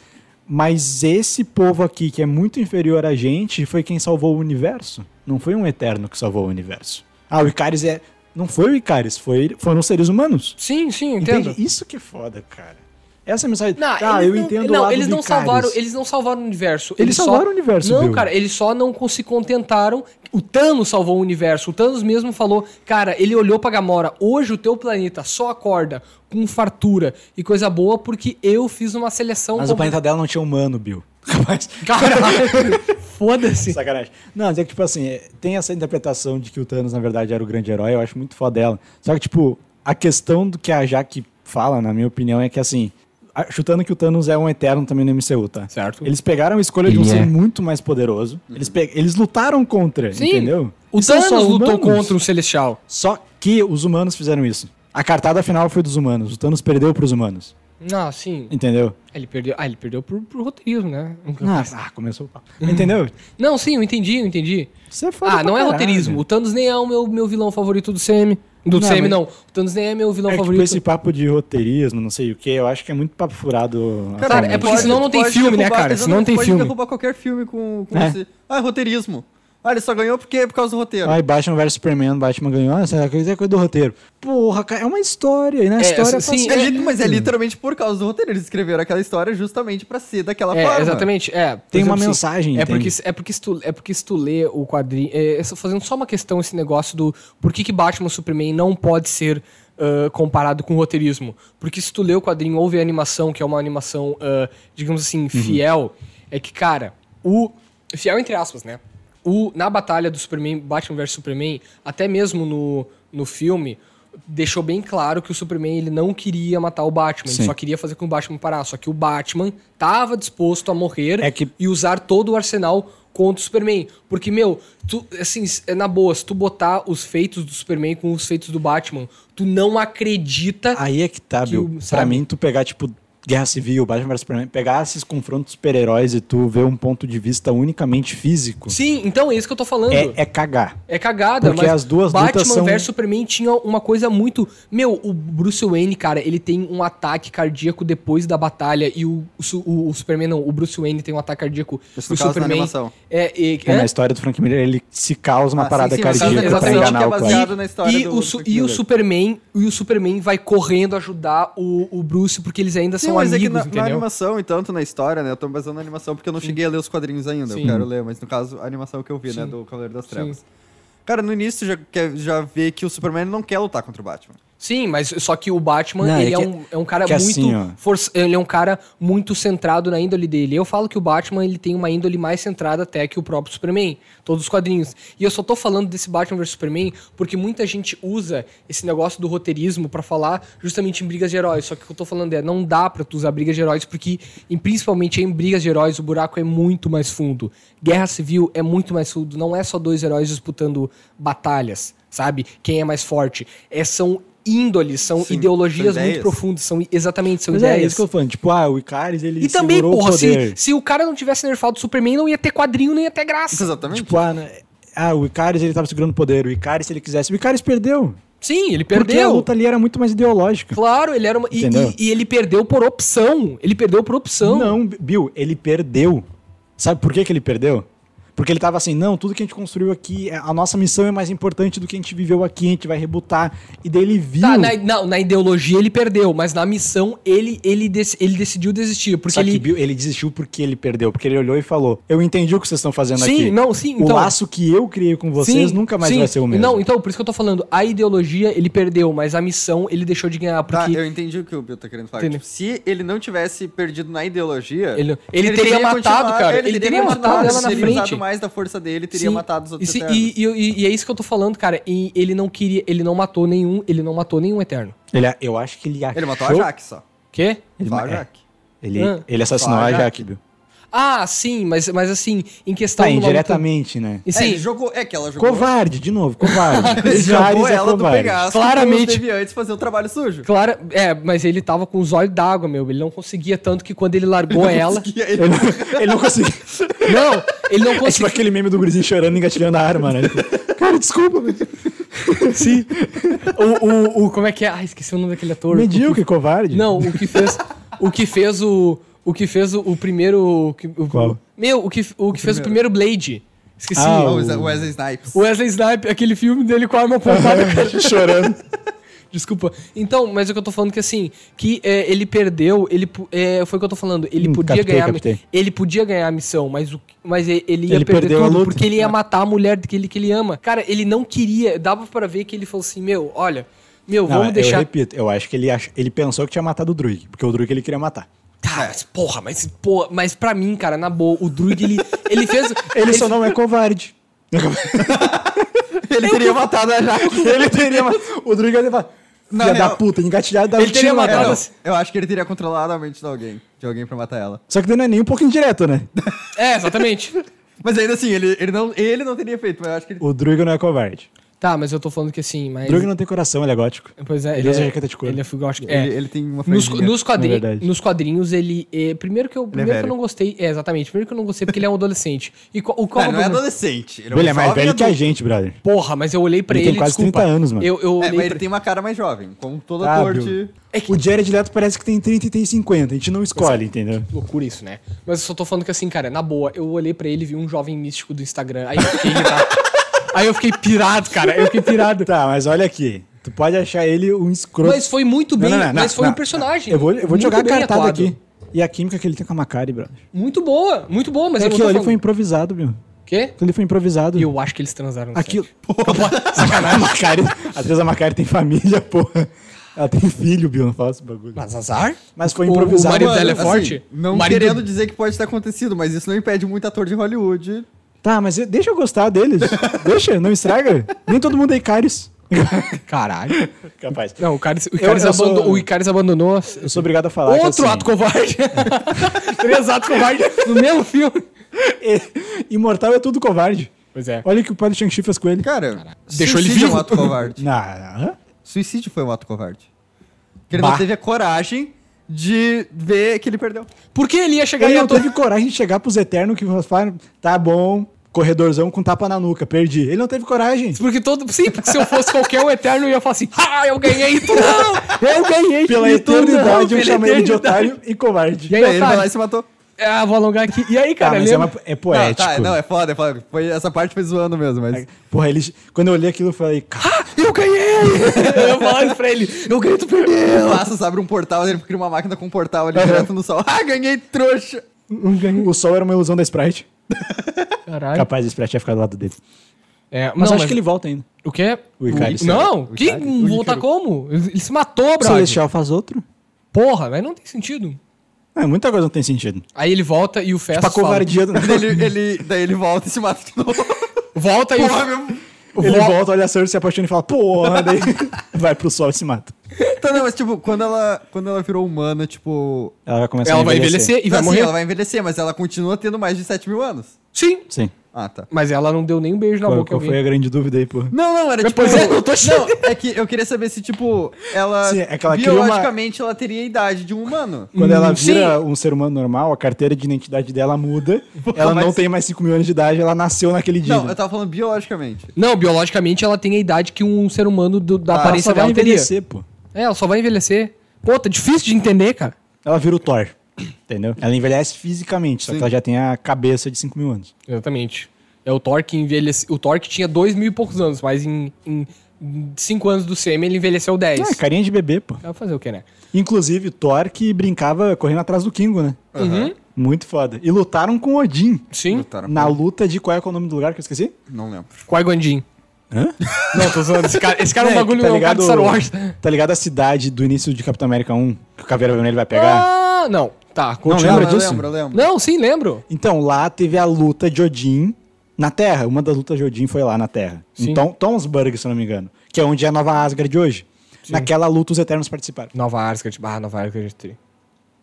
[SPEAKER 2] Mas esse povo aqui, que é muito inferior a gente, foi quem salvou o universo. Não foi um Eterno que salvou o universo. Ah, o Icaris é. Não foi o Icaris, foi... foram os seres humanos.
[SPEAKER 3] Sim, sim, entendo.
[SPEAKER 2] Entende? Isso que é foda, cara. Essa é a mensagem.
[SPEAKER 3] Não,
[SPEAKER 2] tá,
[SPEAKER 3] eles
[SPEAKER 2] eu
[SPEAKER 3] não-
[SPEAKER 2] entendo o
[SPEAKER 3] Não,
[SPEAKER 2] lado
[SPEAKER 3] eles
[SPEAKER 2] do
[SPEAKER 3] não
[SPEAKER 2] Icarus.
[SPEAKER 3] salvaram, eles não salvaram o universo.
[SPEAKER 2] Eles salvaram
[SPEAKER 3] só-
[SPEAKER 2] o universo,
[SPEAKER 3] Não,
[SPEAKER 2] Bill.
[SPEAKER 3] cara, eles só não con- se contentaram. O Thanos salvou o universo. O Thanos mesmo falou, cara, ele olhou pra Gamora. Hoje o teu planeta só acorda com fartura e coisa boa porque eu fiz uma seleção.
[SPEAKER 2] Mas
[SPEAKER 3] com-
[SPEAKER 2] o planeta dela não tinha humano, Bill. Capaz.
[SPEAKER 3] Caralho, foda-se.
[SPEAKER 2] Sacanagem. Não, mas é que, tipo assim, é, tem essa interpretação de que o Thanos, na verdade, era o grande herói, eu acho muito foda dela. Só que, tipo, a questão do que a Jaque fala, na minha opinião, é que, assim, a- chutando que o Thanos é um eterno também no MCU, tá?
[SPEAKER 3] Certo.
[SPEAKER 2] Eles pegaram a escolha de um
[SPEAKER 3] Ele é.
[SPEAKER 2] ser muito mais poderoso. Eles, pe- eles lutaram contra,
[SPEAKER 3] Sim.
[SPEAKER 2] entendeu?
[SPEAKER 3] O
[SPEAKER 2] São só
[SPEAKER 3] Thanos lutou
[SPEAKER 2] humanos.
[SPEAKER 3] contra o Celestial.
[SPEAKER 2] Só que os humanos fizeram isso. A cartada final foi dos humanos. O Thanos perdeu pros humanos.
[SPEAKER 3] Ah, sim.
[SPEAKER 2] Entendeu?
[SPEAKER 3] Ele perdeu. Ah, ele perdeu pro, pro roteirismo, né?
[SPEAKER 2] Ah, começou o papo. Entendeu?
[SPEAKER 3] Não, sim, eu entendi, eu entendi.
[SPEAKER 2] Isso é foda
[SPEAKER 3] Ah,
[SPEAKER 2] pra
[SPEAKER 3] não é
[SPEAKER 2] caralho.
[SPEAKER 3] roteirismo. O Thanos nem é o meu, meu vilão favorito do CM. Do
[SPEAKER 2] Não,
[SPEAKER 3] CM,
[SPEAKER 2] mas-
[SPEAKER 3] não. O Thanos nem é meu vilão
[SPEAKER 2] É que, tipo,
[SPEAKER 3] favorito.
[SPEAKER 2] esse papo de roteirismo, não sei o que, eu acho que é muito papo furado.
[SPEAKER 4] Cara,
[SPEAKER 2] atualmente.
[SPEAKER 3] é porque senão não tem
[SPEAKER 4] pode
[SPEAKER 3] filme, né, cara? Senão não
[SPEAKER 4] exatamente,
[SPEAKER 3] tem
[SPEAKER 4] pode
[SPEAKER 3] filme.
[SPEAKER 4] derrubar qualquer filme com, com
[SPEAKER 2] É.
[SPEAKER 4] esse... Ah, é roteirismo. Ah, ele só ganhou porque é por causa do roteiro.
[SPEAKER 2] Ai, Batman vs Superman, Batman ganhou, ah, essa coisa é coisa do roteiro. Porra, cara, é uma história, e na história
[SPEAKER 3] assim,
[SPEAKER 2] faz
[SPEAKER 3] sim,
[SPEAKER 4] É
[SPEAKER 2] sentido.
[SPEAKER 4] li- mas é literalmente por causa do roteiro. Eles escreveram aquela história justamente pra ser daquela
[SPEAKER 3] É,
[SPEAKER 4] forma.
[SPEAKER 3] exatamente. É, por
[SPEAKER 2] Tem uma
[SPEAKER 3] assim,
[SPEAKER 2] mensagem,
[SPEAKER 3] É
[SPEAKER 2] entende?
[SPEAKER 3] porque, é, porque se tu, é porque se tu lê o quadrinho. É, é só fazendo só uma questão esse negócio do por que, que Batman e Superman não pode ser. ah, comparado com roteirismo. Porque se tu lê o quadrinho ou vê a animação, que é uma animação, ah, digamos
[SPEAKER 2] Uhum.
[SPEAKER 3] assim, fiel, é que, cara, o. Fiel entre aspas, né? O, na batalha do Superman, Batman vs Superman, até mesmo no, no filme, deixou bem claro que o Superman ele não queria matar o Batman, ele
[SPEAKER 2] Sim.
[SPEAKER 3] só queria fazer com que o Batman parar. Só que o Batman tava disposto a morrer
[SPEAKER 2] É que-
[SPEAKER 3] e usar todo o arsenal contra o Superman. Porque, meu, tu, assim, s- é na boa, se tu botar os feitos do Superman com os feitos do Batman, tu não acredita.
[SPEAKER 2] Aí é que tá,
[SPEAKER 3] que
[SPEAKER 2] Bill.
[SPEAKER 3] o-
[SPEAKER 2] Pra
[SPEAKER 3] sabe?
[SPEAKER 2] mim, tu pegar, tipo, Guerra Civil, Batman vs Superman, pegar esses confrontos super-heróis e tu ver um ponto de vista unicamente físico,
[SPEAKER 3] Sim, então é isso que eu tô falando.
[SPEAKER 2] é, é cagar.
[SPEAKER 3] É cagada,
[SPEAKER 2] Porque
[SPEAKER 3] mas
[SPEAKER 2] as duas
[SPEAKER 3] Batman
[SPEAKER 2] lutas são-
[SPEAKER 3] vs Superman tinha uma coisa muito. Meu, o Bruce Wayne, cara, ele tem um ataque cardíaco depois da batalha. E o, o Su- o- o Superman, não, o Bruce Wayne tem um ataque cardíaco.
[SPEAKER 4] Isso
[SPEAKER 3] o
[SPEAKER 4] no caso da animação.
[SPEAKER 3] É, é,
[SPEAKER 2] É,
[SPEAKER 3] é?
[SPEAKER 2] na história do Frank Miller, ele se causa uma
[SPEAKER 4] Ah, sim,
[SPEAKER 2] parada
[SPEAKER 4] sim, mas
[SPEAKER 3] Exatamente,
[SPEAKER 2] cardíaca pra
[SPEAKER 3] exatamente.
[SPEAKER 2] enganar o
[SPEAKER 4] que é
[SPEAKER 2] Clark.
[SPEAKER 4] baseado na história
[SPEAKER 3] e
[SPEAKER 4] do
[SPEAKER 3] o, su-
[SPEAKER 4] Frank
[SPEAKER 3] e o
[SPEAKER 4] Miller.
[SPEAKER 3] Superman e o Superman vai correndo ajudar o, o Bruce porque eles ainda
[SPEAKER 4] Sim,
[SPEAKER 3] são são
[SPEAKER 4] mas
[SPEAKER 3] amigos,
[SPEAKER 4] é que na- na,
[SPEAKER 3] entendeu?
[SPEAKER 4] animação e tanto na história, né? Eu tô baseando na animação porque eu não cheguei a ler os quadrinhos ainda.
[SPEAKER 3] Sim.
[SPEAKER 4] Eu quero ler, mas no caso, a animação que eu vi, né?
[SPEAKER 3] Sim.
[SPEAKER 4] Do Cavaleiro das
[SPEAKER 3] Sim.
[SPEAKER 4] Trevas. Cara, no início já, quer, já vê que o Superman não quer lutar contra o Batman.
[SPEAKER 3] Sim, mas só que o Batman,
[SPEAKER 2] Não, é
[SPEAKER 3] ele é,
[SPEAKER 2] que-
[SPEAKER 3] um, é um cara
[SPEAKER 2] que
[SPEAKER 3] muito.
[SPEAKER 2] assim, ó.
[SPEAKER 3] força- ele é um cara muito centrado na índole dele. Eu falo que o Batman ele tem uma índole mais centrada até que o próprio Superman. Todos os quadrinhos. E eu só tô falando desse Batman vs Superman porque muita gente usa esse negócio do roteirismo pra falar justamente em brigas de heróis. Só que o que eu tô falando é, não dá pra tu usar brigas de heróis, porque em- principalmente em brigas de heróis o buraco é muito mais fundo. Guerra civil é muito mais fundo. Não é só dois heróis disputando batalhas, sabe? Quem é mais forte. É, são índoles, são
[SPEAKER 4] Sim,
[SPEAKER 3] ideologias
[SPEAKER 4] são
[SPEAKER 3] muito
[SPEAKER 4] ideias.
[SPEAKER 3] profundas, são exatamente, são
[SPEAKER 2] Mas
[SPEAKER 3] ideias.
[SPEAKER 2] é isso que eu tô falando. Tipo, ah, o Icaris, ele
[SPEAKER 3] E também,
[SPEAKER 2] segurou
[SPEAKER 3] porra,
[SPEAKER 2] o poder.
[SPEAKER 3] se, se o cara não tivesse nerfado o Superman, não ia ter quadrinho, nem ia ter graça.
[SPEAKER 4] Exatamente.
[SPEAKER 2] Tipo, ah, né, ah, o Icaris, ele tava segurando o poder. O Icaris, se ele quisesse... O Icaris perdeu.
[SPEAKER 3] Sim, ele
[SPEAKER 2] Porque a
[SPEAKER 3] perdeu.
[SPEAKER 2] luta ali era muito mais ideológica.
[SPEAKER 3] Claro, ele era uma. E,
[SPEAKER 2] Entendeu?
[SPEAKER 3] e- e ele perdeu por opção. Ele perdeu por opção.
[SPEAKER 2] Não, Bill, ele perdeu. Sabe por que, que ele perdeu? Porque ele tava assim, não, tudo que a gente construiu aqui, a nossa missão é mais importante do que a gente viveu aqui, a gente vai rebutar. E daí ele viu.
[SPEAKER 3] Tá, na, não, na ideologia ele perdeu, mas na missão ele, ele, dec- ele decidiu desistir. Porque
[SPEAKER 2] Só que
[SPEAKER 3] ele.
[SPEAKER 2] Bill, ele desistiu porque ele perdeu, porque ele olhou e falou: Eu entendi o que vocês estão fazendo
[SPEAKER 3] Sim,
[SPEAKER 2] aqui.
[SPEAKER 3] não, sim,
[SPEAKER 2] O
[SPEAKER 3] então-
[SPEAKER 2] laço que eu criei com vocês
[SPEAKER 3] Sim,
[SPEAKER 2] nunca mais
[SPEAKER 3] sim.
[SPEAKER 2] vai ser o mesmo.
[SPEAKER 3] Não, então, por isso que eu tô falando, a ideologia ele perdeu, mas a missão ele deixou de ganhar.
[SPEAKER 4] Tá,
[SPEAKER 3] Porque
[SPEAKER 4] eu entendi o que o Bill tá querendo falar.
[SPEAKER 3] Entendi.
[SPEAKER 4] Tipo, se ele não tivesse perdido na ideologia.
[SPEAKER 3] Ele- ele teria matado,
[SPEAKER 4] continuado-
[SPEAKER 3] cara. Ele teria
[SPEAKER 4] continuado,
[SPEAKER 3] matado ela na
[SPEAKER 4] Se ele teria
[SPEAKER 3] frente.
[SPEAKER 4] usado mais da força dele, teria
[SPEAKER 3] Sim,
[SPEAKER 4] matado os
[SPEAKER 3] e
[SPEAKER 4] outros
[SPEAKER 3] se-
[SPEAKER 4] eternos.
[SPEAKER 3] e, e- e é isso que eu tô falando, cara. E ele não queria, ele não matou nenhum, ele não matou nenhum eterno.
[SPEAKER 2] Ele- eu acho que ele achou.
[SPEAKER 4] Ele matou a Jaque só.
[SPEAKER 3] Quê?
[SPEAKER 2] Ele,
[SPEAKER 4] Só a
[SPEAKER 2] ma- é,
[SPEAKER 4] Jaque.
[SPEAKER 2] ele,
[SPEAKER 3] Ah.
[SPEAKER 2] ele assassinou
[SPEAKER 4] Só a
[SPEAKER 2] a
[SPEAKER 4] Jaque.
[SPEAKER 2] Jaque, Bill.
[SPEAKER 3] Ah, sim, mas, mas assim, em questão
[SPEAKER 2] Tá,
[SPEAKER 3] numa luta-
[SPEAKER 2] indiretamente, né?
[SPEAKER 3] E
[SPEAKER 4] É, ele
[SPEAKER 3] Sim,
[SPEAKER 4] jogou. É que ela jogou.
[SPEAKER 2] Covarde, de novo, covarde.
[SPEAKER 4] Ele jogou
[SPEAKER 2] Icaris é
[SPEAKER 4] ela do
[SPEAKER 2] covarde.
[SPEAKER 4] Pegasus.
[SPEAKER 3] então Claramente.
[SPEAKER 4] Teve antes fazer o trabalho sujo.
[SPEAKER 3] Clara, é, mas ele tava com os olhos d'água, meu. Ele não conseguia tanto que quando ele largou ela.
[SPEAKER 4] E aí,
[SPEAKER 2] Ele não, ele não conseguiu.
[SPEAKER 3] Não, ele não
[SPEAKER 2] É tipo
[SPEAKER 3] conseguia.
[SPEAKER 2] aquele meme do gurizinho chorando e engatilhando a arma, né? Tipo, Cara, desculpa, mas...
[SPEAKER 3] Sim. O, o, o- como é que é? Ah, esqueci o nome daquele ator.
[SPEAKER 2] Medíocre, covarde.
[SPEAKER 3] Não, o que fez. o que fez o. O que fez o, o primeiro. o que- o-
[SPEAKER 2] Qual?
[SPEAKER 3] Meu, o que, o que fez o primeiro Blade. Esqueci.
[SPEAKER 2] Ah,
[SPEAKER 4] o Wes- Wesley Snipes.
[SPEAKER 3] O Wesley Snipe, aquele filme dele com a arma apontada.
[SPEAKER 2] Chorando.
[SPEAKER 3] Desculpa. Então, mas o que eu tô falando é que assim, que é, ele perdeu, ele pu- é, foi o que eu tô falando, ele
[SPEAKER 2] Hum,
[SPEAKER 3] podia
[SPEAKER 2] captei,
[SPEAKER 3] ganhar, a mi-
[SPEAKER 2] captei.
[SPEAKER 3] ele podia ganhar a missão, mas o mas e- ele ia
[SPEAKER 2] Ele
[SPEAKER 3] perder
[SPEAKER 2] perdeu a
[SPEAKER 3] tudo
[SPEAKER 2] luta. É.
[SPEAKER 3] porque ele ia matar a mulher que ele, que ele ama. Cara, ele não queria, dava pra ver que ele falou assim, meu, olha, meu,
[SPEAKER 2] Não,
[SPEAKER 3] vamos
[SPEAKER 2] Eu
[SPEAKER 3] deixar
[SPEAKER 2] repito, eu acho que ele, ach... ele pensou que tinha matado o Druig, porque o Druig ele queria matar.
[SPEAKER 3] Tá, mas porra, mas porra, mas pra mim, cara, na boa, o Druid ele ele fez
[SPEAKER 2] Ele só não é covarde.
[SPEAKER 4] Ele teria matado a Jaque.
[SPEAKER 2] ele teria matado. O Druig ia levar.
[SPEAKER 4] Na
[SPEAKER 2] Filha da
[SPEAKER 4] real-
[SPEAKER 2] puta, engatilhado da
[SPEAKER 3] Ele teria matado-
[SPEAKER 4] É, não,
[SPEAKER 3] assim.
[SPEAKER 4] eu acho que ele teria controlado a mente de alguém. De alguém pra matar ela.
[SPEAKER 2] Só que daí não é nem um pouco indireto, né?
[SPEAKER 3] É, exatamente.
[SPEAKER 4] Mas ainda assim, ele, ele, não, ele não teria feito, mas eu acho que ele.
[SPEAKER 2] O Druig não é covarde.
[SPEAKER 3] Tá, mas eu tô falando que assim, mas
[SPEAKER 2] O Druig não tem coração, ele é gótico.
[SPEAKER 3] Pois é,
[SPEAKER 2] Ele
[SPEAKER 3] ele,
[SPEAKER 2] usa
[SPEAKER 3] é,
[SPEAKER 2] jaqueta de couro.
[SPEAKER 3] Ele é figótico. É.
[SPEAKER 4] Ele, ele tem uma
[SPEAKER 3] Nos,
[SPEAKER 4] franjinha.
[SPEAKER 3] nos quadri-
[SPEAKER 2] na verdade.
[SPEAKER 3] nos quadrinhos, ele. é, primeiro que eu, primeiro que eu
[SPEAKER 4] velho.
[SPEAKER 3] não gostei. É, exatamente. Primeiro que eu não gostei, porque ele é um adolescente. E qual- o qual
[SPEAKER 4] Não,
[SPEAKER 3] é o
[SPEAKER 4] não é
[SPEAKER 3] problema?
[SPEAKER 4] adolescente. um
[SPEAKER 2] Ele é mais
[SPEAKER 4] jovem
[SPEAKER 2] velho que a
[SPEAKER 4] adulto.
[SPEAKER 2] gente, brother.
[SPEAKER 3] Porra, mas eu olhei pra
[SPEAKER 2] Ele
[SPEAKER 3] ele.
[SPEAKER 2] tem quase
[SPEAKER 3] desculpa.
[SPEAKER 2] 30 anos, mano.
[SPEAKER 3] Eu, eu
[SPEAKER 4] É,
[SPEAKER 3] olhei
[SPEAKER 4] mas ele
[SPEAKER 3] pra-
[SPEAKER 4] tem uma cara mais jovem, como todo
[SPEAKER 2] Tá,
[SPEAKER 4] ator
[SPEAKER 2] Bill.
[SPEAKER 4] de.
[SPEAKER 3] É que-
[SPEAKER 2] O Jared Leto parece que tem 30 e tem 50. A gente não escolhe, entendeu?
[SPEAKER 3] Loucura isso, né? Mas eu só tô falando que assim, cara, na boa, eu olhei pra ele e vi um jovem místico do Instagram. Aí eu fiquei irritado. Aí eu fiquei pirado, cara. Eu fiquei pirado.
[SPEAKER 2] Tá, mas olha aqui. Tu pode achar ele um escroto.
[SPEAKER 3] Mas foi muito bem,
[SPEAKER 2] Não, não, não,
[SPEAKER 3] mas
[SPEAKER 2] não,
[SPEAKER 3] foi um
[SPEAKER 2] não.
[SPEAKER 3] personagem.
[SPEAKER 2] Eu vou, eu vou
[SPEAKER 3] muito
[SPEAKER 2] jogar a
[SPEAKER 3] bem
[SPEAKER 2] cartada
[SPEAKER 3] atuado.
[SPEAKER 2] aqui. E a química que ele tem com a Macari, brother.
[SPEAKER 3] Muito boa, muito boa, mas eu não tô
[SPEAKER 2] Aquilo ali
[SPEAKER 3] falando.
[SPEAKER 2] É foi improvisado, meu.
[SPEAKER 3] Quê?
[SPEAKER 2] Aquilo ali foi improvisado.
[SPEAKER 3] Eu acho que eles transaram. no
[SPEAKER 2] Aquilo.
[SPEAKER 3] set.
[SPEAKER 2] Sacanagem. Macari, às vezes a Macari tem família, porra. Ela tem filho, Bill. Não fala esse bagulho.
[SPEAKER 3] Mas azar?
[SPEAKER 2] Mas foi
[SPEAKER 3] O-
[SPEAKER 2] improvisado.
[SPEAKER 3] O marido
[SPEAKER 2] Mano,
[SPEAKER 3] dela é
[SPEAKER 2] assim,
[SPEAKER 3] forte?
[SPEAKER 4] Não
[SPEAKER 3] O marido-
[SPEAKER 4] querendo dizer que pode ter acontecido, mas isso não impede muito ator de Hollywood.
[SPEAKER 2] Tá, mas eu- deixa eu gostar deles. deixa, não estraga. Nem todo mundo é Icaris.
[SPEAKER 3] Caralho.
[SPEAKER 2] Capaz.
[SPEAKER 3] Não, o Icaris, o Icaris
[SPEAKER 2] Eu- eu sou-
[SPEAKER 3] abandonou. O Icaris abandonou.
[SPEAKER 2] Eu sou obrigado a falar. que,
[SPEAKER 3] Outro
[SPEAKER 2] assim,
[SPEAKER 3] ato covarde. Três atos covardes no mesmo filme.
[SPEAKER 2] Imortal é tudo covarde.
[SPEAKER 3] Pois é.
[SPEAKER 2] Olha o que o Padre Shang-Chi fez com ele.
[SPEAKER 4] Cara,
[SPEAKER 3] Deixou ele
[SPEAKER 4] suicídio
[SPEAKER 3] vivo.
[SPEAKER 4] é um ato covarde.
[SPEAKER 2] Não,
[SPEAKER 4] suicídio foi um ato covarde. Porque ele
[SPEAKER 2] Bah.
[SPEAKER 4] não teve a coragem de ver que ele perdeu.
[SPEAKER 3] Por que ele ia chegar
[SPEAKER 2] Ele
[SPEAKER 3] e
[SPEAKER 2] não
[SPEAKER 3] ia
[SPEAKER 2] teve coragem de chegar pros Eternos que falaram, tá bom, corredorzão com tapa na nuca, perdi. Ele não teve coragem.
[SPEAKER 3] Porque todo. Sim, porque se eu fosse qualquer um eterno, eu ia falar assim: Ah, eu ganhei tu não! Eu ganhei
[SPEAKER 2] Pela
[SPEAKER 3] tu não!
[SPEAKER 2] eternidade, eu
[SPEAKER 3] Pela
[SPEAKER 2] chamei ele de
[SPEAKER 3] eternidade."
[SPEAKER 2] otário e covarde.
[SPEAKER 3] E aí,
[SPEAKER 4] Aí ele vai lá
[SPEAKER 3] otário?
[SPEAKER 4] e se matou. tá,
[SPEAKER 3] Ah, vou alongar aqui. E aí, cara?
[SPEAKER 2] mas é,
[SPEAKER 3] lembra?
[SPEAKER 2] uma- é poético.
[SPEAKER 4] Não, tá, não, é foda, é foda. Foi, essa parte foi zoando mesmo, mas.
[SPEAKER 2] Porra, ele, quando eu olhei aquilo, eu falei, cara,
[SPEAKER 3] eu ganhei! eu falava pra ele, É, eu É. ganhei, tu perdeu!
[SPEAKER 4] O Laços abre um portal, ele cria uma máquina com um portal ali direto no sol. Ah, ganhei, trouxa!
[SPEAKER 2] um O sol era uma ilusão da Sprite.
[SPEAKER 3] Caralho.
[SPEAKER 2] Capaz, a Sprite ia ficar do lado dele.
[SPEAKER 3] É,
[SPEAKER 2] Mas
[SPEAKER 3] não,
[SPEAKER 2] acho que ele volta ainda.
[SPEAKER 3] O quê?
[SPEAKER 2] O Ikari saiu.
[SPEAKER 3] Não,
[SPEAKER 4] O
[SPEAKER 3] que
[SPEAKER 4] Ikari? O
[SPEAKER 3] voltar
[SPEAKER 4] Ícaro.
[SPEAKER 3] como? Ele ele se matou,
[SPEAKER 2] O
[SPEAKER 3] brother.
[SPEAKER 2] Celestial faz outro?
[SPEAKER 3] Porra, mas não tem sentido.
[SPEAKER 2] É, muita coisa não tem sentido.
[SPEAKER 3] Aí ele volta e o
[SPEAKER 2] Pra
[SPEAKER 3] Festus fala...
[SPEAKER 2] Tipo, covardia do
[SPEAKER 4] ele, ele, daí ele volta e se mata de novo.
[SPEAKER 3] Volta e o...
[SPEAKER 4] Porra, meu.
[SPEAKER 2] Ele volta, olha a Cersei, se apaixona e fala, porra, daí vai pro sol e se mata.
[SPEAKER 4] Tá, não, mas tipo, quando ela, quando ela virou humana, tipo.
[SPEAKER 2] Ela vai começar
[SPEAKER 3] Ela
[SPEAKER 2] a
[SPEAKER 3] vai
[SPEAKER 2] envelhecer.
[SPEAKER 3] envelhecer e vai
[SPEAKER 4] Assim,
[SPEAKER 3] morrer.
[SPEAKER 4] Ela vai envelhecer, mas ela continua tendo mais de 7 mil anos.
[SPEAKER 3] Sim.
[SPEAKER 2] Sim.
[SPEAKER 4] Ah, tá.
[SPEAKER 3] Mas ela não deu nem um beijo na
[SPEAKER 2] Qual,
[SPEAKER 3] boca.
[SPEAKER 2] qual
[SPEAKER 3] alguém.
[SPEAKER 2] foi a grande dúvida aí, porra?
[SPEAKER 4] Não, não, era
[SPEAKER 3] Mas,
[SPEAKER 4] tipo.
[SPEAKER 3] pois é, eu tô achando.
[SPEAKER 4] Não, é que eu queria saber se, tipo, ela.
[SPEAKER 2] Sim, é que ela cria uma-
[SPEAKER 4] biologicamente ela teria a idade de um humano.
[SPEAKER 2] Quando ela
[SPEAKER 3] Hum,
[SPEAKER 2] vira um ser humano normal, a carteira de identidade dela muda. ela não
[SPEAKER 4] mas-
[SPEAKER 2] tem mais 5 mil anos de idade, ela nasceu naquele dia.
[SPEAKER 4] Não, eu tava falando biologicamente.
[SPEAKER 3] Não, biologicamente ela tem a idade que um ser humano do- da
[SPEAKER 4] Ah,
[SPEAKER 2] ela
[SPEAKER 3] aparência
[SPEAKER 2] só vai
[SPEAKER 3] dela teria.
[SPEAKER 2] envelhecer, pô.
[SPEAKER 3] É, ela só vai envelhecer. Pô, tá difícil de entender, cara.
[SPEAKER 2] Ela vira o Thor, entendeu? Ela envelhece fisicamente, só
[SPEAKER 4] Sim.
[SPEAKER 2] que ela já tem a cabeça de 5 mil anos.
[SPEAKER 3] Exatamente. É o Thor que envelhece. O Thor que tinha dois mil e poucos anos, mas em, em cinco anos do CM ele envelheceu
[SPEAKER 2] Ah, É,
[SPEAKER 3] 10.
[SPEAKER 2] carinha de bebê, pô.
[SPEAKER 3] Vai fazer o que, né?
[SPEAKER 2] Inclusive, Thor que brincava correndo atrás do Kingo, né?
[SPEAKER 3] Uhum.
[SPEAKER 2] Muito foda. E lutaram com Odin.
[SPEAKER 3] Sim.
[SPEAKER 4] Lutaram.
[SPEAKER 2] Na luta de qual é, que é o nome do lugar que eu esqueci?
[SPEAKER 4] Não lembro.
[SPEAKER 3] Qui Gondin.
[SPEAKER 2] Hã?
[SPEAKER 3] Não, tô zoando. Esse cara, esse cara é um bagulho,
[SPEAKER 2] que
[SPEAKER 3] é um cara de Star Wars.
[SPEAKER 2] Tá ligado a cidade do início de Capitão América 1 que o Caveira Vermelho vai pegar?
[SPEAKER 3] Ah, não. Tá, continua.
[SPEAKER 2] lembra
[SPEAKER 4] eu
[SPEAKER 2] disso?
[SPEAKER 4] lembro, eu lembro.
[SPEAKER 3] Não, sim, lembro.
[SPEAKER 2] Então, lá teve a luta de Odin na Terra. Uma das lutas de Odin foi lá na Terra.
[SPEAKER 3] Sim.
[SPEAKER 2] Então, Tonsburg, se eu não me engano. Que é onde é a Nova Asgard hoje. Naquela luta os Eternos participaram.
[SPEAKER 3] Nova Asgard. Ah, Nova Asgard. tem.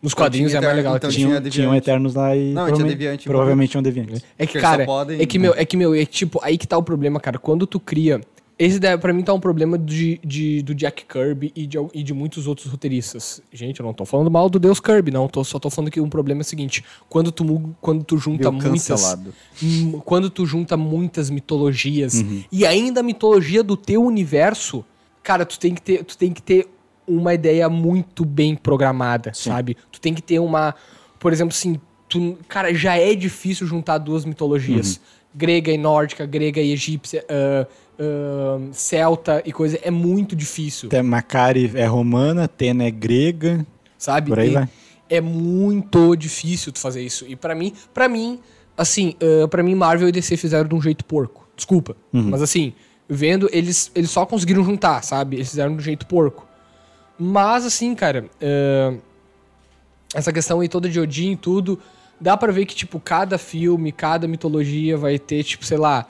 [SPEAKER 3] Nos quadrinhos
[SPEAKER 4] tinha
[SPEAKER 3] é mais
[SPEAKER 4] Eterno-
[SPEAKER 3] legal.
[SPEAKER 4] então
[SPEAKER 3] que
[SPEAKER 4] tinha
[SPEAKER 2] Tinham,
[SPEAKER 4] Deviante.
[SPEAKER 2] tinham Eternos lá e
[SPEAKER 4] Não, tinha
[SPEAKER 2] provavelmente,
[SPEAKER 4] Deviante.
[SPEAKER 2] provavelmente tinham Deviantes.
[SPEAKER 3] É que,
[SPEAKER 4] Que eles
[SPEAKER 3] cara,
[SPEAKER 4] só podem-
[SPEAKER 3] é que meu, é que meu, é tipo, aí que tá o problema, cara. Quando tu cria. Esse daí, pra mim tá um problema de, de- do Jack Kirby e de, al- e de muitos outros roteiristas. Gente, eu não tô falando mal do Deus Kirby, não. Tô, só tô falando que um problema é o seguinte: quando tu, mu- quando tu junta
[SPEAKER 4] Viu?
[SPEAKER 3] muitas.
[SPEAKER 4] Cancelado.
[SPEAKER 3] Hum, Quando tu junta muitas mitologias e ainda a mitologia do teu universo, cara, tu tem que ter, tu tem que ter uma ideia muito bem programada, sabe? Tu tem que ter uma, por exemplo, assim, tu, cara, já é difícil juntar duas mitologias, grega e nórdica, grega e egípcia, ah, ah, celta e coisa, é muito difícil,
[SPEAKER 2] Até Macari é romana, Atena é grega.
[SPEAKER 3] sabe?
[SPEAKER 2] Por aí
[SPEAKER 3] E
[SPEAKER 2] vai.
[SPEAKER 3] É muito difícil tu fazer isso. E pra mim, para mim, assim, ah, pra mim Marvel e DC fizeram de um jeito porco. Desculpa,
[SPEAKER 2] Uhum.
[SPEAKER 3] mas assim, vendo eles, eles só conseguiram juntar, sabe? Eles fizeram de um jeito porco. Mas assim, cara, ah, essa questão aí toda de Odin e tudo, dá pra ver que, tipo, cada filme, cada mitologia vai ter, tipo, sei lá,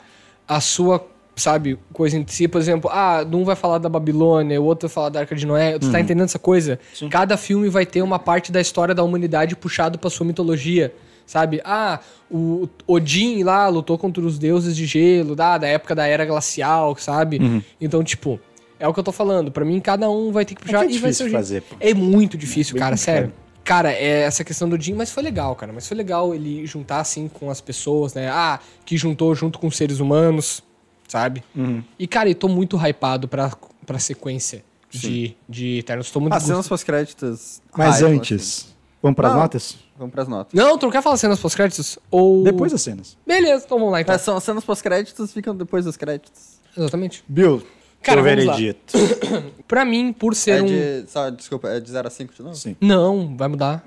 [SPEAKER 3] a sua, sabe, coisa em si. Por exemplo, ah, um vai falar da Babilônia, o outro vai falar da Arca de Noé. Tu tá
[SPEAKER 2] Uhum.
[SPEAKER 3] entendendo essa coisa? Cada filme vai ter uma parte da história da humanidade puxado pra sua mitologia. Sabe? Ah, o Odin lá lutou contra os deuses de gelo, da, da época da era glacial, sabe?
[SPEAKER 2] Uhum.
[SPEAKER 3] Então, tipo, é o que eu tô falando. Pra mim, cada um vai ter que puxar
[SPEAKER 2] que é
[SPEAKER 3] e vai
[SPEAKER 2] difícil
[SPEAKER 3] ser o jeito.
[SPEAKER 2] fazer, pô.
[SPEAKER 3] É muito difícil,
[SPEAKER 2] Bem
[SPEAKER 3] cara,
[SPEAKER 2] complicado.
[SPEAKER 3] sério. Cara, é essa questão do Jim, mas foi legal, cara. Mas foi legal ele juntar, assim, com as pessoas, né? Ah, que juntou junto com os seres humanos, sabe?
[SPEAKER 4] Uhum.
[SPEAKER 3] E, cara, eu tô muito hypado pra, pra sequência de, de Eternos. Tô muito...
[SPEAKER 4] Ah,
[SPEAKER 3] gost-
[SPEAKER 4] cenas pós-créditos.
[SPEAKER 2] Mas
[SPEAKER 4] Ah, eu acho
[SPEAKER 2] antes, vamos pras
[SPEAKER 4] Não.
[SPEAKER 2] notas?
[SPEAKER 4] que- Vamos pras notas.
[SPEAKER 3] Não, tu não quer falar cenas pós-créditos? Ou...
[SPEAKER 2] Depois das cenas.
[SPEAKER 3] Beleza, então vamos lá, então.
[SPEAKER 4] Ah, são cenas pós-créditos, ficam depois dos créditos.
[SPEAKER 3] Exatamente.
[SPEAKER 2] Bill, teu
[SPEAKER 3] Cara, vamos lá.
[SPEAKER 2] veredito.
[SPEAKER 3] Pra mim, por
[SPEAKER 4] É
[SPEAKER 3] ser um...
[SPEAKER 4] de. Só, desculpa, é de 0 a 5 de novo?
[SPEAKER 2] Sim.
[SPEAKER 3] Não, vai mudar.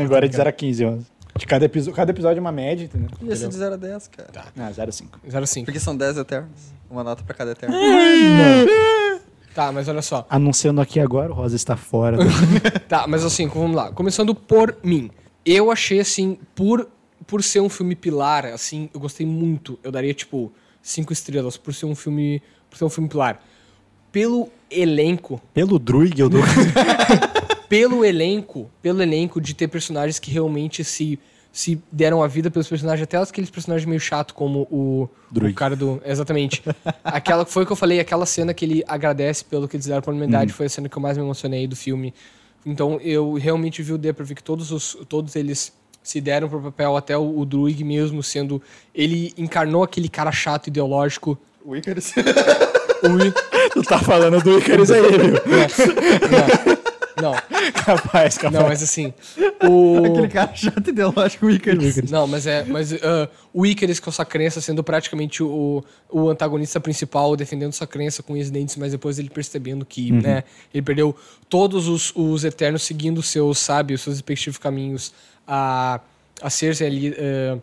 [SPEAKER 2] Agora é de 0 a 15, ó. De cada, episo- cada episódio é uma média, entendeu?
[SPEAKER 4] Ia ser de 0 a 10, cara.
[SPEAKER 2] Ah, 0 a 5.
[SPEAKER 3] 0,5.
[SPEAKER 4] Porque são 10 eternos. Uma nota pra cada eterno.
[SPEAKER 3] Tá, mas olha só.
[SPEAKER 2] Anunciando aqui agora, o Rosa está fora. do-
[SPEAKER 3] Tá, mas assim, vamos lá. Começando por mim. Eu achei, assim, por, por ser um filme pilar, assim, eu gostei muito. Eu daria, tipo, cinco estrelas por ser um filme, por ser um filme pilar. Pelo elenco,
[SPEAKER 2] Pelo Druig, eu dou.
[SPEAKER 3] pelo elenco, pelo elenco de ter personagens que realmente se, se deram a vida pelos personagens, até aqueles personagens meio chato como o, o
[SPEAKER 2] Druid.
[SPEAKER 3] cara do. Exatamente. aquela foi o que eu falei, aquela cena que ele agradece pelo que eles deram pra humanidade, foi a cena que eu mais me emocionei do filme. Então eu realmente vi o Depper, vi que todos, os, todos eles se deram pro papel, até o, o Druig mesmo sendo. Ele encarnou aquele cara chato ideológico.
[SPEAKER 4] O Icarus.
[SPEAKER 3] O,
[SPEAKER 2] tu tá falando do Icarus aí, viu?
[SPEAKER 3] Não,
[SPEAKER 2] capaz, capaz.
[SPEAKER 3] não, mas assim. O...
[SPEAKER 4] Aquele cara chato ideológico, o Icarus.
[SPEAKER 3] Não, mas é. Mas ah, o Icarus com a sua crença sendo praticamente o, o antagonista principal, defendendo sua crença com os dentes, mas depois ele percebendo que,
[SPEAKER 2] Uhum.
[SPEAKER 3] né, ele perdeu todos os, os eternos seguindo seus, sabe, os seus respectivos caminhos. A, a Cersei ali ah,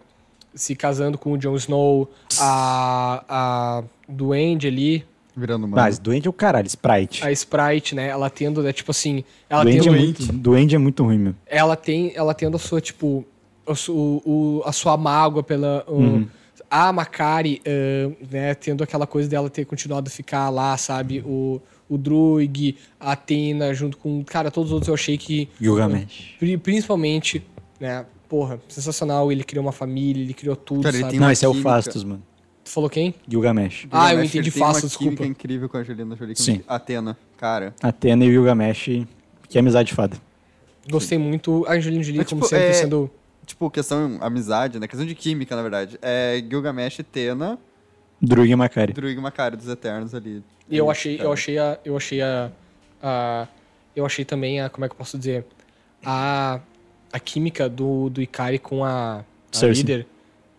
[SPEAKER 3] se casando com o Jon Snow, a, a Duende ali.
[SPEAKER 4] Virando uma.
[SPEAKER 2] Mas doente é o caralho, Sprite.
[SPEAKER 3] A Sprite, né? Ela tendo, né, tipo assim. Ela
[SPEAKER 2] Duende é,
[SPEAKER 3] tendo
[SPEAKER 2] muito, duende é muito ruim, meu.
[SPEAKER 3] ela tem ela tendo a sua tipo a, su- o- a sua mágoa pela o- a Macari eh, né tendo aquela coisa dela ter continuado a ficar lá sabe o o Druig a Atena junto com cara todos os outros eu achei que
[SPEAKER 2] Gilgamesh.
[SPEAKER 3] pri- principalmente né porra sensacional ele criou uma família ele criou tudo
[SPEAKER 4] Cara, ele
[SPEAKER 3] sabe
[SPEAKER 4] tem um
[SPEAKER 2] Não,
[SPEAKER 4] uma
[SPEAKER 2] esse é o
[SPEAKER 4] química.
[SPEAKER 2] Fastos, mano.
[SPEAKER 3] tu falou quem
[SPEAKER 2] Gilgamesh.
[SPEAKER 3] Ah, eu
[SPEAKER 4] Gilgamesh,
[SPEAKER 3] entendi
[SPEAKER 4] ele tem uma
[SPEAKER 3] fácil,
[SPEAKER 4] química
[SPEAKER 3] desculpa.
[SPEAKER 4] incrível com a Angelina Jolie. que
[SPEAKER 2] Sim.
[SPEAKER 4] é Atena, cara.
[SPEAKER 2] Atena e Gilgamesh, que é amizade de fada.
[SPEAKER 3] gostei muito a Angelina Jolie
[SPEAKER 4] Mas,
[SPEAKER 3] como
[SPEAKER 4] tipo,
[SPEAKER 3] sempre
[SPEAKER 4] é-
[SPEAKER 3] sendo
[SPEAKER 4] Tipo, questão amizade, né? Questão de química, na verdade. É Gilgamesh, Atena,
[SPEAKER 2] Druig e Macari.
[SPEAKER 4] Druig Macari dos Eternos ali.
[SPEAKER 3] E
[SPEAKER 2] É,
[SPEAKER 3] eu achei,
[SPEAKER 2] tá.
[SPEAKER 4] Cara.
[SPEAKER 3] eu achei a. Eu achei a, a- Eu achei também a. Como é que eu posso dizer? A. A química do, do Ikari com a, a
[SPEAKER 2] Cersei.
[SPEAKER 3] líder.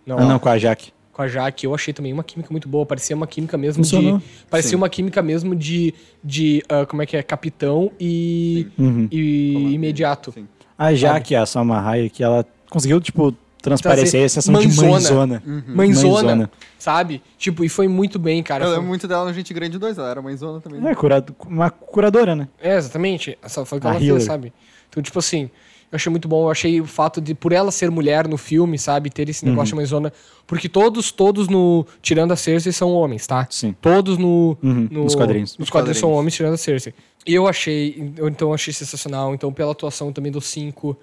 [SPEAKER 3] Não,
[SPEAKER 2] Ah, não, com a Jaque.
[SPEAKER 3] com a Jaque, eu achei também uma química muito boa. Parecia uma química mesmo
[SPEAKER 2] Funcionou.
[SPEAKER 3] de. Parecia uma química mesmo de. de ah, como é que é? Capitão e.
[SPEAKER 2] Uhum.
[SPEAKER 3] e imediato.
[SPEAKER 4] é Sim.
[SPEAKER 2] A Jaque, a Samahai, que ela conseguiu, tipo,
[SPEAKER 4] Tá,
[SPEAKER 2] transparecer
[SPEAKER 4] assim,
[SPEAKER 2] a sensação de
[SPEAKER 3] Mãezona.
[SPEAKER 2] mãezona.
[SPEAKER 4] Uhum.
[SPEAKER 3] Mãezona,
[SPEAKER 2] Mãezona.
[SPEAKER 3] sabe? Tipo, e foi muito bem, cara.
[SPEAKER 4] Eu
[SPEAKER 3] Foi-
[SPEAKER 4] lembro muito dela no Gente Grande 2, ela era mãezona também.
[SPEAKER 2] É, curado, uma curadora, né?
[SPEAKER 3] É, exatamente. Essa foi o que
[SPEAKER 2] A
[SPEAKER 3] ela
[SPEAKER 2] healer.
[SPEAKER 3] fez, sabe? Então, tipo assim, eu achei muito bom. Eu achei o fato de, por ela ser mulher no filme, sabe? Ter esse negócio de
[SPEAKER 2] Uhum.
[SPEAKER 3] uma zona. Porque todos, todos no. Tirando a Cersei, são homens, tá?
[SPEAKER 2] Sim.
[SPEAKER 3] Todos no.
[SPEAKER 2] Uhum,
[SPEAKER 3] no
[SPEAKER 2] nos quadrinhos.
[SPEAKER 3] Nos quadrinhos são homens, tirando a Cersei. E eu achei. Eu, então, achei sensacional. Então, pela atuação também do 5.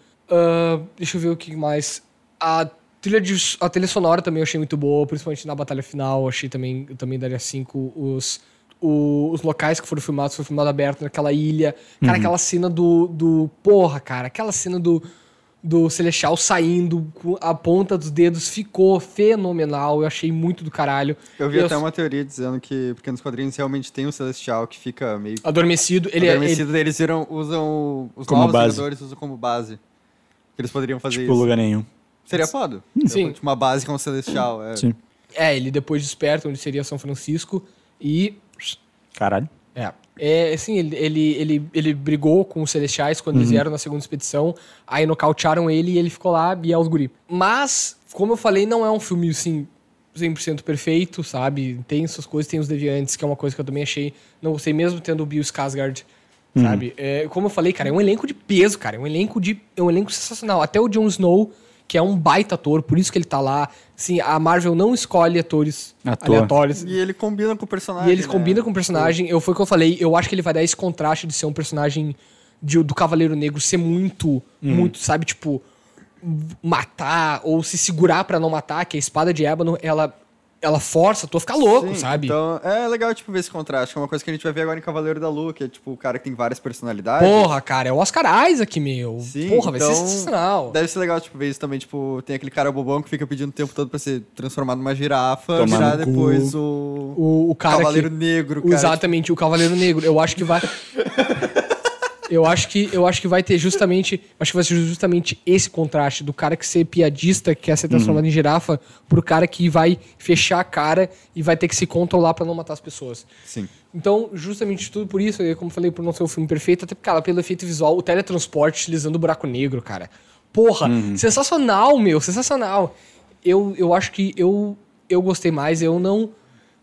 [SPEAKER 3] deixa eu ver o que mais. A. Trilha de, a trilha sonora também eu achei muito boa, principalmente na batalha final. eu Achei também, eu também daria 5 os, o- os locais que foram filmados, foi filmado aberto naquela ilha.
[SPEAKER 4] Uhum.
[SPEAKER 3] Cara, aquela cena do, do. Porra, cara, aquela cena do, do Celestial saindo com a ponta dos dedos ficou fenomenal. Eu achei muito do caralho.
[SPEAKER 4] Eu vi
[SPEAKER 3] Eu
[SPEAKER 4] até
[SPEAKER 3] s-
[SPEAKER 4] uma teoria dizendo que, porque nos quadrinhos realmente tem o Celestial que fica meio que
[SPEAKER 3] Adormecido, Ah, ele é.
[SPEAKER 4] adormecido, daí eles viram, usam os
[SPEAKER 2] Como
[SPEAKER 4] novos
[SPEAKER 2] base.
[SPEAKER 4] jogadores usam como base. Eles poderiam fazer
[SPEAKER 2] Tipo,
[SPEAKER 4] isso.
[SPEAKER 2] lugar nenhum.
[SPEAKER 4] Seria foda.
[SPEAKER 3] Sim.
[SPEAKER 4] Tipo, uma base com o Celestial. É.
[SPEAKER 2] Sim.
[SPEAKER 3] É, ele depois desperta, onde seria São Francisco, e.
[SPEAKER 2] Caralho.
[SPEAKER 3] É. É, assim, ele, ele, ele, ele brigou com os Celestiais quando eles vieram na segunda expedição, aí nocautearam ele e ele ficou lá e é os guri. Mas, como eu falei, não é um filme, assim, 100% perfeito, sabe? Tem suas coisas, tem os deviantes, que é uma coisa que eu também achei, não gostei mesmo tendo o Bill Skarsgård, sabe? É, como eu falei, cara, é um elenco de peso, cara, é um elenco de é um elenco sensacional. Até o Jon Snow, que é um baita ator, por isso que ele tá lá. Assim, a Marvel não escolhe atores
[SPEAKER 2] À toa.
[SPEAKER 3] aleatórios.
[SPEAKER 4] E ele combina com o personagem.
[SPEAKER 3] E eles
[SPEAKER 4] né?
[SPEAKER 3] combinam com o personagem. Eu foi o que eu falei. Eu acho que ele vai dar esse contraste de ser um personagem de- do Cavaleiro Negro ser muito, muito, sabe, tipo matar ou se segurar pra não matar, que a espada de ébano, ela ela força tu a ficar louco,
[SPEAKER 4] Sim,
[SPEAKER 3] sabe?
[SPEAKER 4] Então, é legal, tipo, ver esse contraste. que É uma coisa que a gente vai ver agora em Cavaleiro da Lua, que é, tipo, o cara que tem várias personalidades.
[SPEAKER 3] Porra, cara, é o Oscar Isaac, meu.
[SPEAKER 4] Sim,
[SPEAKER 3] Porra, vai ser
[SPEAKER 4] então,
[SPEAKER 3] sensacional.
[SPEAKER 4] Deve ser legal, tipo, ver isso também, tipo, tem aquele cara bobão que fica pedindo o tempo todo pra ser transformado numa girafa,
[SPEAKER 2] Tomar
[SPEAKER 4] virar
[SPEAKER 2] no cu.
[SPEAKER 4] depois o...
[SPEAKER 3] O, o cara
[SPEAKER 4] Cavaleiro
[SPEAKER 3] que,
[SPEAKER 4] Negro,
[SPEAKER 3] o-
[SPEAKER 4] cara.
[SPEAKER 3] Exatamente, o Cavaleiro Negro. Eu acho que vai Eu acho que eu acho que vai ter justamente, acho que vai ser justamente esse contraste do cara que ser piadista, que quer
[SPEAKER 4] Uhum.
[SPEAKER 3] ser transformado em girafa, pro cara que vai fechar a cara e vai ter que se controlar pra não matar as pessoas.
[SPEAKER 4] Sim.
[SPEAKER 3] Então, justamente tudo por isso, eu, como falei, por não ser um filme perfeito, até cara, pelo efeito visual, o teletransporte utilizando o buraco negro, cara. Porra, sensacional, meu, sensacional. Eu, eu acho que eu, eu gostei mais, eu não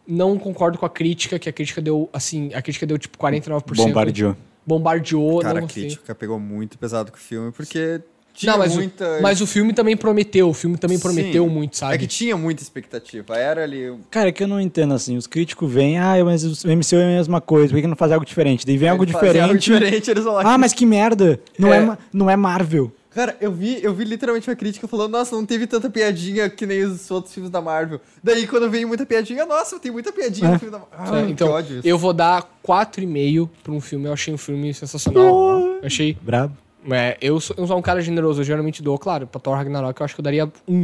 [SPEAKER 3] não concordo com a crítica, que a crítica deu, assim, a crítica deu tipo 49%.
[SPEAKER 2] Bombardeou.
[SPEAKER 3] Bombardeou,
[SPEAKER 4] Cara,
[SPEAKER 3] não
[SPEAKER 4] a
[SPEAKER 3] gostei.
[SPEAKER 4] crítica pegou muito pesado com o filme, porque tinha
[SPEAKER 3] Não, mas,
[SPEAKER 4] muita...
[SPEAKER 3] o, mas o filme também prometeu, o filme também
[SPEAKER 4] Sim.
[SPEAKER 3] prometeu muito, sabe?
[SPEAKER 4] É que tinha muita expectativa. Era ali...
[SPEAKER 2] Cara, é que eu não entendo assim. Os críticos vêm, ah, mas o MCU é a mesma coisa, por que que não faz algo diferente? Daí vem algo
[SPEAKER 4] Eles faziam
[SPEAKER 2] diferente.
[SPEAKER 4] algo diferente, eles falaram,
[SPEAKER 2] Ah, mas que merda! Não é,
[SPEAKER 3] É.
[SPEAKER 2] ma- não é Marvel.
[SPEAKER 4] Cara, eu vi, eu vi literalmente uma crítica falando, nossa, não teve tanta piadinha que nem os outros filmes da Marvel. Daí quando vem muita piadinha, nossa, tem muita piadinha
[SPEAKER 2] É.
[SPEAKER 4] no filme da Marvel. Ah,
[SPEAKER 3] então,
[SPEAKER 4] que ódio isso.
[SPEAKER 3] eu vou dar 4,5 pra um filme. Eu achei um filme sensacional. Eu achei.
[SPEAKER 2] Brabo.
[SPEAKER 3] É, eu, sou, eu sou um cara generoso, eu geralmente dou, claro, pra Thor Ragnarok eu acho que eu daria um.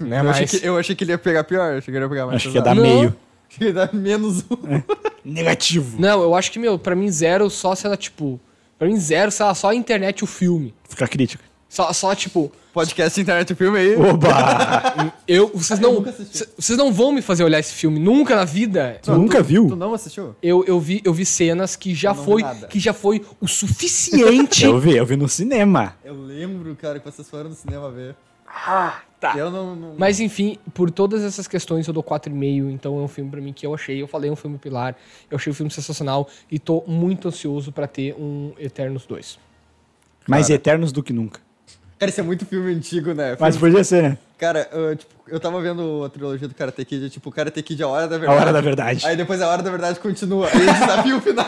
[SPEAKER 3] Né,
[SPEAKER 4] eu, achei
[SPEAKER 3] mas.
[SPEAKER 4] que, eu achei que ele ia pegar pior, eu achei que ele ia pegar mais.
[SPEAKER 2] Acho que ia dar É.
[SPEAKER 4] pesado.
[SPEAKER 3] Não.
[SPEAKER 2] meio.
[SPEAKER 4] Achei que ia dar menos um.
[SPEAKER 2] Negativo.
[SPEAKER 3] Não, eu acho que, meu, pra mim zero só se ela, tipo, Pra mim, zero, sei lá, só a internet e o filme.
[SPEAKER 2] Fica crítico.
[SPEAKER 3] Só, só tipo,
[SPEAKER 4] Podcast internet do filme aí.
[SPEAKER 2] Oba!
[SPEAKER 3] eu,
[SPEAKER 4] Ah,
[SPEAKER 3] vocês não, c- vocês não vão me fazer olhar esse filme nunca na vida.
[SPEAKER 2] Tu nunca viu?
[SPEAKER 4] Tu não assistiu?
[SPEAKER 3] Eu, eu, vi, eu vi cenas que já
[SPEAKER 4] não vi
[SPEAKER 3] foi
[SPEAKER 4] nada.
[SPEAKER 3] que já foi o suficiente.
[SPEAKER 2] Eu vi, eu vi no cinema.
[SPEAKER 4] Eu lembro, cara, que vocês foram no cinema ver.
[SPEAKER 3] tá.
[SPEAKER 4] Eu não. não-
[SPEAKER 3] Mas enfim, por todas essas questões eu dou 4,5, então é um filme pra mim que eu achei, eu falei é um filme pilar, eu achei o filme sensacional e tô muito ansioso pra ter um Eternos 2.
[SPEAKER 2] Mais eternos do que nunca.
[SPEAKER 4] Cara, isso é muito filme antigo, né?
[SPEAKER 2] Mas
[SPEAKER 4] Filme-
[SPEAKER 2] podia ser, né?
[SPEAKER 4] Cara, eu, tipo, eu tava vendo a trilogia do Karate Kid, é tipo, o Karate Kid é a hora da
[SPEAKER 2] A
[SPEAKER 4] verdade.
[SPEAKER 2] hora da verdade.
[SPEAKER 4] Aí depois a hora da verdade continua. Aí desafio final.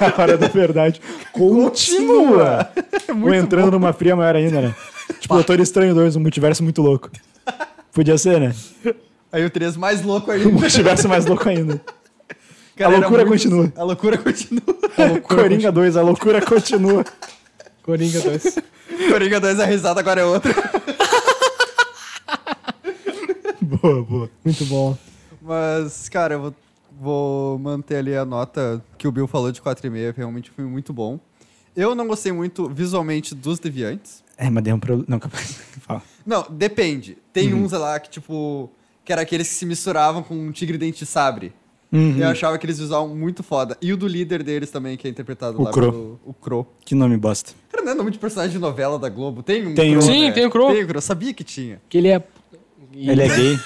[SPEAKER 2] A hora da verdade. Continua! Ou entrando numa fria maior ainda, né? Tipo, Doutor Estranho 2, um multiverso muito louco. Podia ser, né?
[SPEAKER 4] Aí o 3 mais louco
[SPEAKER 2] Um
[SPEAKER 4] ainda.
[SPEAKER 2] multiverso mais louco ainda.
[SPEAKER 4] Cara,
[SPEAKER 2] A
[SPEAKER 4] era
[SPEAKER 2] loucura
[SPEAKER 4] muito-
[SPEAKER 2] continua.
[SPEAKER 4] A loucura continua.
[SPEAKER 2] Coringa 2, a loucura continua.
[SPEAKER 3] Coringa 2.
[SPEAKER 4] Coringa 2, a risada agora é outra.
[SPEAKER 2] Boa, boa.
[SPEAKER 3] muito bom.
[SPEAKER 4] Mas, cara, eu vou, vou manter ali a nota que o Bill falou de 4,5. Realmente foi muito bom. Eu não gostei muito visualmente dos deviantes.
[SPEAKER 2] É, mas deu um problema. Não, capaz. Fala.
[SPEAKER 4] Não, depende. Tem
[SPEAKER 2] Uhum.
[SPEAKER 4] uns lá que, tipo, que era aqueles que se misturavam com um tigre dente de sabre.
[SPEAKER 2] Uhum.
[SPEAKER 4] Eu achava aqueles visual muito foda. E o do líder deles também, que é interpretado
[SPEAKER 2] O
[SPEAKER 4] lá
[SPEAKER 2] Crow.
[SPEAKER 4] pelo o Crow.
[SPEAKER 2] Que nome bosta.
[SPEAKER 4] Cara, não é nome de personagem de novela da Globo? Tem um
[SPEAKER 2] Tem um.
[SPEAKER 3] Sim, tem o Crow.
[SPEAKER 4] Tem o Crow, sabia que tinha.
[SPEAKER 3] Que ele é
[SPEAKER 2] Ele é gay,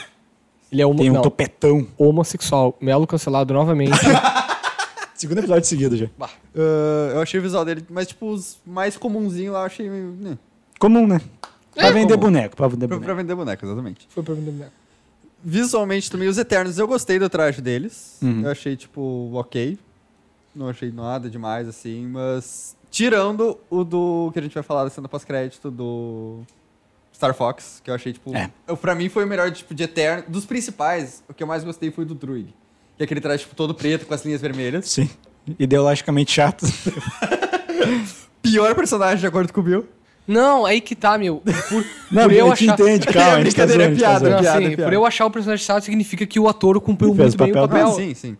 [SPEAKER 3] ele é homo,
[SPEAKER 2] tem um
[SPEAKER 3] não,
[SPEAKER 2] topetão.
[SPEAKER 3] homossexual. Melo cancelado novamente.
[SPEAKER 2] Segundo episódio seguido já.
[SPEAKER 4] Ah, eu achei o visual dele, mas tipo, os mais comunzinhos lá eu achei meio. né,
[SPEAKER 2] Comum, né? Pra vender
[SPEAKER 4] comum.
[SPEAKER 2] boneco, pra vender
[SPEAKER 4] pra,
[SPEAKER 2] É boneco.
[SPEAKER 4] pra vender boneca, exatamente.
[SPEAKER 3] Foi pra mim
[SPEAKER 4] Visualmente também, os Eternos, eu gostei do traje deles.
[SPEAKER 2] Uhum.
[SPEAKER 4] Eu achei, tipo, ok. Não achei nada demais, assim, mas. Tirando o do que a gente vai falar da cena pós-crédito do Star Fox, que eu achei, tipo.
[SPEAKER 2] É.
[SPEAKER 4] eu- Pra mim foi o melhor, tipo, de Eterno. Dos principais, o que eu mais gostei foi o do Druid. Que é aquele traje, tipo, todo preto com as linhas vermelhas.
[SPEAKER 2] Sim. Ideologicamente chato.
[SPEAKER 4] Pior personagem, de acordo com o Bill.
[SPEAKER 3] Não, aí que tá, meu. Por,
[SPEAKER 2] Não,
[SPEAKER 3] por
[SPEAKER 2] eu
[SPEAKER 3] eu
[SPEAKER 2] te
[SPEAKER 3] achar
[SPEAKER 2] entende, calma. a gente tá zoando, a gente
[SPEAKER 4] Brincadeira, é
[SPEAKER 2] tá
[SPEAKER 4] piada.
[SPEAKER 3] Não,
[SPEAKER 2] zoando.
[SPEAKER 3] assim,
[SPEAKER 4] piada, piada.
[SPEAKER 3] por eu achar o personagem chato significa que o ator cumpriu
[SPEAKER 2] Fez
[SPEAKER 3] muito
[SPEAKER 2] o
[SPEAKER 3] bem o
[SPEAKER 2] papel, né?
[SPEAKER 3] papel.
[SPEAKER 4] Ah, sim, sim.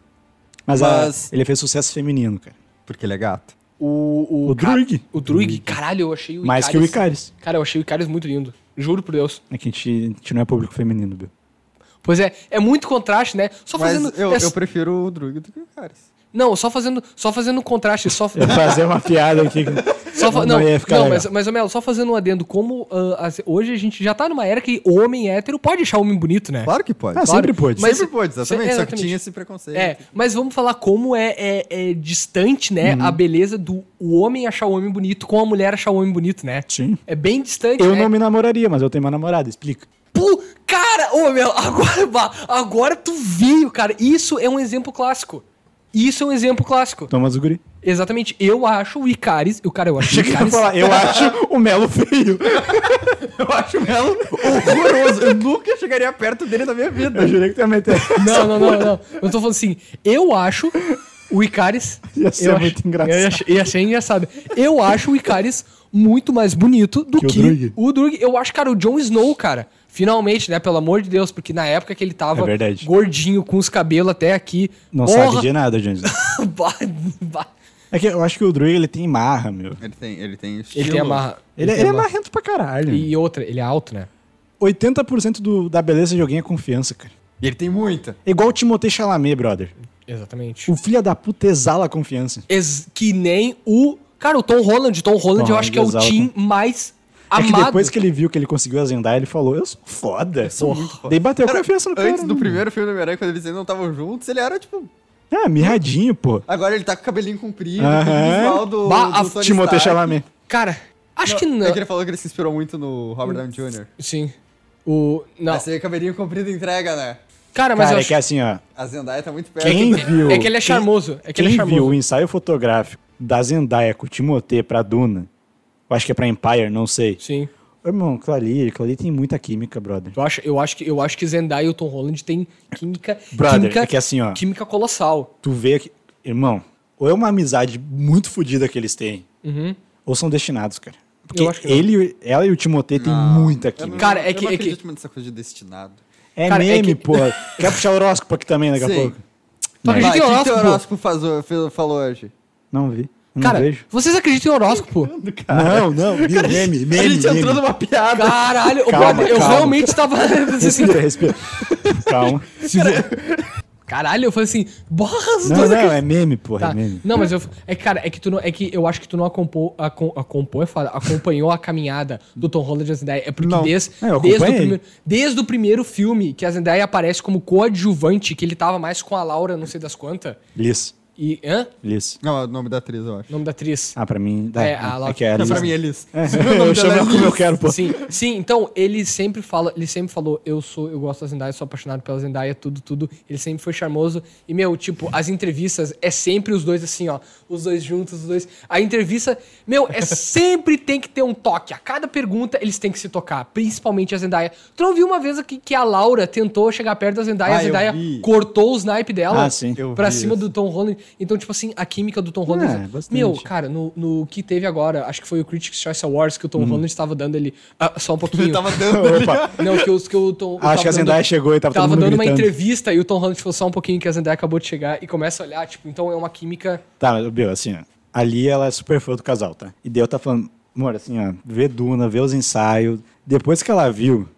[SPEAKER 2] Mas,
[SPEAKER 4] Mas-
[SPEAKER 2] a- ele fez sucesso feminino, cara.
[SPEAKER 4] Porque ele é gato.
[SPEAKER 3] O,
[SPEAKER 2] O Druig.
[SPEAKER 3] O Druig, caralho, eu achei o
[SPEAKER 2] Mais que o Icaris.
[SPEAKER 3] Cara, eu achei o Icarus muito lindo. Juro por Deus.
[SPEAKER 2] É que a gente, a gente não é público feminino, Bill.
[SPEAKER 3] Pois é, é muito contraste, né? Só
[SPEAKER 4] Mas
[SPEAKER 3] fazendo.
[SPEAKER 4] eu,
[SPEAKER 3] é-
[SPEAKER 4] eu prefiro o Druid do que o Caris.
[SPEAKER 3] Não, só fazendo, só fazendo contraste, só.
[SPEAKER 2] Eu ia fazer uma piada aqui.
[SPEAKER 3] Só fa- Não,
[SPEAKER 2] Não ia ficar
[SPEAKER 3] não,
[SPEAKER 2] legal.
[SPEAKER 3] mas, mas ô, Melo, só fazendo um adendo, como ah, as- hoje a gente já tá numa era que homem hétero pode achar homem bonito, né?
[SPEAKER 4] Claro que pode.
[SPEAKER 2] Ah,
[SPEAKER 4] Claro.
[SPEAKER 2] sempre pôde.
[SPEAKER 3] mas-
[SPEAKER 4] sempre pôde, exatamente.
[SPEAKER 3] se- é,
[SPEAKER 4] Só que
[SPEAKER 3] exatamente.
[SPEAKER 4] tinha esse preconceito.
[SPEAKER 3] É, mas vamos falar como é, é- é distante, né? A beleza do o homem achar o homem bonito com a mulher achar o homem bonito, né?
[SPEAKER 2] Sim.
[SPEAKER 3] É bem distante.
[SPEAKER 2] Eu
[SPEAKER 3] né?
[SPEAKER 2] não me namoraria, mas eu tenho uma namorada, explica.
[SPEAKER 3] Pô, cara, ô meu, agora, bah, agora tu veio, cara. Isso é um exemplo clássico. Isso é um exemplo clássico.
[SPEAKER 2] Toma os guri.
[SPEAKER 3] Exatamente. Eu acho o Icaris. O cara, eu acho o
[SPEAKER 2] Achei que ia
[SPEAKER 3] Icaris.
[SPEAKER 2] falar, eu acho o Melo feio.
[SPEAKER 4] Eu acho o Melo horroroso. Eu nunca chegaria perto dele na minha vida.
[SPEAKER 2] Eu jurei que tu ia meter.
[SPEAKER 3] Não, não, não, não. Eu tô falando assim, eu acho o Icaris.
[SPEAKER 2] Ia ser
[SPEAKER 3] eu
[SPEAKER 2] muito engraçado.
[SPEAKER 3] Eu achei, ia ser engraçado. Eu acho o Icaris muito mais bonito do
[SPEAKER 2] Que
[SPEAKER 3] que,
[SPEAKER 2] o Druig.
[SPEAKER 3] o Drug. Eu acho, cara, o Jon Snow, cara. Finalmente, né? Pelo amor de Deus, porque na época que ele
[SPEAKER 2] É
[SPEAKER 3] tava
[SPEAKER 2] verdade.
[SPEAKER 3] gordinho, com os cabelos até aqui.
[SPEAKER 2] Não
[SPEAKER 3] porra,
[SPEAKER 2] sabe de nada, gente.
[SPEAKER 3] Bah, bah.
[SPEAKER 2] É que eu acho que o Druid, ele tem marra, meu.
[SPEAKER 4] Ele tem, ele tem estilo.
[SPEAKER 3] Ele tem a marra.
[SPEAKER 2] Ele, é- ele é
[SPEAKER 3] marra.
[SPEAKER 2] marrento pra caralho.
[SPEAKER 3] E outra, ele é alto, né?
[SPEAKER 2] 80% do- da beleza de alguém é confiança, cara.
[SPEAKER 4] E ele tem muita.
[SPEAKER 2] É igual o Timothée Chalamet, brother.
[SPEAKER 3] Exatamente.
[SPEAKER 2] O filho da puta exala a confiança.
[SPEAKER 3] que nem o. Cara, o Tom Holland. O Tom Holland
[SPEAKER 2] Tom
[SPEAKER 3] eu acho que é o
[SPEAKER 2] Holland
[SPEAKER 3] Tim mais
[SPEAKER 2] É
[SPEAKER 3] amado.
[SPEAKER 2] que depois que ele viu que ele conseguiu azendar, ele falou, eu sou foda.
[SPEAKER 4] sou
[SPEAKER 2] Porra.
[SPEAKER 4] muito foda.
[SPEAKER 2] Daí bateu a confiança no cara.
[SPEAKER 4] Antes do
[SPEAKER 2] né?
[SPEAKER 4] primeiro filme do Homem-Aranha, quando eles ainda não estavam juntos, ele era tipo.
[SPEAKER 2] Ah, mirradinho, pô.
[SPEAKER 4] Agora ele tá com o cabelinho comprido, com o
[SPEAKER 2] Aham.
[SPEAKER 4] visual do.
[SPEAKER 3] Bah,
[SPEAKER 4] do
[SPEAKER 3] a
[SPEAKER 4] Tony
[SPEAKER 2] Timothée
[SPEAKER 4] Stark.
[SPEAKER 2] Chalamet.
[SPEAKER 3] Cara, acho que não.
[SPEAKER 4] É que ele falou que ele se inspirou muito no Robert Downey Jr.
[SPEAKER 3] Sim. O. Não.
[SPEAKER 4] Mas aí cabelinho comprido entrega, né?
[SPEAKER 3] Cara, mas
[SPEAKER 2] Cara,
[SPEAKER 3] eu
[SPEAKER 2] é
[SPEAKER 3] acho.
[SPEAKER 2] que assim, ó.
[SPEAKER 4] A Zendaya tá muito perto.
[SPEAKER 2] Quem viu...
[SPEAKER 3] É que ele é charmoso. É que
[SPEAKER 2] Quem
[SPEAKER 3] ele é
[SPEAKER 2] viu o
[SPEAKER 3] charmoso.
[SPEAKER 2] ensaio fotográfico da Zendaya com o Timothée pra Duna, eu acho que é pra Empire, não sei.
[SPEAKER 3] Sim.
[SPEAKER 2] Ô, Irmão, aquilo ali, aquilo ali tem muita química, brother.
[SPEAKER 3] Eu acho, eu, acho que, eu acho que Zendaya e o Tom Holland tem química.
[SPEAKER 2] Brother,
[SPEAKER 3] química,
[SPEAKER 2] é que assim, ó.
[SPEAKER 3] Química colossal.
[SPEAKER 2] Tu vê que... Irmão, ou é uma amizade muito fodida que eles têm,
[SPEAKER 3] Uhum.
[SPEAKER 2] ou são destinados, cara. Porque
[SPEAKER 3] Eu acho que não.
[SPEAKER 2] ele, ela e o Timothée têm muita química.
[SPEAKER 3] Cara, é
[SPEAKER 4] eu
[SPEAKER 3] que-
[SPEAKER 4] Não
[SPEAKER 3] é que-
[SPEAKER 4] acredito muito nessa coisa de destinado.
[SPEAKER 2] É
[SPEAKER 3] Cara, é
[SPEAKER 2] meme,
[SPEAKER 3] que-
[SPEAKER 2] pô. Quer puxar horóscopo aqui também daqui
[SPEAKER 4] Sim.
[SPEAKER 2] a pouco?
[SPEAKER 3] Tu acredita
[SPEAKER 4] Vai,
[SPEAKER 3] em
[SPEAKER 4] o que que
[SPEAKER 3] horóscopo?
[SPEAKER 4] o horóscopo faz- fez- falou hoje?
[SPEAKER 2] Não vi. Eu
[SPEAKER 3] Cara,
[SPEAKER 2] não vejo.
[SPEAKER 3] vocês acreditam em horóscopo?
[SPEAKER 2] Não, não, meme, meme, meme.
[SPEAKER 4] a gente entrou numa piada.
[SPEAKER 3] Caralho,
[SPEAKER 2] Calma,
[SPEAKER 3] eu, eu
[SPEAKER 2] calma.
[SPEAKER 3] realmente tava. assim,
[SPEAKER 2] Respira, respira. Calma.
[SPEAKER 3] Caralho, eu falei assim, borra as
[SPEAKER 2] Não,
[SPEAKER 3] duas
[SPEAKER 2] não,
[SPEAKER 3] acreditam.
[SPEAKER 2] é meme, porra,
[SPEAKER 3] Tá.
[SPEAKER 2] é meme.
[SPEAKER 3] Não, mas eu. É que, cara, é que tu não. É que eu acho que tu não acompanhou. acom- acompanhou, é foda, acompanhou a caminhada do Tom Holland e a Zendaya. É porque
[SPEAKER 2] Não.
[SPEAKER 3] desde,
[SPEAKER 2] É, eu
[SPEAKER 3] desde, o
[SPEAKER 2] acompanhei.
[SPEAKER 3] primeiro, desde o primeiro filme que a Zendaya aparece como coadjuvante, que ele tava mais com a Laura, não sei das quantas.
[SPEAKER 2] Liz,
[SPEAKER 3] E. Hã?
[SPEAKER 2] Liz.
[SPEAKER 4] Não, é o nome da atriz, eu acho.
[SPEAKER 3] Nome da atriz.
[SPEAKER 2] Ah, pra mim, dá.
[SPEAKER 3] É, a Laura-
[SPEAKER 2] que é a
[SPEAKER 4] Não,
[SPEAKER 2] Liz.
[SPEAKER 4] pra mim é Liz.
[SPEAKER 2] eu
[SPEAKER 4] é
[SPEAKER 2] chamo ela como eu quero, pô.
[SPEAKER 3] Sim, sim, então ele sempre fala, ele sempre falou, eu sou, eu gosto da Zendaya, sou apaixonado pela Zendaya, tudo, tudo. Ele sempre foi charmoso. E, meu, tipo, as entrevistas é sempre os dois assim, ó. Os dois juntos, os dois. A entrevista, meu, é sempre tem que ter um toque. A cada pergunta eles têm que se tocar, principalmente a Zendaya. Tu não viu uma vez aqui que a Laura tentou chegar perto da Zendaya,
[SPEAKER 4] Ah,
[SPEAKER 3] a
[SPEAKER 4] eu
[SPEAKER 3] Zendaya
[SPEAKER 4] vi.
[SPEAKER 3] cortou o snipe dela
[SPEAKER 2] Ah, sim.
[SPEAKER 4] Eu
[SPEAKER 3] pra
[SPEAKER 4] vi
[SPEAKER 3] cima
[SPEAKER 4] isso.
[SPEAKER 3] do Tom Holland. Então, tipo assim, a química do Tom Holland.
[SPEAKER 2] É,
[SPEAKER 3] é
[SPEAKER 2] bastante.
[SPEAKER 3] meu, cara, no, no que teve agora, acho que foi o Critics' Choice Awards que o Tom
[SPEAKER 2] Uhum.
[SPEAKER 3] Holland estava dando ele. Ah, só um pouquinho.
[SPEAKER 4] Ele tava dando ali.
[SPEAKER 2] Opa,
[SPEAKER 3] Não, que, os, que o Tom.
[SPEAKER 2] Acho
[SPEAKER 3] tava
[SPEAKER 2] que a Zendaya chegou e tava todo
[SPEAKER 3] Tava
[SPEAKER 2] mundo
[SPEAKER 3] dando uma
[SPEAKER 2] gritando.
[SPEAKER 3] entrevista e o Tom Holland falou só um pouquinho que a Zendaya acabou de chegar e começa a olhar, tipo, então é uma química.
[SPEAKER 2] Tá, Bill, assim, ó. Ali ela é super fã do casal, tá? E Deu tá falando, amor, assim, ó, vê Duna, vê os ensaios. Depois que ela viu.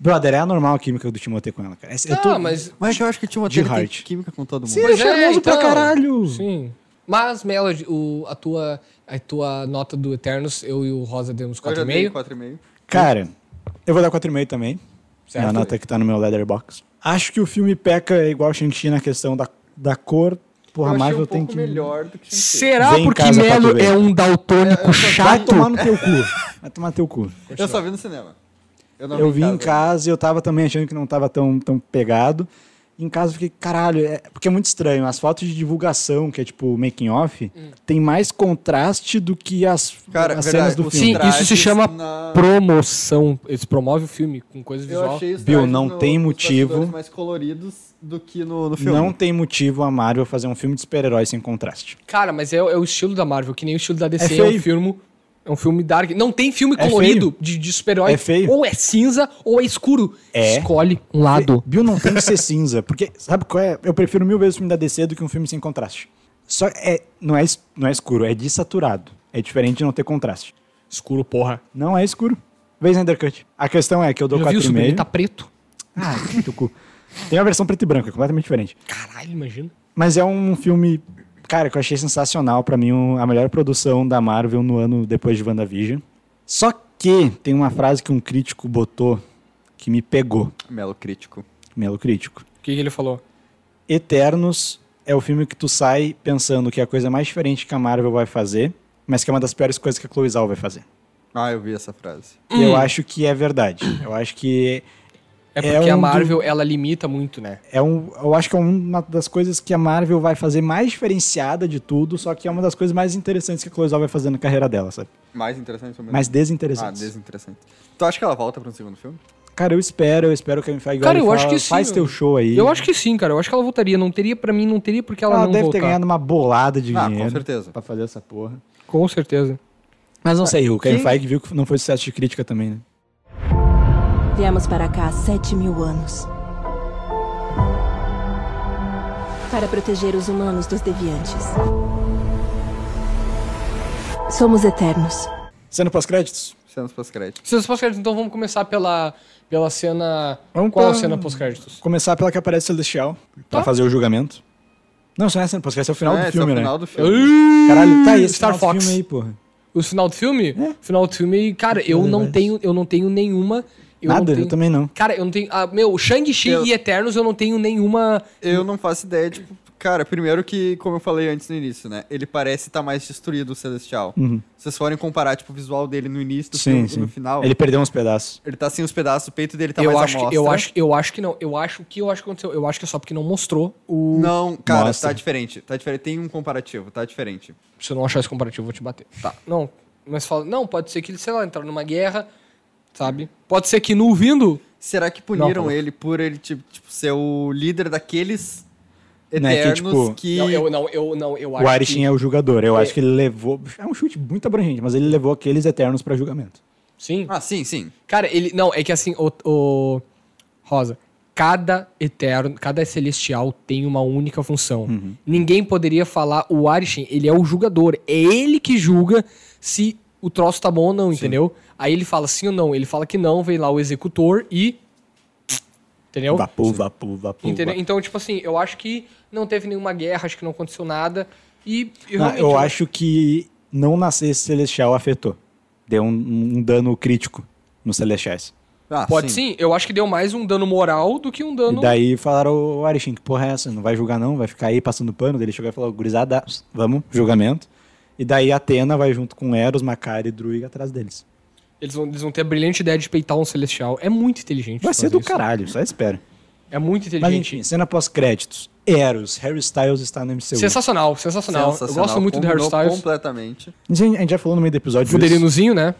[SPEAKER 2] Brother, é anormal a química do Timothée com ela, cara. Eu
[SPEAKER 3] Ah,
[SPEAKER 2] tô-
[SPEAKER 3] mas.
[SPEAKER 4] Mas eu acho que o
[SPEAKER 2] De
[SPEAKER 4] Timothée ele tem
[SPEAKER 2] Hart.
[SPEAKER 4] química com todo mundo.
[SPEAKER 2] Sim, é
[SPEAKER 3] Mas é,
[SPEAKER 2] charmoso pra
[SPEAKER 3] então.
[SPEAKER 2] caralho.
[SPEAKER 3] Sim. Mas, Melody, o, a, tua, a tua nota do Eternos, eu e o Rosa demos
[SPEAKER 4] Eu já dei
[SPEAKER 3] 4,5.
[SPEAKER 4] 4,5.
[SPEAKER 2] Cara, eu vou dar 4,5 também.
[SPEAKER 3] Certo.
[SPEAKER 2] É a nota que tá no meu Leatherbox. Acho que o filme peca igual Shang-Chi na questão da, da cor. Porra, a
[SPEAKER 4] eu achei
[SPEAKER 2] Marvel
[SPEAKER 4] um
[SPEAKER 2] tem
[SPEAKER 4] pouco
[SPEAKER 2] que.
[SPEAKER 4] melhor do que Shang-Chi.
[SPEAKER 3] Será
[SPEAKER 2] Vem em
[SPEAKER 3] porque
[SPEAKER 2] casa pra tu
[SPEAKER 3] Melo
[SPEAKER 2] ver.
[SPEAKER 3] é um daltônico
[SPEAKER 2] Vai
[SPEAKER 3] chato?
[SPEAKER 2] tomar no teu cu. Vai tomar no teu cu.
[SPEAKER 4] Eu só vi no cinema. não
[SPEAKER 2] Eu vi em
[SPEAKER 4] né?
[SPEAKER 2] casa e eu tava também achando que não tava tão, tão pegado. Em casa eu fiquei, caralho, é- porque é muito estranho. As fotos de divulgação, que é tipo making off, tem mais contraste do que as,
[SPEAKER 4] Cara,
[SPEAKER 2] as
[SPEAKER 4] verdade,
[SPEAKER 2] cenas do
[SPEAKER 4] os
[SPEAKER 2] filme.
[SPEAKER 3] Sim,
[SPEAKER 4] Trajes
[SPEAKER 3] isso se chama
[SPEAKER 4] na-
[SPEAKER 3] promoção. Eles promovem o filme com coisa
[SPEAKER 4] Eu
[SPEAKER 3] visual.
[SPEAKER 4] achei os
[SPEAKER 2] Bill,
[SPEAKER 4] trajes
[SPEAKER 2] não
[SPEAKER 4] no-
[SPEAKER 2] tem
[SPEAKER 4] nos
[SPEAKER 2] motivo.
[SPEAKER 4] bastidores mais coloridos do que no, no filme.
[SPEAKER 2] Não tem motivo a Marvel fazer um filme de super-herói sem contraste.
[SPEAKER 3] Cara, mas é, é o estilo da Marvel, que nem o estilo da DC.
[SPEAKER 2] É
[SPEAKER 3] É, um
[SPEAKER 2] feio.
[SPEAKER 3] filme. É um filme dark. Não tem filme
[SPEAKER 2] É
[SPEAKER 3] colorido
[SPEAKER 2] feio.
[SPEAKER 3] de, de super-herói.
[SPEAKER 2] É feio.
[SPEAKER 3] Ou é cinza ou é escuro.
[SPEAKER 2] É.
[SPEAKER 3] Escolhe um lado.
[SPEAKER 2] Bill não tem que ser cinza, porque sabe qual é? Eu prefiro mil vezes o filme da DC do que um filme sem contraste. Só é não é es- não é escuro, é desaturado. É diferente de não ter contraste.
[SPEAKER 3] Escuro, porra.
[SPEAKER 2] Não é escuro. Vê Snyder Cut. A questão é que eu dou
[SPEAKER 3] Já viu? O Superman
[SPEAKER 2] 4,5.
[SPEAKER 3] tá preto.
[SPEAKER 2] Ah, teu cu. Tem uma versão preto e branco, é completamente diferente.
[SPEAKER 3] Caralho, imagina.
[SPEAKER 2] Mas é um filme, cara, que eu achei sensacional. Pra mim, um- a melhor produção da Marvel no ano depois de WandaVision. Só que tem uma frase que um crítico botou que me pegou,
[SPEAKER 4] Melo crítico.
[SPEAKER 2] Melo Crítico.
[SPEAKER 3] O que, que ele falou?
[SPEAKER 2] Eternos é o filme que tu sai pensando que é a coisa mais diferente que a Marvel vai fazer, mas que é uma das piores coisas que a Chloe Zhao vai fazer.
[SPEAKER 4] Ah, eu vi essa frase.
[SPEAKER 2] E eu acho que é verdade. Eu acho que
[SPEAKER 3] É
[SPEAKER 2] É
[SPEAKER 3] porque a
[SPEAKER 2] um do-
[SPEAKER 3] Marvel, ela limita muito, né?
[SPEAKER 2] é um, eu acho que é uma das coisas que a Marvel vai fazer mais diferenciada de tudo, só que é uma das coisas mais interessantes que a Chloe Zhao vai fazer na carreira dela, sabe?
[SPEAKER 4] Mais interessante ou menos?
[SPEAKER 2] Mais
[SPEAKER 4] Ah,
[SPEAKER 2] desinteressantes.
[SPEAKER 4] desinteressante. Tu acha que ela volta pra um segundo filme?
[SPEAKER 2] Cara, eu espero, eu espero que a Amy Feige olhe
[SPEAKER 3] Cara,
[SPEAKER 2] e
[SPEAKER 3] eu acho
[SPEAKER 2] fala,
[SPEAKER 3] que sim,
[SPEAKER 2] faz
[SPEAKER 3] eu-
[SPEAKER 2] teu show aí.
[SPEAKER 3] Eu acho que sim, cara. Eu acho que ela voltaria. Não teria, pra mim, não teria porque ela,
[SPEAKER 2] ela,
[SPEAKER 3] não
[SPEAKER 2] Ah, deve
[SPEAKER 3] voltar.
[SPEAKER 2] ter ganhado uma bolada de
[SPEAKER 4] Ah, com
[SPEAKER 2] dinheiro.
[SPEAKER 4] certeza.
[SPEAKER 2] Pra fazer essa porra.
[SPEAKER 3] Com certeza.
[SPEAKER 2] Mas não sei, o Kevin
[SPEAKER 4] quem-
[SPEAKER 2] Feige viu que não foi sucesso de crítica também, né?
[SPEAKER 5] Viemos para cá há 7 mil anos. Para proteger os humanos dos deviantes. Somos eternos.
[SPEAKER 2] Sendo pós-créditos?
[SPEAKER 4] Cenas pós-crédito.
[SPEAKER 3] Cenas pós-créditos, então vamos começar pela, pela cena...
[SPEAKER 2] Vamos
[SPEAKER 3] Qual é
[SPEAKER 2] pra-
[SPEAKER 3] a cena pós-créditos?
[SPEAKER 2] Começar pela que aparece Celestial, pra fazer o julgamento. Não, isso não é sendo pós-créditos, é o final
[SPEAKER 4] Ah,
[SPEAKER 2] do
[SPEAKER 4] esse
[SPEAKER 2] filme,
[SPEAKER 4] é o
[SPEAKER 2] né?
[SPEAKER 4] final do filme.
[SPEAKER 2] Caralho, tá aí, esse
[SPEAKER 3] Star
[SPEAKER 2] final do
[SPEAKER 3] Fox.
[SPEAKER 2] filme aí, porra.
[SPEAKER 3] O final do filme?
[SPEAKER 2] É.
[SPEAKER 3] Final do filme, cara, eu não tenho, eu não tenho nenhuma. Eu
[SPEAKER 2] Nada,
[SPEAKER 3] não tenho,
[SPEAKER 2] eu também não.
[SPEAKER 3] Cara, eu não tenho. ah, meu, Shang-Chi
[SPEAKER 4] Eu-
[SPEAKER 3] e Eternos eu não tenho nenhuma.
[SPEAKER 4] Eu não faço ideia, tipo, cara, primeiro que, como eu falei antes no início, né? Ele parece estar mais destruído o Celestial. Se vocês forem comparar, tipo, o visual dele no início do filme
[SPEAKER 2] Sim,
[SPEAKER 4] e
[SPEAKER 2] sim.
[SPEAKER 4] no final,
[SPEAKER 2] Ele
[SPEAKER 4] ele...
[SPEAKER 2] perdeu uns pedaços.
[SPEAKER 4] tá sem os pedaços, o peito dele tá
[SPEAKER 3] eu,
[SPEAKER 4] mais
[SPEAKER 3] acho
[SPEAKER 4] à
[SPEAKER 3] que, eu,
[SPEAKER 4] mostra.
[SPEAKER 3] acho, eu acho que não. Eu acho o que eu acho que aconteceu. Eu acho que é só porque não mostrou o.
[SPEAKER 4] Não, cara,
[SPEAKER 2] Mostra.
[SPEAKER 4] tá diferente. Tá diferente. Tem um comparativo, tá diferente.
[SPEAKER 3] Se eu não achar esse comparativo, eu vou te bater. Tá. Não. Mas fala. Não, pode ser que ele, sei lá, entrar numa guerra, sabe? Pode ser que no vindo.
[SPEAKER 4] Será que
[SPEAKER 3] Não,
[SPEAKER 4] puniram
[SPEAKER 3] falou.
[SPEAKER 4] ele por ele, tipo, tipo, ser o líder daqueles
[SPEAKER 2] Né, que,
[SPEAKER 4] eternos
[SPEAKER 2] tipo,
[SPEAKER 4] que...
[SPEAKER 3] Não, eu não, eu não, eu acho.
[SPEAKER 2] o Arishin
[SPEAKER 3] que...
[SPEAKER 2] é o julgador. Eu
[SPEAKER 3] É.
[SPEAKER 2] acho que ele levou. É um chute muito abrangente, mas ele levou aqueles eternos pra julgamento.
[SPEAKER 3] Sim.
[SPEAKER 4] Ah, sim, sim.
[SPEAKER 3] Cara, ele. Não, é que assim, o. o- Rosa. Cada eterno, cada celestial tem uma única função.
[SPEAKER 2] Uhum.
[SPEAKER 3] Ninguém poderia falar o Arishem, ele é o julgador. É ele que julga se o troço tá bom ou não, entendeu? Aí ele fala sim ou não, ele fala que não, vem lá o executor e. Entendeu?
[SPEAKER 2] Vapor, vapor, vapor.
[SPEAKER 3] Então, Entendeu?
[SPEAKER 2] vapor.
[SPEAKER 3] Então, tipo assim, eu acho que não teve nenhuma guerra, acho que não aconteceu nada. E
[SPEAKER 2] Não,
[SPEAKER 3] realmente,
[SPEAKER 2] eu acho que não nascer celestial afetou. Deu um, um dano crítico nos celestiais.
[SPEAKER 4] Ah,
[SPEAKER 3] Pode sim. eu acho que deu mais um dano moral do que um dano.
[SPEAKER 2] E daí falaram, ô Arishin, que porra é essa? Não vai julgar não, vai ficar aí passando pano. Daí Ele chegou e falou, gurizada, vamos, julgamento. E daí Atena vai junto com Eros, Macari e Druig atrás deles.
[SPEAKER 3] Eles, vão, eles vão ter a brilhante ideia de peitar um celestial. É muito inteligente.
[SPEAKER 2] Vai ser
[SPEAKER 3] fazer
[SPEAKER 2] do
[SPEAKER 3] isso.
[SPEAKER 2] caralho, só espero.
[SPEAKER 3] É muito
[SPEAKER 2] Mas
[SPEAKER 3] inteligente.
[SPEAKER 2] enfim, cena pós-créditos. Eros, Harry Styles está no MCU.
[SPEAKER 3] sensacional, sensacional, Eu gosto muito do Harry
[SPEAKER 4] Combinou
[SPEAKER 3] Styles.
[SPEAKER 4] completamente. Ah,
[SPEAKER 2] Gente, A gente já falou no meio do episódio disso,
[SPEAKER 3] Fuderinozinho, né?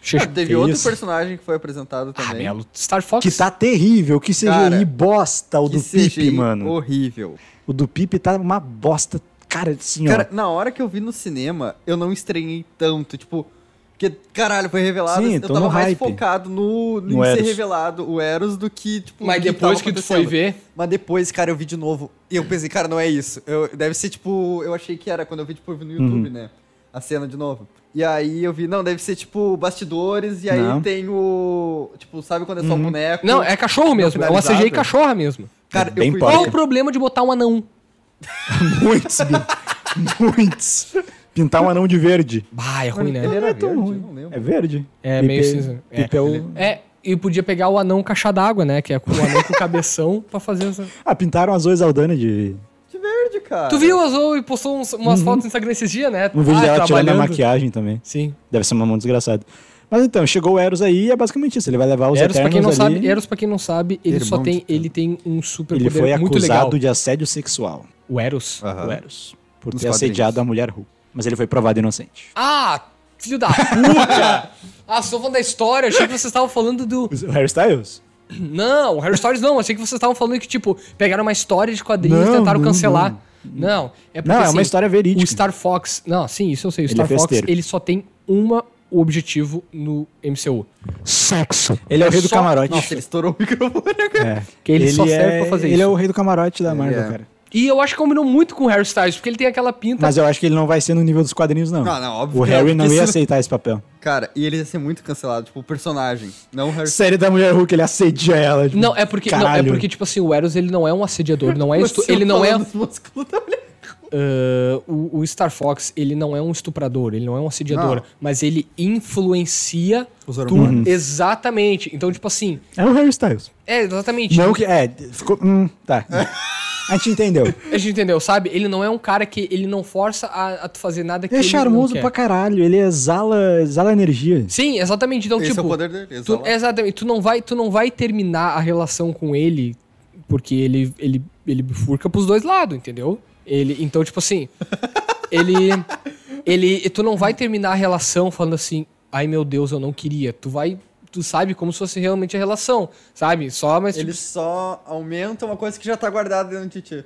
[SPEAKER 3] Che-
[SPEAKER 4] Ah, teve
[SPEAKER 2] que é
[SPEAKER 4] outro
[SPEAKER 2] isso?
[SPEAKER 4] personagem que foi apresentado também.
[SPEAKER 3] Melo. Star Fox.
[SPEAKER 2] que tá terrível, que CGI
[SPEAKER 4] Cara,
[SPEAKER 2] bosta o
[SPEAKER 4] que
[SPEAKER 2] do
[SPEAKER 4] CGI
[SPEAKER 2] Pipe, mano.
[SPEAKER 4] horrível.
[SPEAKER 2] O do Pipe tá uma bosta, cara, assim,
[SPEAKER 4] Cara,
[SPEAKER 2] ó.
[SPEAKER 4] na hora que eu vi no cinema, eu não estranhei tanto, tipo... Porque, caralho, foi revelado,
[SPEAKER 2] Sim,
[SPEAKER 4] eu
[SPEAKER 2] tô
[SPEAKER 4] tava
[SPEAKER 2] no
[SPEAKER 4] mais
[SPEAKER 2] hype.
[SPEAKER 4] focado no, no
[SPEAKER 2] No
[SPEAKER 4] em ser
[SPEAKER 2] Eros.
[SPEAKER 4] revelado o Eros do que, tipo, o
[SPEAKER 3] Mas depois
[SPEAKER 4] tava
[SPEAKER 3] que tu foi
[SPEAKER 4] acontecendo.
[SPEAKER 3] ver.
[SPEAKER 4] Mas depois, cara, eu vi de novo e eu pensei, cara, não é isso. Eu, deve ser tipo. Eu achei que era quando eu vi, tipo,
[SPEAKER 2] Uhum.
[SPEAKER 4] no YouTube, né? A cena de novo. E aí eu vi, não, deve ser tipo bastidores e aí
[SPEAKER 2] Não. Uhum.
[SPEAKER 4] tem o. Tipo, sabe quando é só um boneco?
[SPEAKER 3] Não, é cachorro mesmo. É uma
[SPEAKER 4] finalizado.
[SPEAKER 3] CGI cachorra mesmo.
[SPEAKER 4] Cara,
[SPEAKER 2] É Bem
[SPEAKER 4] eu fui
[SPEAKER 2] porca.
[SPEAKER 3] Qual o
[SPEAKER 4] ver-
[SPEAKER 3] problema de botar um anão?
[SPEAKER 2] Muitos, Bi. muitos. Pintar um anão de verde.
[SPEAKER 3] Bah, é ruim, né?
[SPEAKER 4] Ele era
[SPEAKER 2] é tão
[SPEAKER 4] verde,
[SPEAKER 2] ruim.
[SPEAKER 4] não lembro.
[SPEAKER 2] É verde.
[SPEAKER 3] É
[SPEAKER 2] Pipe-
[SPEAKER 3] meio cinza.
[SPEAKER 2] Pipe é o...
[SPEAKER 3] É, e podia pegar o anão caixa d'água, né? Que é com o anão com cabeção pra fazer essa.
[SPEAKER 2] Ah, pintaram a Zoe Zaldana de...
[SPEAKER 4] É De verde, cara.
[SPEAKER 3] Tu viu a Zoe postou uns- umas fotos no Instagram esses dias, né?
[SPEAKER 2] Uhum. Um vídeo
[SPEAKER 3] Ah,
[SPEAKER 4] é
[SPEAKER 2] dela tirando a
[SPEAKER 3] trabalhando.
[SPEAKER 2] maquiagem também.
[SPEAKER 3] Sim.
[SPEAKER 2] Deve ser uma mão desgraçada. Mas então, chegou o Eros aí e é basicamente isso. Ele vai levar os
[SPEAKER 3] Eros, pra quem não
[SPEAKER 2] Eternos ali.
[SPEAKER 3] sabe, Eros, pra quem não sabe, ele
[SPEAKER 4] Irmão
[SPEAKER 3] só tem.
[SPEAKER 4] de Thanos.
[SPEAKER 3] Ele tem um super
[SPEAKER 2] ele foi
[SPEAKER 3] poder muito legal.
[SPEAKER 2] acusado de assédio sexual.
[SPEAKER 3] O Eros?
[SPEAKER 4] Aham.
[SPEAKER 3] O Eros.
[SPEAKER 2] Por
[SPEAKER 4] Nos
[SPEAKER 2] ter assediado
[SPEAKER 4] quadrinhos.
[SPEAKER 2] a mulher Hulk. Mas ele foi provado inocente.
[SPEAKER 3] Ah! Filho da puta! ah, vocês estão falando da história, achei que vocês estavam falando do.
[SPEAKER 2] O Harry Styles?
[SPEAKER 3] Não, Harry Stories não, achei que vocês estavam falando que, tipo, pegaram uma história de quadrinhos e
[SPEAKER 2] Não,
[SPEAKER 3] tentaram
[SPEAKER 2] não,
[SPEAKER 3] cancelar. Não, é porque.
[SPEAKER 2] Não, é uma
[SPEAKER 3] assim,
[SPEAKER 2] história verídica.
[SPEAKER 3] O Star Fox. Não, sim, isso eu sei. O
[SPEAKER 2] Ele
[SPEAKER 3] Star
[SPEAKER 2] é
[SPEAKER 3] Fox,
[SPEAKER 2] festeiro.
[SPEAKER 3] ele só tem uma objetivo no MCU. Sexo.
[SPEAKER 2] Ele é o rei do
[SPEAKER 3] só-
[SPEAKER 2] camarote.
[SPEAKER 4] Nossa, ele estourou o microfone agora.
[SPEAKER 2] É.
[SPEAKER 3] Que ele só serve pra fazer
[SPEAKER 2] ele
[SPEAKER 3] isso.
[SPEAKER 2] é o rei do camarote da Marvel,
[SPEAKER 4] é.
[SPEAKER 2] cara.
[SPEAKER 3] E eu acho que combinou muito com o Harry Styles, porque ele tem aquela pinta.
[SPEAKER 2] Mas eu acho que ele não vai ser no nível dos quadrinhos, não.
[SPEAKER 4] Não, não, óbvio
[SPEAKER 2] O
[SPEAKER 4] que
[SPEAKER 2] Harry
[SPEAKER 4] é,
[SPEAKER 2] não
[SPEAKER 4] porque
[SPEAKER 2] ia
[SPEAKER 4] se-
[SPEAKER 2] aceitar esse papel.
[SPEAKER 4] Cara, e ele ia ser muito cancelado, tipo, o personagem. Não o Harry
[SPEAKER 2] Série da Mulher Hulk, ele assedia ela. tipo,
[SPEAKER 3] Não, é porque, não, é
[SPEAKER 2] caralho. tá
[SPEAKER 3] porque, tipo assim, o Eros ele não é um assediador, ele não é estu...
[SPEAKER 4] Você
[SPEAKER 3] ele não é. Então,
[SPEAKER 4] falando dos músculos da mulher.
[SPEAKER 3] Ah, o, o Star Fox, ele não é um estuprador, ele não é um assediador,
[SPEAKER 4] Não.
[SPEAKER 3] mas ele influencia
[SPEAKER 4] Os
[SPEAKER 3] tu-
[SPEAKER 2] Uhum.
[SPEAKER 3] Exatamente. Então, tipo assim,
[SPEAKER 2] É o Harry Styles.
[SPEAKER 3] é exatamente.
[SPEAKER 2] Não que... É, ficou... Hum, tá. A gente entendeu.
[SPEAKER 3] A gente entendeu, sabe? Ele não é um cara que ele não força a, a tu fazer nada que
[SPEAKER 2] Ele é
[SPEAKER 3] ele não
[SPEAKER 2] charmoso
[SPEAKER 3] quer.
[SPEAKER 2] pra caralho. Ele exala, exala energia.
[SPEAKER 3] Sim, exatamente. Então,
[SPEAKER 4] Esse
[SPEAKER 3] tipo,
[SPEAKER 4] é o poder dele,
[SPEAKER 3] Tu,
[SPEAKER 4] exalar.
[SPEAKER 3] exatamente. Tu não, vai, tu não vai terminar a relação com ele porque ele, ele, ele bifurca pros dois lados, entendeu? Ele, então, tipo assim, ele, ele. Tu não vai terminar a relação falando assim, ai meu Deus, eu não queria. Tu vai. Tu sabe como se fosse realmente a relação, sabe? Só, mas.
[SPEAKER 4] Ele
[SPEAKER 3] tipo,
[SPEAKER 4] só aumenta uma coisa que já tá guardada dentro de ti.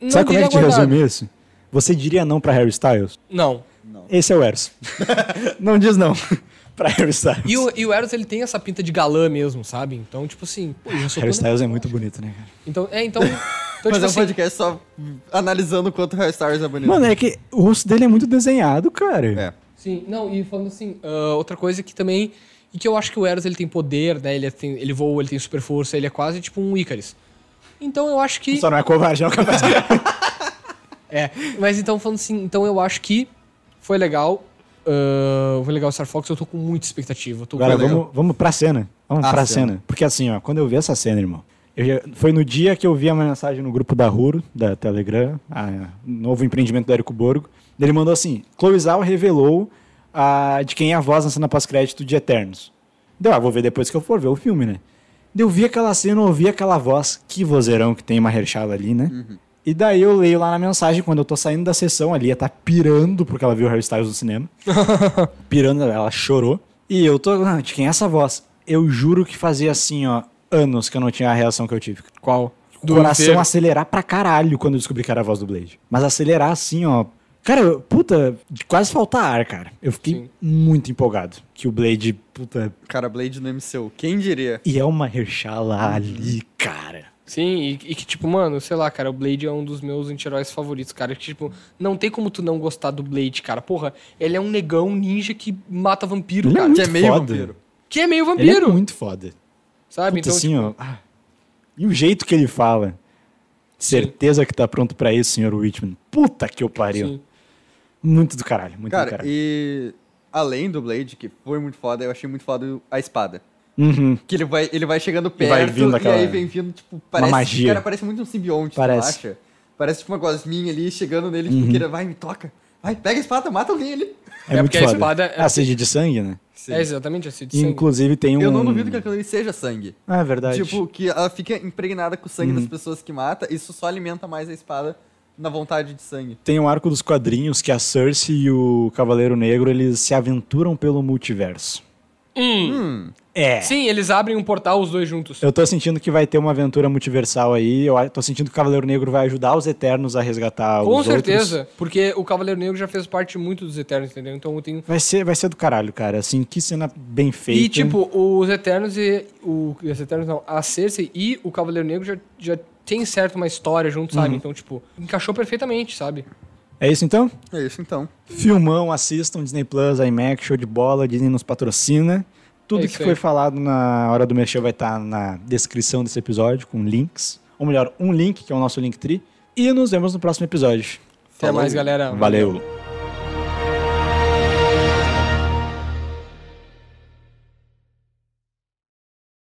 [SPEAKER 3] não
[SPEAKER 2] Sabe como é
[SPEAKER 3] teria
[SPEAKER 2] que te
[SPEAKER 3] guardado.
[SPEAKER 2] resume isso? Você diria não pra Harry Styles?
[SPEAKER 3] Não.
[SPEAKER 2] Esse é o Eros. não diz não pra Harry Styles.
[SPEAKER 3] E o, e o Eros, ele tem essa pinta de galã mesmo, sabe? Então, tipo assim. Pô, eu sou
[SPEAKER 2] Harry
[SPEAKER 3] todo-
[SPEAKER 2] Styles é muito bonito, né, cara?
[SPEAKER 3] Então, é, então. então
[SPEAKER 4] Fazer
[SPEAKER 3] tipo
[SPEAKER 4] um
[SPEAKER 3] assim,
[SPEAKER 4] podcast só analisando o quanto o Harry Styles é bonito.
[SPEAKER 2] Mano, é que o rosto dele é muito desenhado, cara.
[SPEAKER 4] É.
[SPEAKER 3] Sim, não, e falando assim, ah, outra coisa que também. E que eu acho que o Eros ele tem poder, né? Ele, é- tem, ele voa, ele tem super força, ele é quase tipo um Icarus. Então eu acho que.
[SPEAKER 2] Só não é covarde, não é capaz.
[SPEAKER 3] É. Mas então falando assim, então eu acho que foi legal. ah, foi legal o Star Fox, eu tô com muita expectativa. eu tô com-
[SPEAKER 2] Agora
[SPEAKER 4] Foi legal.
[SPEAKER 2] vamos, vamos pra cena. Vamos
[SPEAKER 4] Ah,
[SPEAKER 2] pra
[SPEAKER 4] cena.
[SPEAKER 2] cena. Porque assim, ó, quando eu vi essa cena, irmão, eu já- foi no dia que eu vi uma mensagem no grupo da Ruro, da Telegram, a- novo empreendimento do Érico Borgo. Ele mandou assim: Chloe Zhao revelou a, de quem é a voz na cena pós-crédito de Eternos. Deu, ah, vou ver depois que eu for ver o filme, né? Daí Eu vi aquela cena, ouvi aquela voz, que vozeirão que tem uma rechada ali, né?
[SPEAKER 4] Uhum.
[SPEAKER 2] E daí eu leio lá na mensagem, quando eu tô saindo da sessão, ali ia tá pirando, porque ela viu Harry Styles no cinema pirando, ela chorou. E eu tô, "Ah, de quem é essa voz? Eu juro que fazia assim, ó, anos que eu não tinha a reação que eu tive.
[SPEAKER 3] Qual?
[SPEAKER 2] coração
[SPEAKER 3] inteiro.
[SPEAKER 2] acelerar pra caralho quando eu descobri que era a voz do Blade. Mas acelerar assim, ó, Cara, eu- puta, de quase faltar ar, cara. Eu fiquei
[SPEAKER 3] Sim.
[SPEAKER 2] muito empolgado que o Blade, puta,
[SPEAKER 4] Cara, Blade no MCU, quem diria?
[SPEAKER 2] e é uma Herchala ali, cara.
[SPEAKER 3] Sim, e, e que, tipo, mano, sei lá, cara, o Blade é um dos meus anti-heróis favoritos, cara. Que, tipo, não tem como tu não gostar do Blade, cara. Porra, ele é um negão ninja que mata vampiro,
[SPEAKER 2] Ele é
[SPEAKER 3] cara.
[SPEAKER 2] muito
[SPEAKER 4] Que é meio
[SPEAKER 2] foda.
[SPEAKER 4] vampiro.
[SPEAKER 3] Que é meio
[SPEAKER 2] Ele é
[SPEAKER 3] vampiro,
[SPEAKER 2] muito foda.
[SPEAKER 3] sabe? Então, tipo,
[SPEAKER 2] Puta, assim, ó. ah. E o jeito que ele fala. Certeza que tá pronto pra isso, senhor Whitman. Puta que eu pariu.
[SPEAKER 3] sim.
[SPEAKER 2] Muito do caralho, muito do
[SPEAKER 4] Cara,
[SPEAKER 2] caralho.
[SPEAKER 4] e além do Blade, que foi muito foda, eu achei muito foda a espada.
[SPEAKER 2] Uhum.
[SPEAKER 4] Que ele vai, ele vai chegando perto
[SPEAKER 2] vai vindo aquela-
[SPEAKER 4] e aí vem vindo, tipo, parece.
[SPEAKER 2] magia.
[SPEAKER 4] Cara, parece muito um simbionte, tu
[SPEAKER 2] Parece. Uhum.
[SPEAKER 4] acha? Parece tipo uma gosminha ali chegando nele, tipo, que ele vai, me toca. Vai, pega a espada, mata alguém ali.
[SPEAKER 2] É,
[SPEAKER 3] É
[SPEAKER 2] muito
[SPEAKER 3] porque a
[SPEAKER 2] foda.
[SPEAKER 3] espada é-
[SPEAKER 2] A sede de sangue, né?
[SPEAKER 3] É exatamente assim. de
[SPEAKER 2] E,
[SPEAKER 3] sangue.
[SPEAKER 2] inclusive tem um.
[SPEAKER 4] Eu não duvido que aquilo ali seja sangue.
[SPEAKER 2] Ah, é verdade. Uhum.
[SPEAKER 4] Tipo, que ela fica impregnada com o sangue das pessoas que mata, isso só alimenta mais a espada na vontade de sangue.
[SPEAKER 2] Tem um arco dos quadrinhos que a Cersei e o Cavaleiro Negro eles se aventuram pelo multiverso.
[SPEAKER 3] Hum.
[SPEAKER 2] É.
[SPEAKER 3] Sim, eles abrem um portal os dois juntos.
[SPEAKER 2] Eu tô sentindo que vai ter uma aventura multiversal aí. Eu a- tô sentindo que o Cavaleiro Negro vai ajudar os Eternos a resgatar
[SPEAKER 3] Com
[SPEAKER 2] os
[SPEAKER 3] certeza,
[SPEAKER 2] outros.
[SPEAKER 3] porque o Cavaleiro Negro já fez parte muito dos Eternos, entendeu? Então eu tenho.
[SPEAKER 2] Vai ser, vai ser do caralho, cara. Assim, que cena bem feita.
[SPEAKER 3] E, tipo, os Eternos e. O, os Eternos não, a Cersei e o Cavaleiro Negro já, já tem certo uma história junto,
[SPEAKER 2] Uhum.
[SPEAKER 3] sabe? Então, tipo, encaixou perfeitamente, sabe?
[SPEAKER 2] É isso então?
[SPEAKER 4] É isso então.
[SPEAKER 2] Filmão, assistam Disney Plus, IMAX, show de bola, Disney nos patrocina. Tudo
[SPEAKER 3] É
[SPEAKER 2] que
[SPEAKER 3] isso aí.
[SPEAKER 2] foi falado na hora do mexer vai estar na descrição desse episódio com links, ou melhor, um link que é o nosso link tri. E nos vemos no próximo episódio.
[SPEAKER 3] Até mais, galera.
[SPEAKER 2] Valeu.